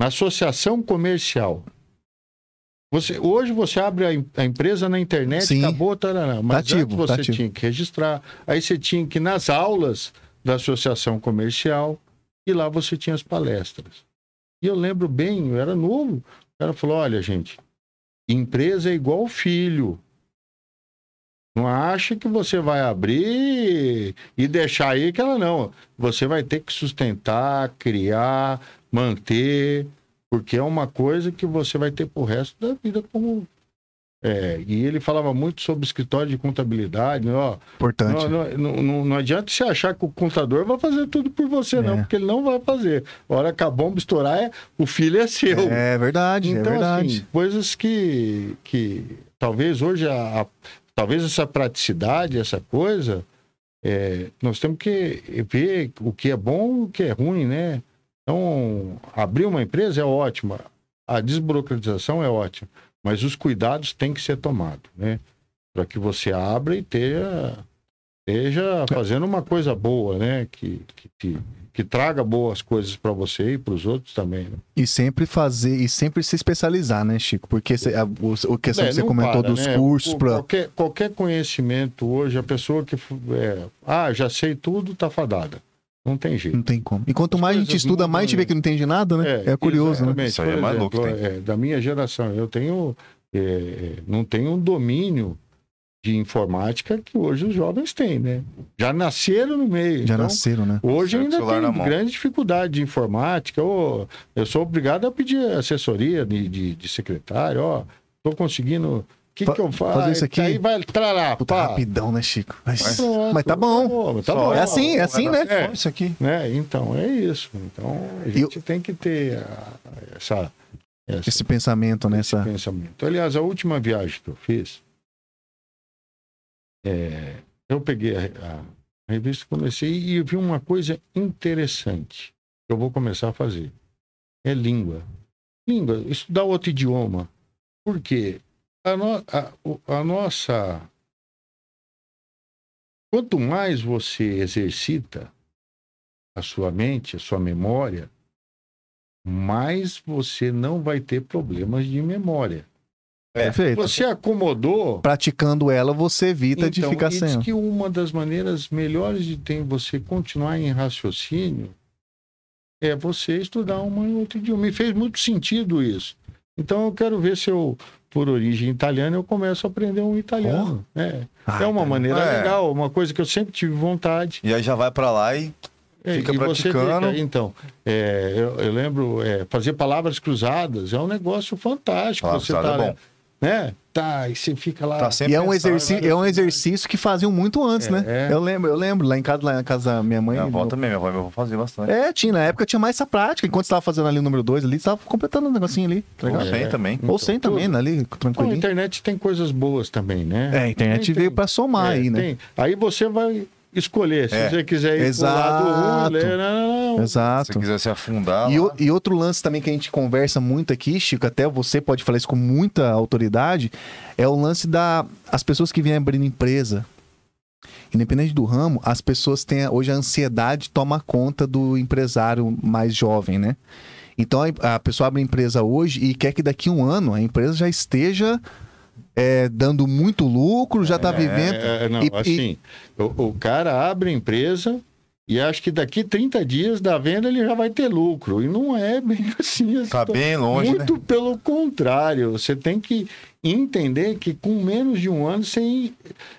C: Na associação comercial. Você, hoje você abre a, em- a empresa na internet,
A: Sim.
C: acabou, tarará. É, Mas
A: ativo,
C: antes
A: tá
C: você
A: ativo.
C: tinha que registrar. Aí você tinha que ir nas aulas da associação comercial e lá você tinha as palestras. E eu lembro bem, eu era novo. O cara falou: olha, gente, empresa é igual filho. Não acha que você vai abrir e deixar aí que ela não. Você vai ter que sustentar, criar, manter, porque é uma coisa que você vai ter pro resto da vida como. É, e ele falava muito sobre escritório de contabilidade, ó.
A: Importante.
C: Não, não, não- não- não adianta você achar que o contador vai fazer tudo por você, não,
A: É.
C: porque ele não vai fazer. A hora que a bomba estourar, é, o filho é seu.
A: É verdade, é
C: Então,
A: verdade.
C: assim, coisas que, que talvez hoje, a, a- talvez essa praticidade, essa coisa, é, nós temos que ver o que é bom e o que é ruim, né? Então, abrir uma empresa é ótima, a desburocratização é ótima, mas os cuidados têm que ser tomados, né? Para que você abra e tenha, esteja fazendo uma coisa boa, né? Que, que, te- que traga boas coisas para você e para os outros também, né?
A: E sempre fazer, e sempre se especializar, né, Chico? Porque cê, a, o, o questão
C: É,
A: que você
C: não
A: comentou
C: para,
A: dos
C: né?
A: cursos
C: Qu-
A: pra.
C: Qualquer, qualquer conhecimento hoje, a pessoa que. fu- é, ah, já sei tudo, tá fadada. Não tem jeito.
A: Não tem como. E quanto mais a gente
C: coisas
A: estuda,
C: mudam,
A: mais a gente vê
C: né?
A: que não entende nada, né? É, curioso, né?
C: exatamente.
B: Isso aí é
C: Por
B: mais louco que
C: exemplo, é, da minha geração, eu tenho. é, é, não tenho um domínio de informática que hoje os jovens têm, né? Já nasceram no meio.
A: Já
C: então,
A: nasceram, né?
C: Hoje
B: Certo,
C: ainda
B: celular na
C: tem
B: mão.
C: grande dificuldade de informática. Ô, eu sou obrigado a pedir assessoria de, de, de secretário. Ó, tô conseguindo. O que,
A: Fa-
C: que eu faço?
A: fazer isso aqui?
C: Aí vai trará,
A: Puta,
C: pá.
A: rapidão, né, Chico? Mas,
C: Pronto.
A: mas tá bom.
C: Tá bom, tá
B: Só
C: bom.
A: É assim, é assim, né?
B: É. Isso aqui.
C: Né? Então, é isso. Então, a gente tem que ter a- essa, essa-
A: Esse pensamento, né?
C: esse
A: Essa...
C: pensamento. Aliás, a última viagem que eu fiz, é, eu peguei a, a revista, comecei e vi uma coisa interessante que eu vou começar a fazer. É língua. Língua, estudar outro idioma. Por quê? A, no- a- o- a nossa. Quanto mais você exercita a sua mente, a sua memória, mais você não vai ter problemas de memória.
A: Perfeito.
B: tá
C: É, Você acomodou.
A: Praticando ela, você evita de
C: Então,
A: ficar
C: diz
A: sem.
C: que uma das maneiras melhores de ter você continuar em raciocínio é você estudar uma em outro idioma. Me fez muito sentido isso. Então eu quero ver se eu, por origem italiana, eu começo a aprender um italiano. É,
A: Ah,
C: é uma maneira
B: É.
C: legal, uma coisa que eu sempre tive vontade.
B: E aí já vai pra lá e.
C: É,
B: Fica
C: e você
B: praticando.
C: fica- então, é, eu, eu lembro, é, fazer palavras cruzadas é um negócio fantástico.
B: Palavras
C: você tá,
B: cruzadas é bom.
C: Né? Tá, e você fica lá.
B: Tá sempre
A: E é um,
B: pensando,
A: exercício,
B: né?
A: é um exercício que faziam muito antes,
C: É,
A: né?
C: é.
A: Eu lembro, eu lembro. Lá em casa, lá na casa da minha mãe.
B: Minha avó
A: meu-
B: também, minha avó, minha avó fazia bastante.
A: É, tinha, na época tinha mais essa prática. Enquanto você tava fazendo ali o número 2 ali, você tava completando um negocinho ali, tá
B: Ou
A: ligado?
B: sem também.
A: Ou sem também, né? ali,
C: Então, a
A: tranquilinho.
C: internet tem coisas boas também, né?
A: É, a internet
C: Tem-
A: veio
C: tem-
A: pra somar
C: é,
A: aí, né?
C: tem. Aí você vai escolher. Se
B: É.
C: você quiser ir pro
A: Exato.
C: lado ruim, né? não, não, não.
B: Se
A: Exato.
B: você quiser se
C: Tá
B: afundar.
A: E,
B: lá,
A: o- e outro lance também que a gente conversa muito aqui, Chico, até você pode falar isso com muita autoridade, é o lance da as pessoas que vêm abrindo empresa. Independente do ramo, as pessoas têm hoje a ansiedade toma conta do empresário mais jovem, né? Então a, a pessoa abre empresa hoje e quer que daqui a um ano a empresa já esteja é, dando muito lucro, já está vivendo.
C: É, é, não,
A: E- e-
C: assim, o, o cara abre a empresa e acha que daqui 30 dias da venda ele já vai ter lucro. E não é bem assim. a
B: Tá bem longe, né?
C: Muito pelo contrário, você tem que entender que com menos de um ano sem.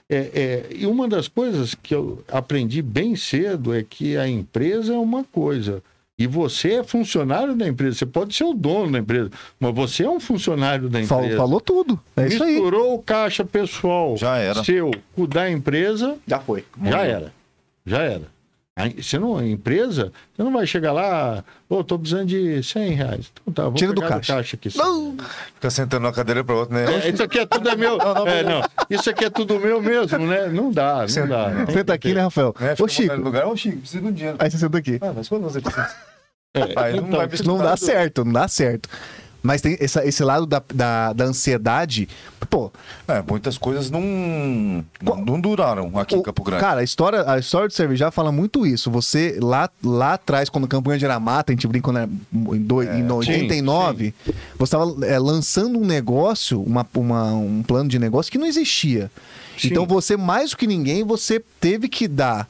C: É, é, e uma das coisas que eu aprendi bem cedo é que a empresa é uma coisa, E você é funcionário da empresa, você pode ser o dono da empresa, mas você é um funcionário da
A: Fal-
C: empresa.
A: falou tudo. É isso aí.
C: Misturou o caixa pessoal
B: Já era.
C: seu com o da empresa,
B: né?
A: Já foi.
C: já era. Já era. Aí, Você não, a empresa, você não vai chegar lá, ô, tô precisando de 100 reais. Então tá, vou
A: Tira do
C: pegar
A: caixa.
C: aqui.
B: Fica sentando uma cadeira pra outra, né?
C: É, isso aqui é tudo é meu. É, não. Isso aqui é tudo meu mesmo, né? Não dá, não dá. Tem que
A: Senta aqui,
C: ter.
A: né, Rafael?
B: É, fica
A: Ô, Chico.
B: mudando de lugar, ô Chico, precisa de um dinheiro.
A: Aí você senta aqui.
B: Ah, mas quando você precisa?
C: É,
B: Aí não
C: então,
B: vai
A: Isso não dá
B: precisar.
A: certo, não dá certo. Mas tem essa- esse lado da, da, da ansiedade. Pô,
B: É, muitas coisas não, não, não duraram aqui em
A: o-
B: Campo Grande.
A: cara, a história, a história do cervejar fala muito isso. Você lá, lá atrás, quando o Campo Grande era mata, a gente brinca quando era em, dois,
C: É,
A: em 89, você estava lançando um negócio, uma, uma- um plano de negócio que não existia.
C: Sim.
A: Então você, mais do que ninguém, você teve que dar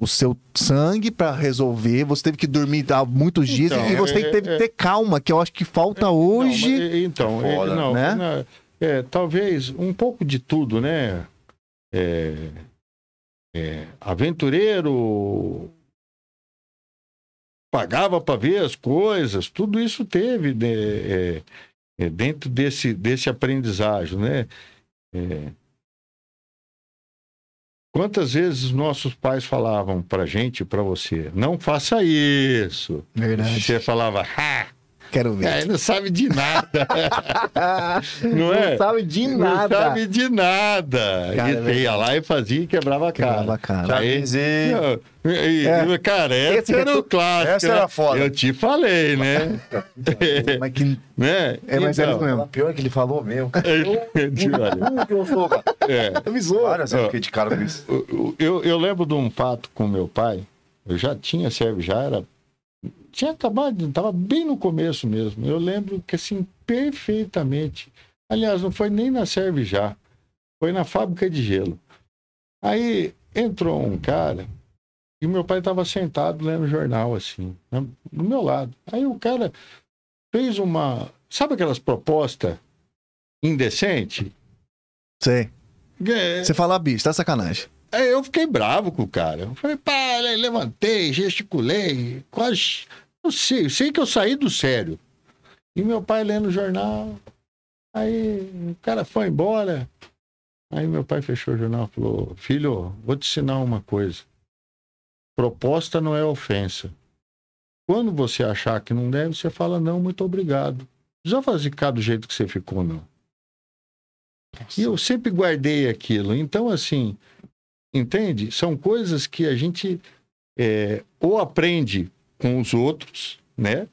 A: o seu sangue para resolver, você teve que dormir há muitos dias
C: Então,
A: e você
C: é-
A: teve que
C: é-
A: ter calma, que eu acho que falta hoje.
C: Não, mas, e- então,
B: É foda,
C: e- não,
A: né?
C: na- é, talvez um pouco de tudo, né? É, é, aventureiro pagava para ver as coisas, tudo isso teve né, é, é, dentro desse, desse aprendizagem, né? É, quantas vezes nossos pais falavam para gente, para você, não faça isso. Você falava, ha,
A: Quero ver.
C: é, não sabe de nada. não é?
A: sabe de
C: Não sabe de nada.
A: Cara, é
C: e você ia
A: verdade.
C: lá e fazia e quebrava a cara.
A: Quebrava a cara.
C: Já
B: Aí-
C: fiz e- Tá Não, e-
A: É.
C: e, Cara, essa
A: Esse
C: era
A: retu-
C: o clássico.
B: Essa era
C: né?
B: foda.
C: Eu te falei, né?
A: É, Mas que...
C: né?
A: É, mas é isso mesmo.
B: pior que ele falou mesmo.
C: Olha,
B: que eu sou, cara.
C: é.
B: Avisou. Várias vezes eu fiquei de cara com isso.
C: Eu- eu, eu lembro de um fato com meu pai. Eu já tinha serve, já era. Tinha acabado, estava bem no começo mesmo. Eu lembro que assim, perfeitamente. Aliás, não foi nem na serve já. Foi na fábrica de gelo. Aí entrou um cara e meu pai estava sentado lendo jornal, assim, né, do meu lado. Aí o cara fez uma. Sabe aquelas propostas indecentes?
A: Sei.
C: É,
A: Você fala bicho, tá sacanagem.
C: Aí eu fiquei bravo com o cara. Eu falei, pá, le- levantei, gesticulei, quase. Não sei, eu sei que eu saí do sério. E meu pai lendo o jornal. Aí o cara foi embora. Aí meu pai fechou o jornal e falou: Filho, vou te ensinar uma coisa. Proposta não é ofensa. Quando você achar que não deve, você fala: Não, muito obrigado. Não precisa fazer ficar do jeito que você ficou, não. E eu sempre guardei aquilo. Então, assim, entende? São coisas que a gente é, ou aprende com os outros, né?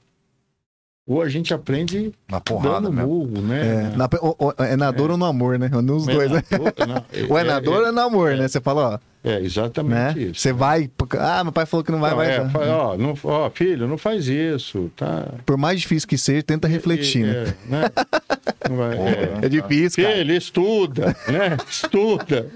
C: Ou a gente aprende
B: Na porrada
C: dando
B: mesmo.
C: murro,
A: É,
C: né?
A: na- o- o- é na dor ou no amor, né? Nos dois, né? Ou é na dor ou é no amor, né? Você fala, ó,
C: É É,
A: né?
C: exatamente isso.
A: Você vai. Ah, meu pai falou que não vai,
C: Não,
A: vai.
C: é,
A: vai.
C: fa- ó, não- ó, filho, não faz isso, tá?
A: Por mais difícil que seja, tenta refletir, né?
C: É, né? Não vai-
B: Porra,
C: é.
B: né?
A: É difícil, cara.
C: Filho, estuda, né? Estuda.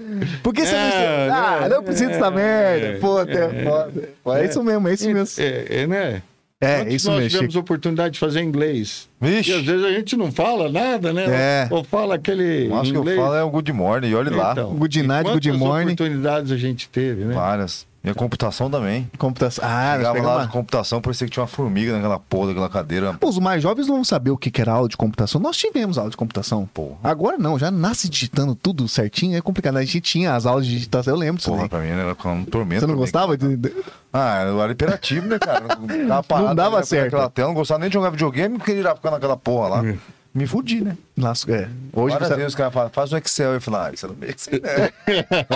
A: Por que você não.
C: É,
A: Ah,
C: né?
A: não precisa dessa
C: É,
A: merda. Pô, é,
C: é,
A: foda. Pô, é isso mesmo, é isso mesmo.
C: É, é, né?
A: É,
C: Quantos
A: isso
C: nós
A: mesmo,
C: tivemos
A: Chico.
C: oportunidade de fazer inglês. E às
B: Vixe,
C: vezes a gente não fala nada, né?
A: É.
C: Ou fala aquele
B: eu acho que eu
C: inglês.
B: falo é o good morning, e olha lá.
C: Então,
A: Good night,
C: Quantas
A: good morning.
C: oportunidades a gente teve, né?
B: Várias. E a computação também.
A: Computação. Ah, nós
B: Chegava
A: pegamos
B: lá
A: uma-
B: na computação, parecia que tinha uma formiga naquela porra daquela cadeira.
A: Pô, Os mais jovens não vão saber o que que era aula de computação. Nós tivemos aula de computação, pô. Agora não, já nasce digitando tudo certinho, é complicado. A gente tinha as aulas de digitação, eu lembro disso
B: Porra,
A: daí.
B: pra mim era um tormento.
A: Você não
B: pra mim.
A: gostava? de- de-
B: Ah, eu era imperativo, né, cara? Eu Tava parado,
A: Não dava
B: eu ia pegar
A: certo.
B: Aquela tela, não gostava nem de jogar videogame, queria ir lá ficar naquela porra lá. Me fudi, né?
A: Nossa, é. Hoje
B: Várias
A: você...
B: vezes os caras falam, faz um Excel. Eu falo, ah, isso não é Excel, né?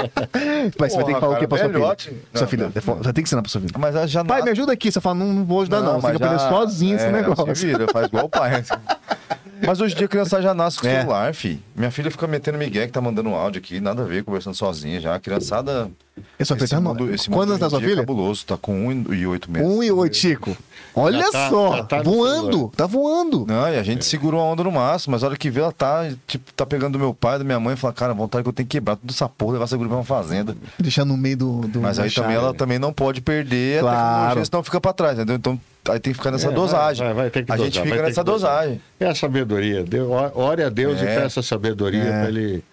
A: Mas você vai ter que falar o que pra sua
B: Porra, cara,
A: filha?
B: velhote.
A: Sua
B: Não,
A: filha,
B: não.
A: você fala- você tem que ensinar pra sua filha.
B: Mas ela já
A: Pai, me ajuda aqui. Você fala, não, não vou ajudar, não. Você tem que
B: mas
A: aprender
B: já-
A: sozinho esse
B: é, Se
A: negócio.
B: vira, faz igual o pai. assim. Mas hoje em dia a criança já nasce com
A: É.
B: celular, fi. Minha filha fica metendo migué que tá mandando um áudio aqui, nada a ver, conversando sozinha já. A criançada.
A: Eu só
B: esse
A: pensando,
B: mundo- esse mundo
A: quantos anos tá
B: hoje
A: sua
B: em dia é
A: filha?
B: cabuloso, tá com 1 e 8 meses.
A: Um e oito, Chico. Olha
C: tá-
A: só,
C: já tá no
A: voando,
C: celular.
A: tá voando.
B: Não, e a
C: É.
B: gente segurou a onda no máximo, mas a hora que vê, ela tá, tipo, tá pegando do meu pai, da minha mãe, e fala, cara, vontade que eu tenho que quebrar tudo essa porra, levar essa grupo pra uma fazenda.
A: Deixando no meio do. do
B: Mas aí
A: da
B: também
A: chave.
B: ela também não pode perder a
A: Claro.
B: tecnologia, senão fica pra trás, entendeu? Então aí tem que ficar nessa
C: É, vai,
B: dosagem.
C: vai, vai ter que
B: a
C: dosar,
B: gente
C: vai
B: fica
C: ter que
B: nessa
C: dosar.
B: dosagem.
C: É a sabedoria. Deu- Ore a Deus e
B: É.
C: peça sabedoria
A: É.
C: para ele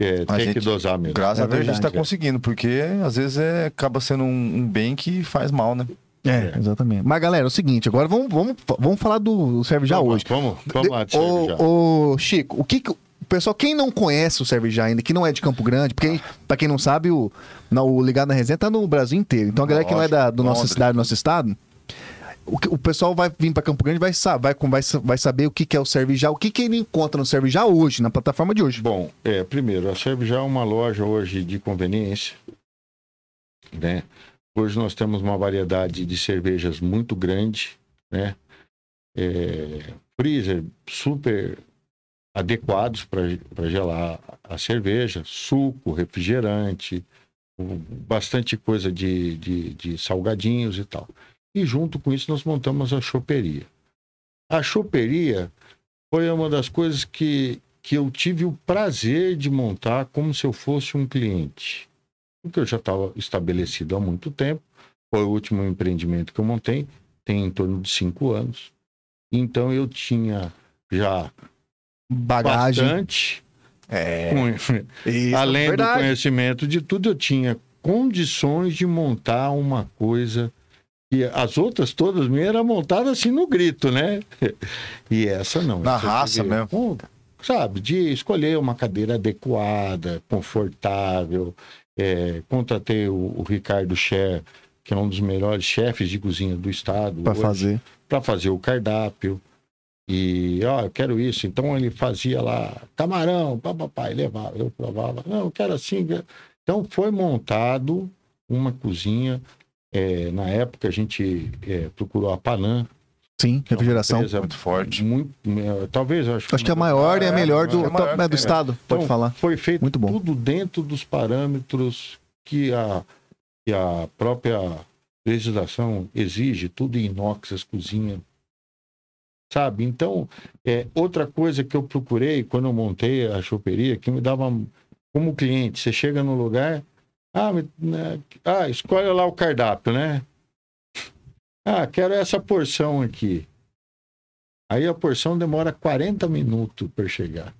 C: é,
B: A
C: ter que
B: gente-
C: dosar mesmo.
B: Graças
A: É
B: a Deus a gente
A: verdade,
B: tá
A: é.
B: conseguindo, porque às vezes é, acaba sendo um, um bem que faz mal, né?
A: É, exatamente. Mas, galera, é o seguinte, agora vamos, vamos, vamos falar do Serve Já
C: Vamos lá,
A: hoje.
C: Vamos, vamos lá, de
A: Ô,
C: cerveja.
A: ô, Chico, o que que. o Pessoal, quem não conhece o Serve Já ainda, que não é de Campo Grande, porque, pra quem não sabe, o, na- o Ligado na Resenha tá no Brasil inteiro. Então, a galera que não é da do nossa
B: Londres.
A: cidade, do nosso estado, o, que- o pessoal vai vir pra Campo Grande e vai, sa- vai, com- vai, sa- vai saber o que, que é o Serve Já, o que, que ele encontra no Serve Já hoje, na plataforma de hoje.
C: Bom, é, primeiro, a Cerveja é uma loja hoje de conveniência, né? Hoje nós temos uma variedade de cervejas muito grande, né? É, freezer super adequados para gelar a cerveja, suco, refrigerante, um- bastante coisa de, de, de salgadinhos e tal. E junto com isso nós montamos a choperia. A choperia foi uma das coisas que, que eu tive o prazer de montar como se eu fosse um cliente. Porque eu já estava estabelecido há muito tempo, foi o último empreendimento que eu montei, tem em torno de cinco anos. Então eu tinha já
A: Bagagem.
C: bastante,
B: É.
C: com-
A: Isso,
C: além do
A: verdade.
C: conhecimento de tudo, eu tinha condições de montar uma coisa que as outras todas minhas eram montadas assim no grito, né? E essa não.
B: Na
C: essa eu
B: raça
C: tive-
B: mesmo.
C: com- sabe, de escolher uma cadeira adequada, confortável. É, contratei o, o Ricardo Scher, que é um dos melhores chefes de cozinha do estado.
A: Pra
C: hoje
A: fazer.
C: para fazer o cardápio. E, ó, eu quero isso. Então ele fazia lá camarão, papai, levava, eu provava. Não, eu quero assim. eu- Então foi montado uma cozinha. eh, na época a gente eh, procurou a Panam.
A: Sim,
C: que é uma
A: refrigeração.
C: empresa
B: Muito forte.
C: Muito, eh, talvez, eu acho,
A: Acho que é a maior e a
B: É,
A: melhor do,
B: é a maior,
A: é do
B: é.
A: estado, pode
C: né? Então,
A: falar.
C: Foi feito
A: Muito bom.
C: tudo dentro dos parâmetros que a, que a própria legislação exige, tudo em inox, as cozinhas. Sabe? Então, é, outra coisa que eu procurei quando eu montei a choperia, que me dava como cliente, você chega num lugar, ah, me- né, ah, escolhe lá o cardápio, né? Ah, quero essa porção aqui. Aí a porção demora 40 minutos para chegar.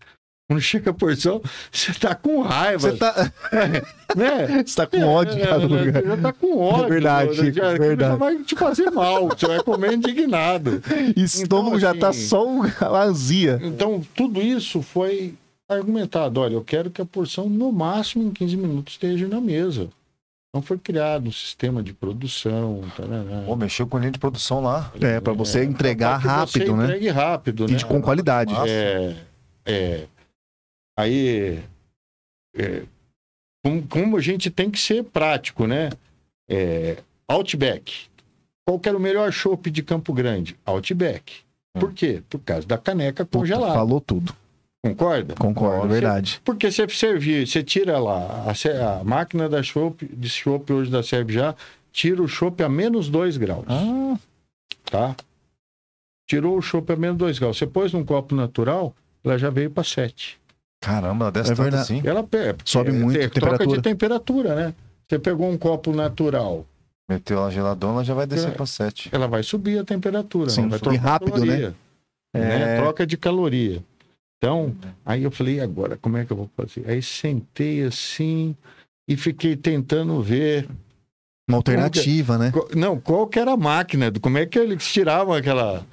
C: Quando chega a porção, você tá com raiva,
A: Você tá,
C: né?
A: você tá com ódio de cada
C: É, né?
A: lugar.
C: Você já tá com ódio.
A: É verdade,
C: já,
A: Chico,
C: já-
A: verdade.
C: já vai te fazer mal, você vai comer indignado.
A: Estômago já tá
C: assim,
A: só um- a azia.
C: Então, tudo isso foi argumentado. Olha, eu quero que a porção, no máximo, em 15 minutos, esteja na mesa. Então, foi criado um sistema de produção. tá, tarará.
B: Pô, mexeu com a linha de produção lá.
A: É, pra você entregar
C: Pra que
A: rápido,
C: você
A: né?
C: Entregue rápido,
A: E
C: né?
A: de, com qualidade.
B: Massa.
C: É, é, aí, é, como, como a gente tem que ser prático, né? É, Outback. Qual que era o melhor chopp de Campo Grande? Outback. Por quê? Por causa da caneca
A: Puta,
C: congelada.
A: falou tudo.
C: Concorda?
A: Concordo, é
C: Você-
A: verdade.
C: Porque você servir, você tira lá a, ce- a máquina da chopp, de chopp hoje da serve já, tira o chopp a menos 2 graus
A: Ah,
C: tá? Tirou o chopp a menos 2 graus. Você pôs num copo natural, ela já veio para 7.
B: Caramba, ela desce
A: É
B: tanto
A: verdade.
B: assim.
C: Ela pe-
A: Sobe muito a
C: é, troca
A: temperatura.
C: de temperatura, né? Você pegou um copo natural,
B: Meteu ela geladona, ela já vai descer
C: É.
B: pra 7.
C: ela vai subir a temperatura,
A: Sim,
C: né? vai
A: e
C: trocar
A: rápido, né?
C: caloria, né?
A: É.
C: Troca de caloria. Então, aí eu falei, e agora, como é que eu vou fazer? Aí sentei assim e fiquei tentando ver
A: Uma alternativa, né?
C: Co- Não, qual que era a máquina? do- Como é que eles tiravam aquela.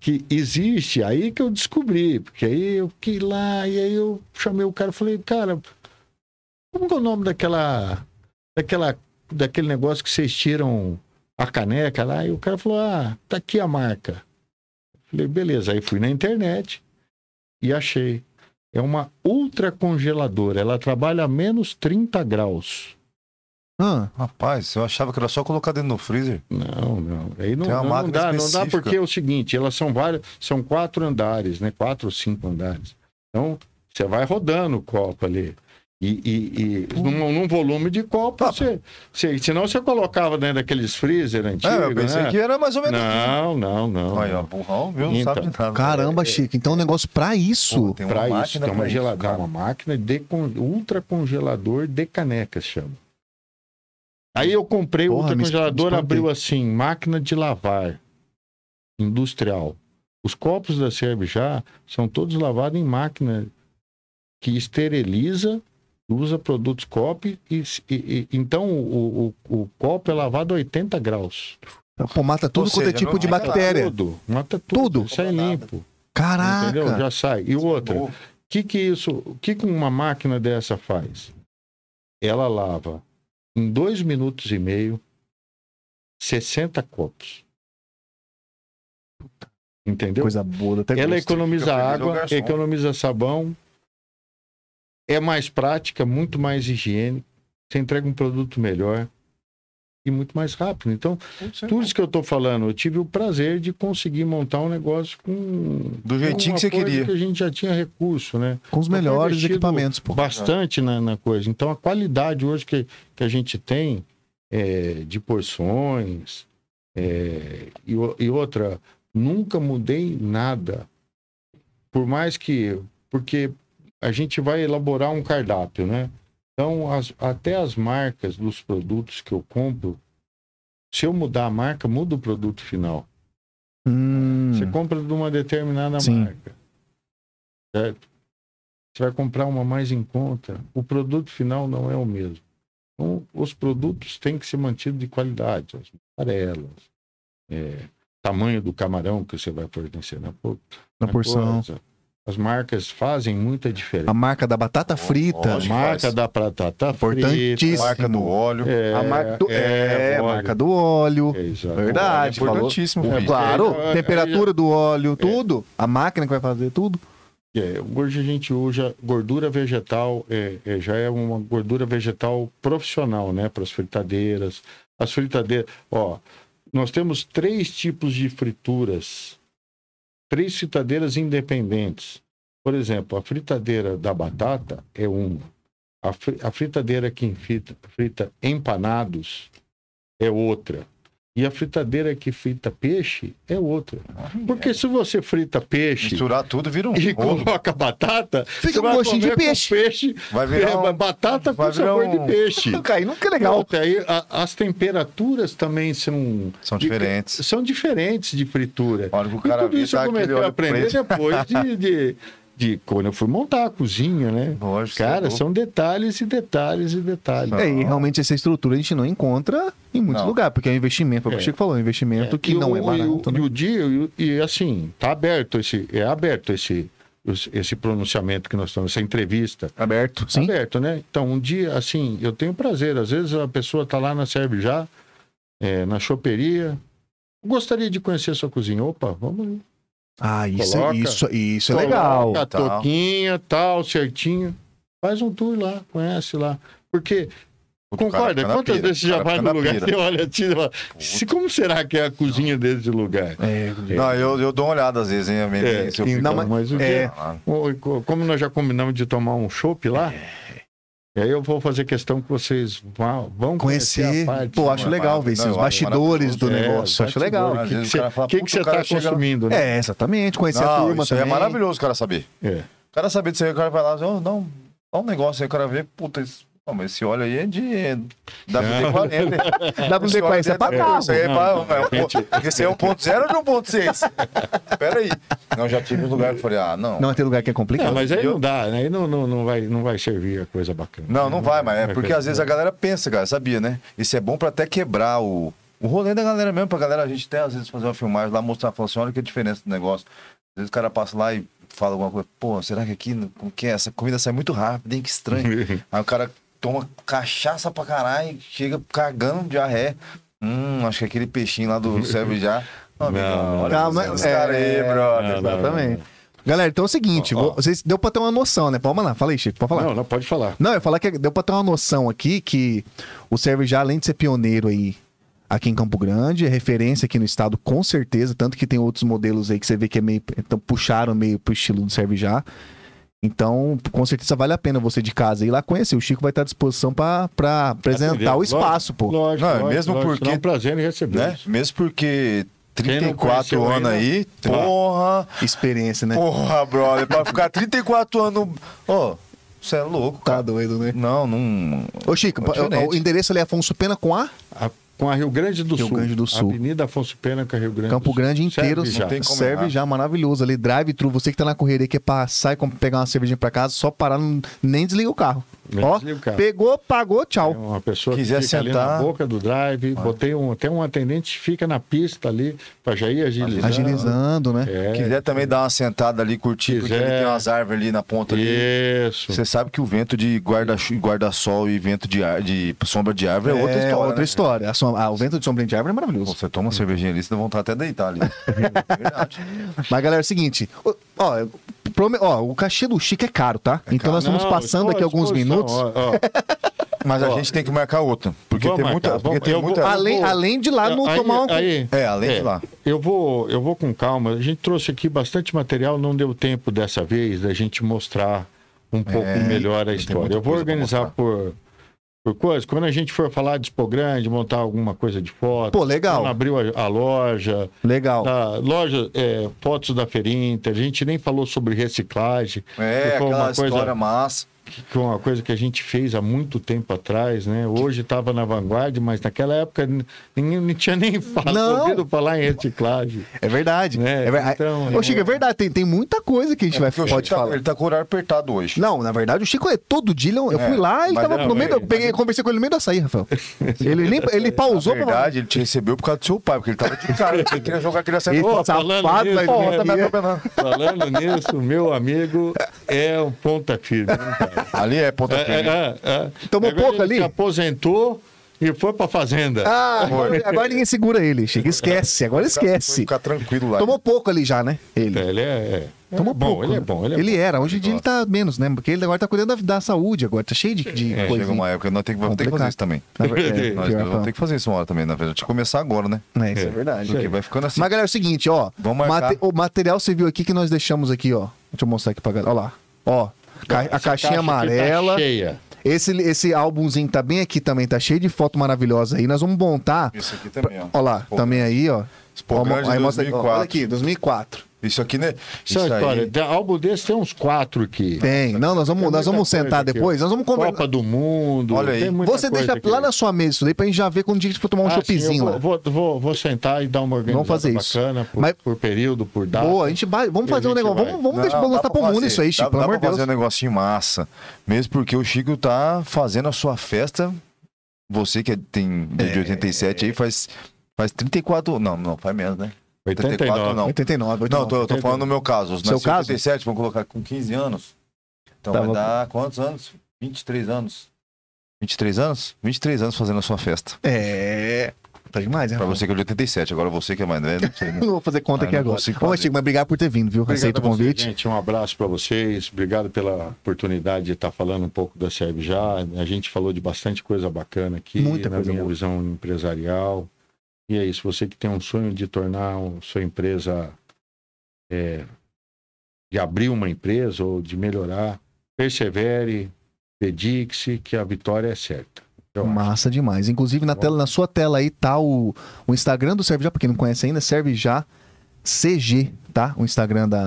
C: Que existe, aí que eu descobri, porque aí eu fiquei lá, e aí eu chamei o cara e falei, cara, como que é o nome daquela. daquela daquele negócio que vocês tiram a caneca lá? E o cara falou, ah, tá aqui a marca. Eu falei, beleza, aí fui na internet e achei. É uma ultracongeladora, ela trabalha a menos 30 graus.
A: Ah,
B: Rapaz, eu achava que era só colocar dentro no freezer.
C: Não, não. Aí não,
B: Tem uma
C: não,
B: máquina
C: dá, não dá
B: específica.
C: porque é o seguinte, elas são várias, são quatro andares, né? Quatro ou cinco andares. Então, você vai rodando o copo ali. E, e, e num, num volume de copo, você, você, senão você colocava dentro daqueles freezer antigos,
B: Tá. é, eu pensei
C: né?
B: que era mais ou menos.
C: Não, não, não.
B: Aí, ó, burrão, viu? Não
C: Então.
B: sabe de nada.
A: caramba,
B: É,
A: Chico. Então, um negócio pra
B: pô,
A: isso.
B: Tem uma
C: Para isso,
B: máquina
C: tem
B: pra
C: uma
B: isso,
C: geladora,
B: cara.
C: uma máquina de con... ultracongelador de canecas, chama. Aí eu comprei o
A: Porra, me
C: ultracongelador,
A: espantei.
C: abriu assim, máquina de lavar industrial. Os copos da Serve já são todos lavados em máquina que esteriliza, usa produtos COP e, e- e- então o, o- o copo é lavado a 80 graus. Tá
A: Pô, mata tudo
B: Ou
A: quanto é
B: seja,
A: tipo
B: não
A: de
B: mata
A: bactéria.
C: Tudo, mata tudo.
A: Tudo?
B: é
C: Sai limpo.
A: Caraca!
C: Entendeu? Já sai. E outra,
B: Bom,
C: que que isso, o que que uma máquina dessa faz? Ela lava em dois minutos e meio 60 copos. Entendeu?
A: Coisa boa, até
C: Ela é
A: gosto.
C: economiza
B: Fica perdendo o
C: água,
B: garçom.
C: economiza sabão, é mais prática, muito mais higiene, você entrega um produto melhor e muito mais rápido. Então, tudo isso que eu estou falando, eu tive o prazer de conseguir montar um negócio com
B: Do jeitinho
C: com um
B: que você
C: apoio
B: queria.
C: que a gente já tinha recurso, né?
A: Com os melhores
C: investido
A: equipamentos, pô.
C: Bastante na, na coisa. Então, a qualidade hoje que, que a gente tem é, de porções é, e, o- e outra, nunca mudei nada. Por mais que. Porque a gente vai elaborar um cardápio, né? Então, as- até as marcas dos produtos que eu compro, se eu mudar a marca, muda o produto final.
A: Hum,
C: Você compra de uma determinada
A: Sim.
C: marca. Certo? Você vai comprar uma mais em conta. O produto final não é o mesmo. Então, os produtos têm que ser mantidos de qualidade. As amarelas, é, tamanho do camarão que você vai fornecer na, por-
A: na porção. É.
C: coisa. As marcas fazem muita diferença.
A: A marca da batata frita.
C: A
B: Lógico.
C: marca
B: faz.
C: da batata
A: Importantíssimo.
C: frita.
B: Marca do óleo.
C: É,
A: a marca do, é,
C: é,
A: a
C: óleo.
A: marca do óleo.
C: É, exato.
A: Verdade, falou.
B: importantíssimo.
C: É,
B: filho.
C: claro.
A: Claro,
C: Aí É. já-
A: temperatura do óleo, tudo. A máquina que vai fazer tudo.
C: É, hoje a gente usa gordura vegetal, é, é, já é uma gordura vegetal profissional, né? Para as fritadeiras. As fritadeiras. Ó, nós temos três tipos de frituras, três fritadeiras independentes. Por exemplo, a fritadeira da batata é uma. A, fri- a fritadeira que frita, frita empanados é outra. E a fritadeira que frita peixe é outra. Porque se você frita peixe
B: Misturar tudo vira um
C: e
B: bolo.
C: coloca batata,
A: Fica
C: você
A: um
C: vai
A: gostinho de
C: comer com
A: peixe.
C: peixe,
B: Vai virar
C: é,
B: um...
C: batata
B: vai
C: com
B: virar
C: sabor
B: um-
C: de peixe.
A: Cara, e nunca é legal.
C: Outra, aí, a- as temperaturas também são,
B: São
C: de-
B: diferentes.
C: são diferentes de fritura.
B: A hora que o
C: E
B: cara
C: tudo
B: vê,
C: isso
B: tá
C: eu comecei
B: aquele
C: a
B: óleo
C: aprender
B: preto.
C: depois de, de, de quando eu fui montar a cozinha, né?
B: Lógico,
C: Cara,
B: você é
C: são detalhes e detalhes e detalhes.
A: É, e realmente essa estrutura a gente não encontra em muito
B: Não.
A: lugar, porque é um investimento, foi o que o
C: É.
A: Chico falou, é um investimento que
C: E
A: não
C: o-
A: é barato.
C: E, o-
A: né?
C: e o dia, e, o- e assim, tá aberto esse, é aberto esse, os- esse pronunciamento que nós estamos, essa entrevista.
A: Aberto,
C: Tá
A: sim.
C: aberto, né? Então, um dia, assim, eu tenho prazer. Às vezes a pessoa tá lá na Serve já, é, na choperia. Gostaria de conhecer a sua cozinha. Opa, vamos aí.
A: Ah, isso, é-
C: Coloca-
A: isso, isso é
C: Coloca
A: legal.
C: A
B: tal.
C: toquinha, tal, certinho. Faz um tour lá, conhece lá. Porque,
B: Puta, o cara
C: concorda?
B: fica na
C: É Quantas
B: pira,
C: vezes você
B: o
C: já
B: cara
C: vai
B: fica
C: no
B: na
C: lugar
B: pira.
C: e olha, tira e fala, "Se- como será que é a cozinha desse lugar?
A: É,
B: Não, eu, eu dou uma olhada às vezes, hein, a minha-
C: É,
B: se eu
C: então,
B: fico-
A: Não, mas-
C: o
A: é,
C: dia-
B: Ah,
C: Ô, co- Como nós já combinamos de tomar um chopp lá,
B: É.
C: e aí eu vou fazer questão que vocês vá- vão conhecer,
A: Conhecer,
C: a parte.
A: pô, acho
B: Não, é
A: legal ver
B: maravilhoso.
A: esses
B: Não, eu acho
A: bastidores do
B: maravilhoso.
C: É,
A: negócio, acho
C: bastidor,
A: legal.
B: né?
C: O
B: Às
C: que,
B: vezes
C: que
B: o
C: você,
B: cara fala,
C: que
B: "Puta,
C: que você
B: o cara
C: tá
B: chega lá."
C: consumindo, né?
A: É, exatamente, conhecer a
B: Não,
A: turma
B: isso aí é
A: também.
B: maravilhoso o cara saber.
C: É.
B: O cara saber disso aí, o cara vai lá, oh, não, dá um negócio aí, o cara vê, puta, esse, não, mas esse óleo aí é de WD-40.
A: WD-40 é pra carro.
B: Isso aí né?" é
C: Não,
B: pra- é um
C: gente.
B: ponto- Esse é 1.0 ou de 1.6? Pera aí. Não, já tive um lugar que eu falei, ah, não.
A: Não, tem lugar que é
C: Não,
A: complicado.
C: mas aí
B: eu-
C: não dá, né? Aí não, não, não, vai, não vai servir a coisa bacana.
B: Não, não vai, mas é
C: vai
B: porque
C: fazer.
B: às vezes a galera pensa, cara, sabia, né? Isso é bom pra até quebrar o, o rolê da galera mesmo, pra galera, a gente até às vezes fazer uma filmagem lá, mostrar, falar assim, olha que diferença do negócio. Às vezes o cara passa lá e fala alguma coisa, pô, será que aqui, como que é? Essa comida sai muito rápido, hein? Que estranho. Aí o cara toma cachaça pra caralho, chega cagando diarré. Hum, acho que aquele peixinho lá do serve já. Não, amigo,
C: Não,
B: olha
A: não,
B: esses
A: é-
B: caras aí, brother.
C: Não, não.
A: Exatamente. Galera, então é o seguinte,
C: Ó, ó.
A: vocês deu pra ter uma noção, né? Pode lá, fala aí, Chico, pode falar.
C: Não, não, pode falar.
A: Não, eu ia falar que deu pra ter uma noção aqui que o Serve já, além de ser pioneiro aí aqui em Campo Grande, é referência aqui no estado com certeza, tanto que tem outros modelos aí que você vê que é meio, então, puxaram meio pro estilo do Serve já. Então, com certeza vale a pena você de casa ir lá conhecer. O Chico vai estar à disposição pra pra apresentar o
C: Lógico,
A: espaço, pô.
C: Lógico,
B: Não, é
C: lógico,
B: mesmo
C: lógico.
B: porque-
C: É um prazer em receber.
B: Né? Mesmo porque
C: Quem não
B: 34
C: conheceu
B: anos
C: ainda,
B: aí,
C: tá.
B: porra...
A: Experiência, né?
B: Porra, brother, pra ficar 34 anos. Ô, você é louco,
A: Tá
B: cara.
A: doido, né?
B: Não, não.
A: Ô, Chico,
B: É diferente.
A: o, o endereço ali é Afonso Pena com A?
C: A- com a Rio Grande do
A: Rio
C: Sul.
A: Grande do Sul.
C: Avenida Afonso Pena com a Rio Grande
A: Campo
C: do Sul.
A: Grande inteiro
C: Serve
B: não
C: já.
B: tem como
A: serve
B: errar.
A: já, maravilhoso ali, drive-thru, você que tá na correria, quer passar e com- pegar uma cervejinha pra casa, só parar, não- nem desliga o carro. Ó,
C: Desliga o carro.
A: pegou, pagou, tchau.
C: É Uma pessoa
B: Quiser
C: que fica ali
B: sentar-
C: na boca do drive, botei um, tem um atendente que fica na pista ali para já ir agilizando.
A: Agilizando, né?
C: É,
B: Quiser também dar uma sentada ali, curtir, porque
C: Quiser.
B: ele tem umas árvores ali na ponta ali.
C: isso.
B: Você sabe que o vento de guarda-chu- guarda-sol e vento de, ar, de sombra de árvore é, outra Hum. história.
A: outra
B: né?
A: história. A som- ah, o vento de sombrinha de árvore é maravilhoso.
B: Você toma uma cervejinha ali, senão vão estar até deitar ali. É verdade.
A: Mas, galera, é o seguinte. o- Ó, eu prome- ó, o cachê do Chico é caro, tá? então nós estamos
C: Não,
A: passando
C: estou à
A: aqui alguns
C: disposição,
A: minutos.
C: ó, ó.
B: Mas a
C: Ó,
B: gente tem que marcar outra. Porque
C: vamos
B: tem
C: marcar,
B: muita.
C: vamos-
B: porque tem
C: eu vou-
B: muita...
C: Ale-
A: além,
C: vou-
A: além de lá não
C: Aí-
A: tomar um...
C: aí-
B: É, além de
C: É.
B: lá.
C: Eu vou, eu vou com calma. A gente trouxe aqui bastante material, não deu tempo dessa vez da gente mostrar um pouco melhor a
B: É, muita
C: história. Eu vou
B: coisa pra
C: organizar
B: mostrar.
C: por, por coisa. Quando a gente for falar de Expo Grande, montar alguma coisa de foto.
A: Pô, legal.
C: Quando abriu a, a loja.
A: Legal.
C: da loja, é, fotos da Ferinta. A gente nem falou sobre reciclagem.
B: É,
C: que foi
B: aquela
C: Ah, uma coisa
B: história massa.
C: que é uma coisa que a gente fez há muito tempo atrás, né? Hoje estava na vanguarda, mas naquela época n- ninguém não tinha nem falado,
A: Não.
C: ouvido falar em reciclagem.
A: É verdade.
C: Né?
A: É ver-
C: Então,
A: Ô, Chico, é
C: é-
A: verdade. Tem, tem muita coisa que a gente vai,
B: Porque o
A: pode
B: Chico tá-
A: falar.
B: Ele tá com o horário apertado hoje.
A: Não, na verdade, o Chico é todo dia. ele é um- Eu
B: É,
A: fui lá, ele
B: mas
A: tava
B: não,
A: no meio.
B: mas-
A: da- eu peguei, conversei com ele no meio da saída, Rafael. Ele, nem, ele pausou
B: Na
A: pra-
B: verdade, ele te recebeu por causa do seu pai, porque ele tava de cara. Ele queria jogar aquele
A: Esse
B: acerto.
A: safado
C: falando
A: vai
C: nisso, ó,
A: vir
C: tá
A: aqui.
C: Falando nisso, meu amigo é um ponta firme. né, cara?
B: Ali é ponta
C: É,
B: firme.
C: é, é, é.
A: Tomou
C: Agora
A: pouco
C: ele
A: ali?
C: Se aposentou e foi pra fazenda.
A: Ah, agora, agora ninguém segura ele, Chica. Esquece, agora
B: Foi
A: esquece.
B: Ficar tranquilo lá.
A: Tomou pouco ali já, né? Ele.
C: Ele é, é
A: Tomou
C: bom,
A: pouco.
C: ele é
A: né?
C: bom, ele é bom.
A: era, hoje em dia ele tá menos, né? Porque ele agora tá cuidando da, da saúde agora, tá cheio de, de
B: É,
A: coisinha.
B: chega uma época, nós temos que, vamos ter que fazer
A: Complicado.
B: isso também.
A: Na verdade, é,
B: Nós
A: pior
B: vamos
A: falar.
B: ter que fazer isso uma hora também, na verdade. Tinha que começar agora, né?
A: É, isso é verdade.
B: Porque vai ficando assim.
A: Mas, galera, é o seguinte, ó.
B: Vamos marcar.
A: mate- o material você viu aqui que nós deixamos aqui, ó. Deixa eu mostrar aqui pra galera. Ó lá. Ó. ca-
C: Essa
A: a
C: caixa
A: caixinha
C: aqui tá
A: amarela.
C: cheia.
A: esse, esse álbumzinho tá bem aqui também, tá cheio de foto maravilhosa aí. Nós vamos montar.
B: Isso aqui também, ó.
A: Ó lá,
B: Expo-
A: também aí, ó.
B: Expo
A: Ó, mo-
B: Grande
A: aí mostra- ó,
B: 2004.
A: Olha aqui, 2004.
B: Isso aqui, né?
C: Isso é uma história.
A: Tá
C: de- Álbum desse tem uns quatro aqui.
A: Tem. Não, nós vamos,
C: Tem
A: nós
C: tá muita
A: vamos
C: coisa
A: sentar
C: aqui, ó.
A: depois, nós vamos conversar.
C: Copa do Mundo.
B: Olha aí.
C: tem muita
A: Você
C: coisa
A: deixa
C: aqui.
A: lá na sua mesa isso daí pra gente já ver quando dia que a gente for tomar um
C: Ah, sim,
A: shoppingzinho
C: eu
A: lá.
C: vou, vou, vou- vou sentar e dar uma organizada
A: fazer isso.
C: bacana Por,
A: Mas-
C: por período, por data.
A: Boa, a gente vai. Vamos
C: E a
A: fazer um
C: gente
A: negócio.
C: vai.
A: Vamos, vamos deixar lançar pro mundo isso aí, Chico,
B: dá,
A: pelo
B: dá
A: amor de
B: pra
A: Deus.
B: fazer um negocinho massa. Mesmo porque o Chico tá fazendo a sua festa. Você que é- tem de 87 aí faz, faz 34. Não, não, faz menos, né?
C: 89.
B: não.
A: 89,
B: Não,
A: 89.
B: tô, eu tô falando no meu caso. Os
A: Seu
B: nascidos em
A: caso?
B: 87, vamos colocar com 15 anos. Então
A: Tá,
B: vai
A: vou-
B: dar quantos anos? 23 anos. 23 anos? 23 anos fazendo a sua festa.
A: É. Tá demais, né?
B: Pra você que é de 87, agora você que é mais velho, não sei, né?
A: Não vou fazer conta
B: Ah,
A: aqui
B: não
A: agora.
B: consigo
A: Ô,
B: fazer.
A: Chico, mas obrigado por ter vindo, viu?
C: Obrigado
A: Aceito
C: a
A: o
C: você,
A: convite.
C: gente, um abraço para vocês. Obrigado pela oportunidade de estar falando um pouco da Serve Já. A gente falou de bastante coisa bacana aqui,
A: Muita
C: na
A: coisa
C: minha
A: boa.
C: visão empresarial. E é isso. Você que tem um sonho de tornar um- sua empresa, é, de abrir uma empresa ou de melhorar, persevere, dedique-se, que a vitória é certa. Eu acho.
A: Massa demais. Inclusive, na,
C: Bom.
A: tela, na sua tela aí tá o, o Instagram do Serve Já, pra quem não conhece ainda, Serve Já CG, tá? O Instagram da.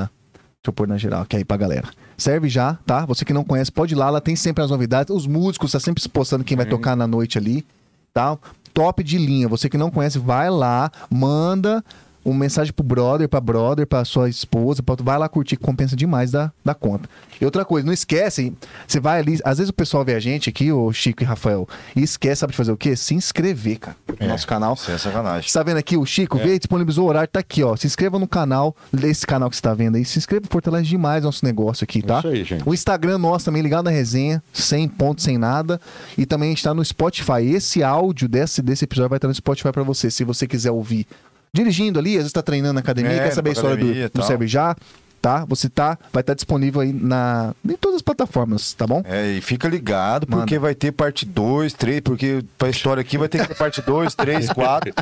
A: Deixa eu pôr na geral, que aí pra galera. Serve já, tá? Você que não conhece, pode ir lá, ela tem sempre as novidades. Os músicos, tá sempre se postando quem vai
B: Uhum.
A: tocar na noite ali, tá? Top de linha. Você que não conhece, vai lá, manda uma mensagem pro brother, pra brother, pra sua esposa, pra... vai lá curtir, que compensa demais da, da conta. E outra coisa, não esquece, você vai ali, às vezes o pessoal vê a gente aqui, o Chico e Rafael, e esquece, sabe de fazer o quê? Se inscrever, cara, no nosso canal.
B: Isso é sacanagem.
A: Você tá vendo aqui o
B: É.
A: Chico? Veio, disponibilizou o horário, tá aqui, ó. Se inscreva no canal, esse canal que você tá vendo aí. Se inscreva, fortalece demais nosso negócio aqui, tá?
C: Isso aí, gente.
A: O Instagram nosso também, ligado na resenha, sem ponto, sem nada. E também a gente tá no Spotify. Esse áudio desse, desse episódio vai estar no Spotify pra você, se você quiser ouvir. Dirigindo ali, às vezes tá treinando na academia,
B: É,
A: quer saber a
B: pra
A: história
B: academia e
A: do, do
B: tal.
A: Serve Já, tá? Você tá, vai estar disponível aí na, em todas as plataformas, tá bom?
B: É, e fica ligado, porque vai ter parte 2, 3, porque pra história aqui vai ter que ter parte 2, 3, 4.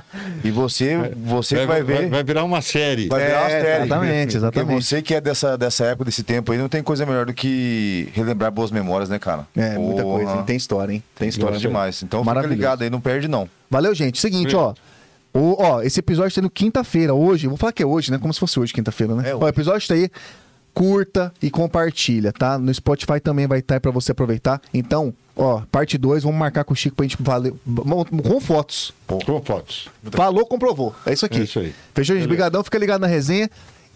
B: E você, você que vai ver.
C: vai virar uma série.
B: Vai virar uma
A: É,
B: série.
A: exatamente, exatamente.
B: Porque você que é dessa, dessa época, desse tempo aí, não tem coisa melhor do que relembrar boas memórias, né, cara?
A: É, muita
B: Porra,
A: coisa, hein? Tem história, hein?
B: Tem história
C: Maravilhoso.
B: demais. Então fica
A: Maravilhoso.
B: ligado aí, não perde não.
A: Valeu, gente. Seguinte, ó. O, ó, esse episódio está indo quinta-feira, hoje. Vou falar que é hoje, né? Como se fosse hoje, quinta-feira, né?
B: É
A: Ó,
B: hoje.
A: o episódio está aí. Curta e compartilha, tá? No Spotify também vai estar aí pra você aproveitar. Então, ó, parte 2, vamos marcar com o Chico pra gente valer. vamos- Com fotos.
C: Com fotos.
A: Falou, comprovou. É isso aqui.
C: É isso aí.
A: Fechou, gente?
C: Beleza.
A: Obrigadão. Fica ligado na resenha.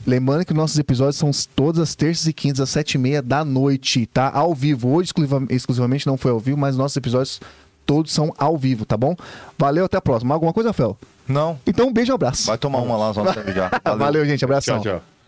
A: Lembrando que nossos episódios são todas as terças e quintas, às sete e meia da noite, tá? Ao vivo. Hoje exclusiva- exclusivamente não foi ao vivo, mas nossos episódios todos são ao vivo, tá bom? Valeu, até a próxima. Alguma coisa, Fel?
B: Não,
A: Então, um beijo e um abraço.
B: vai tomar uma lá só pra já.
A: Valeu, gente. Abração.
C: Tchau, tchau.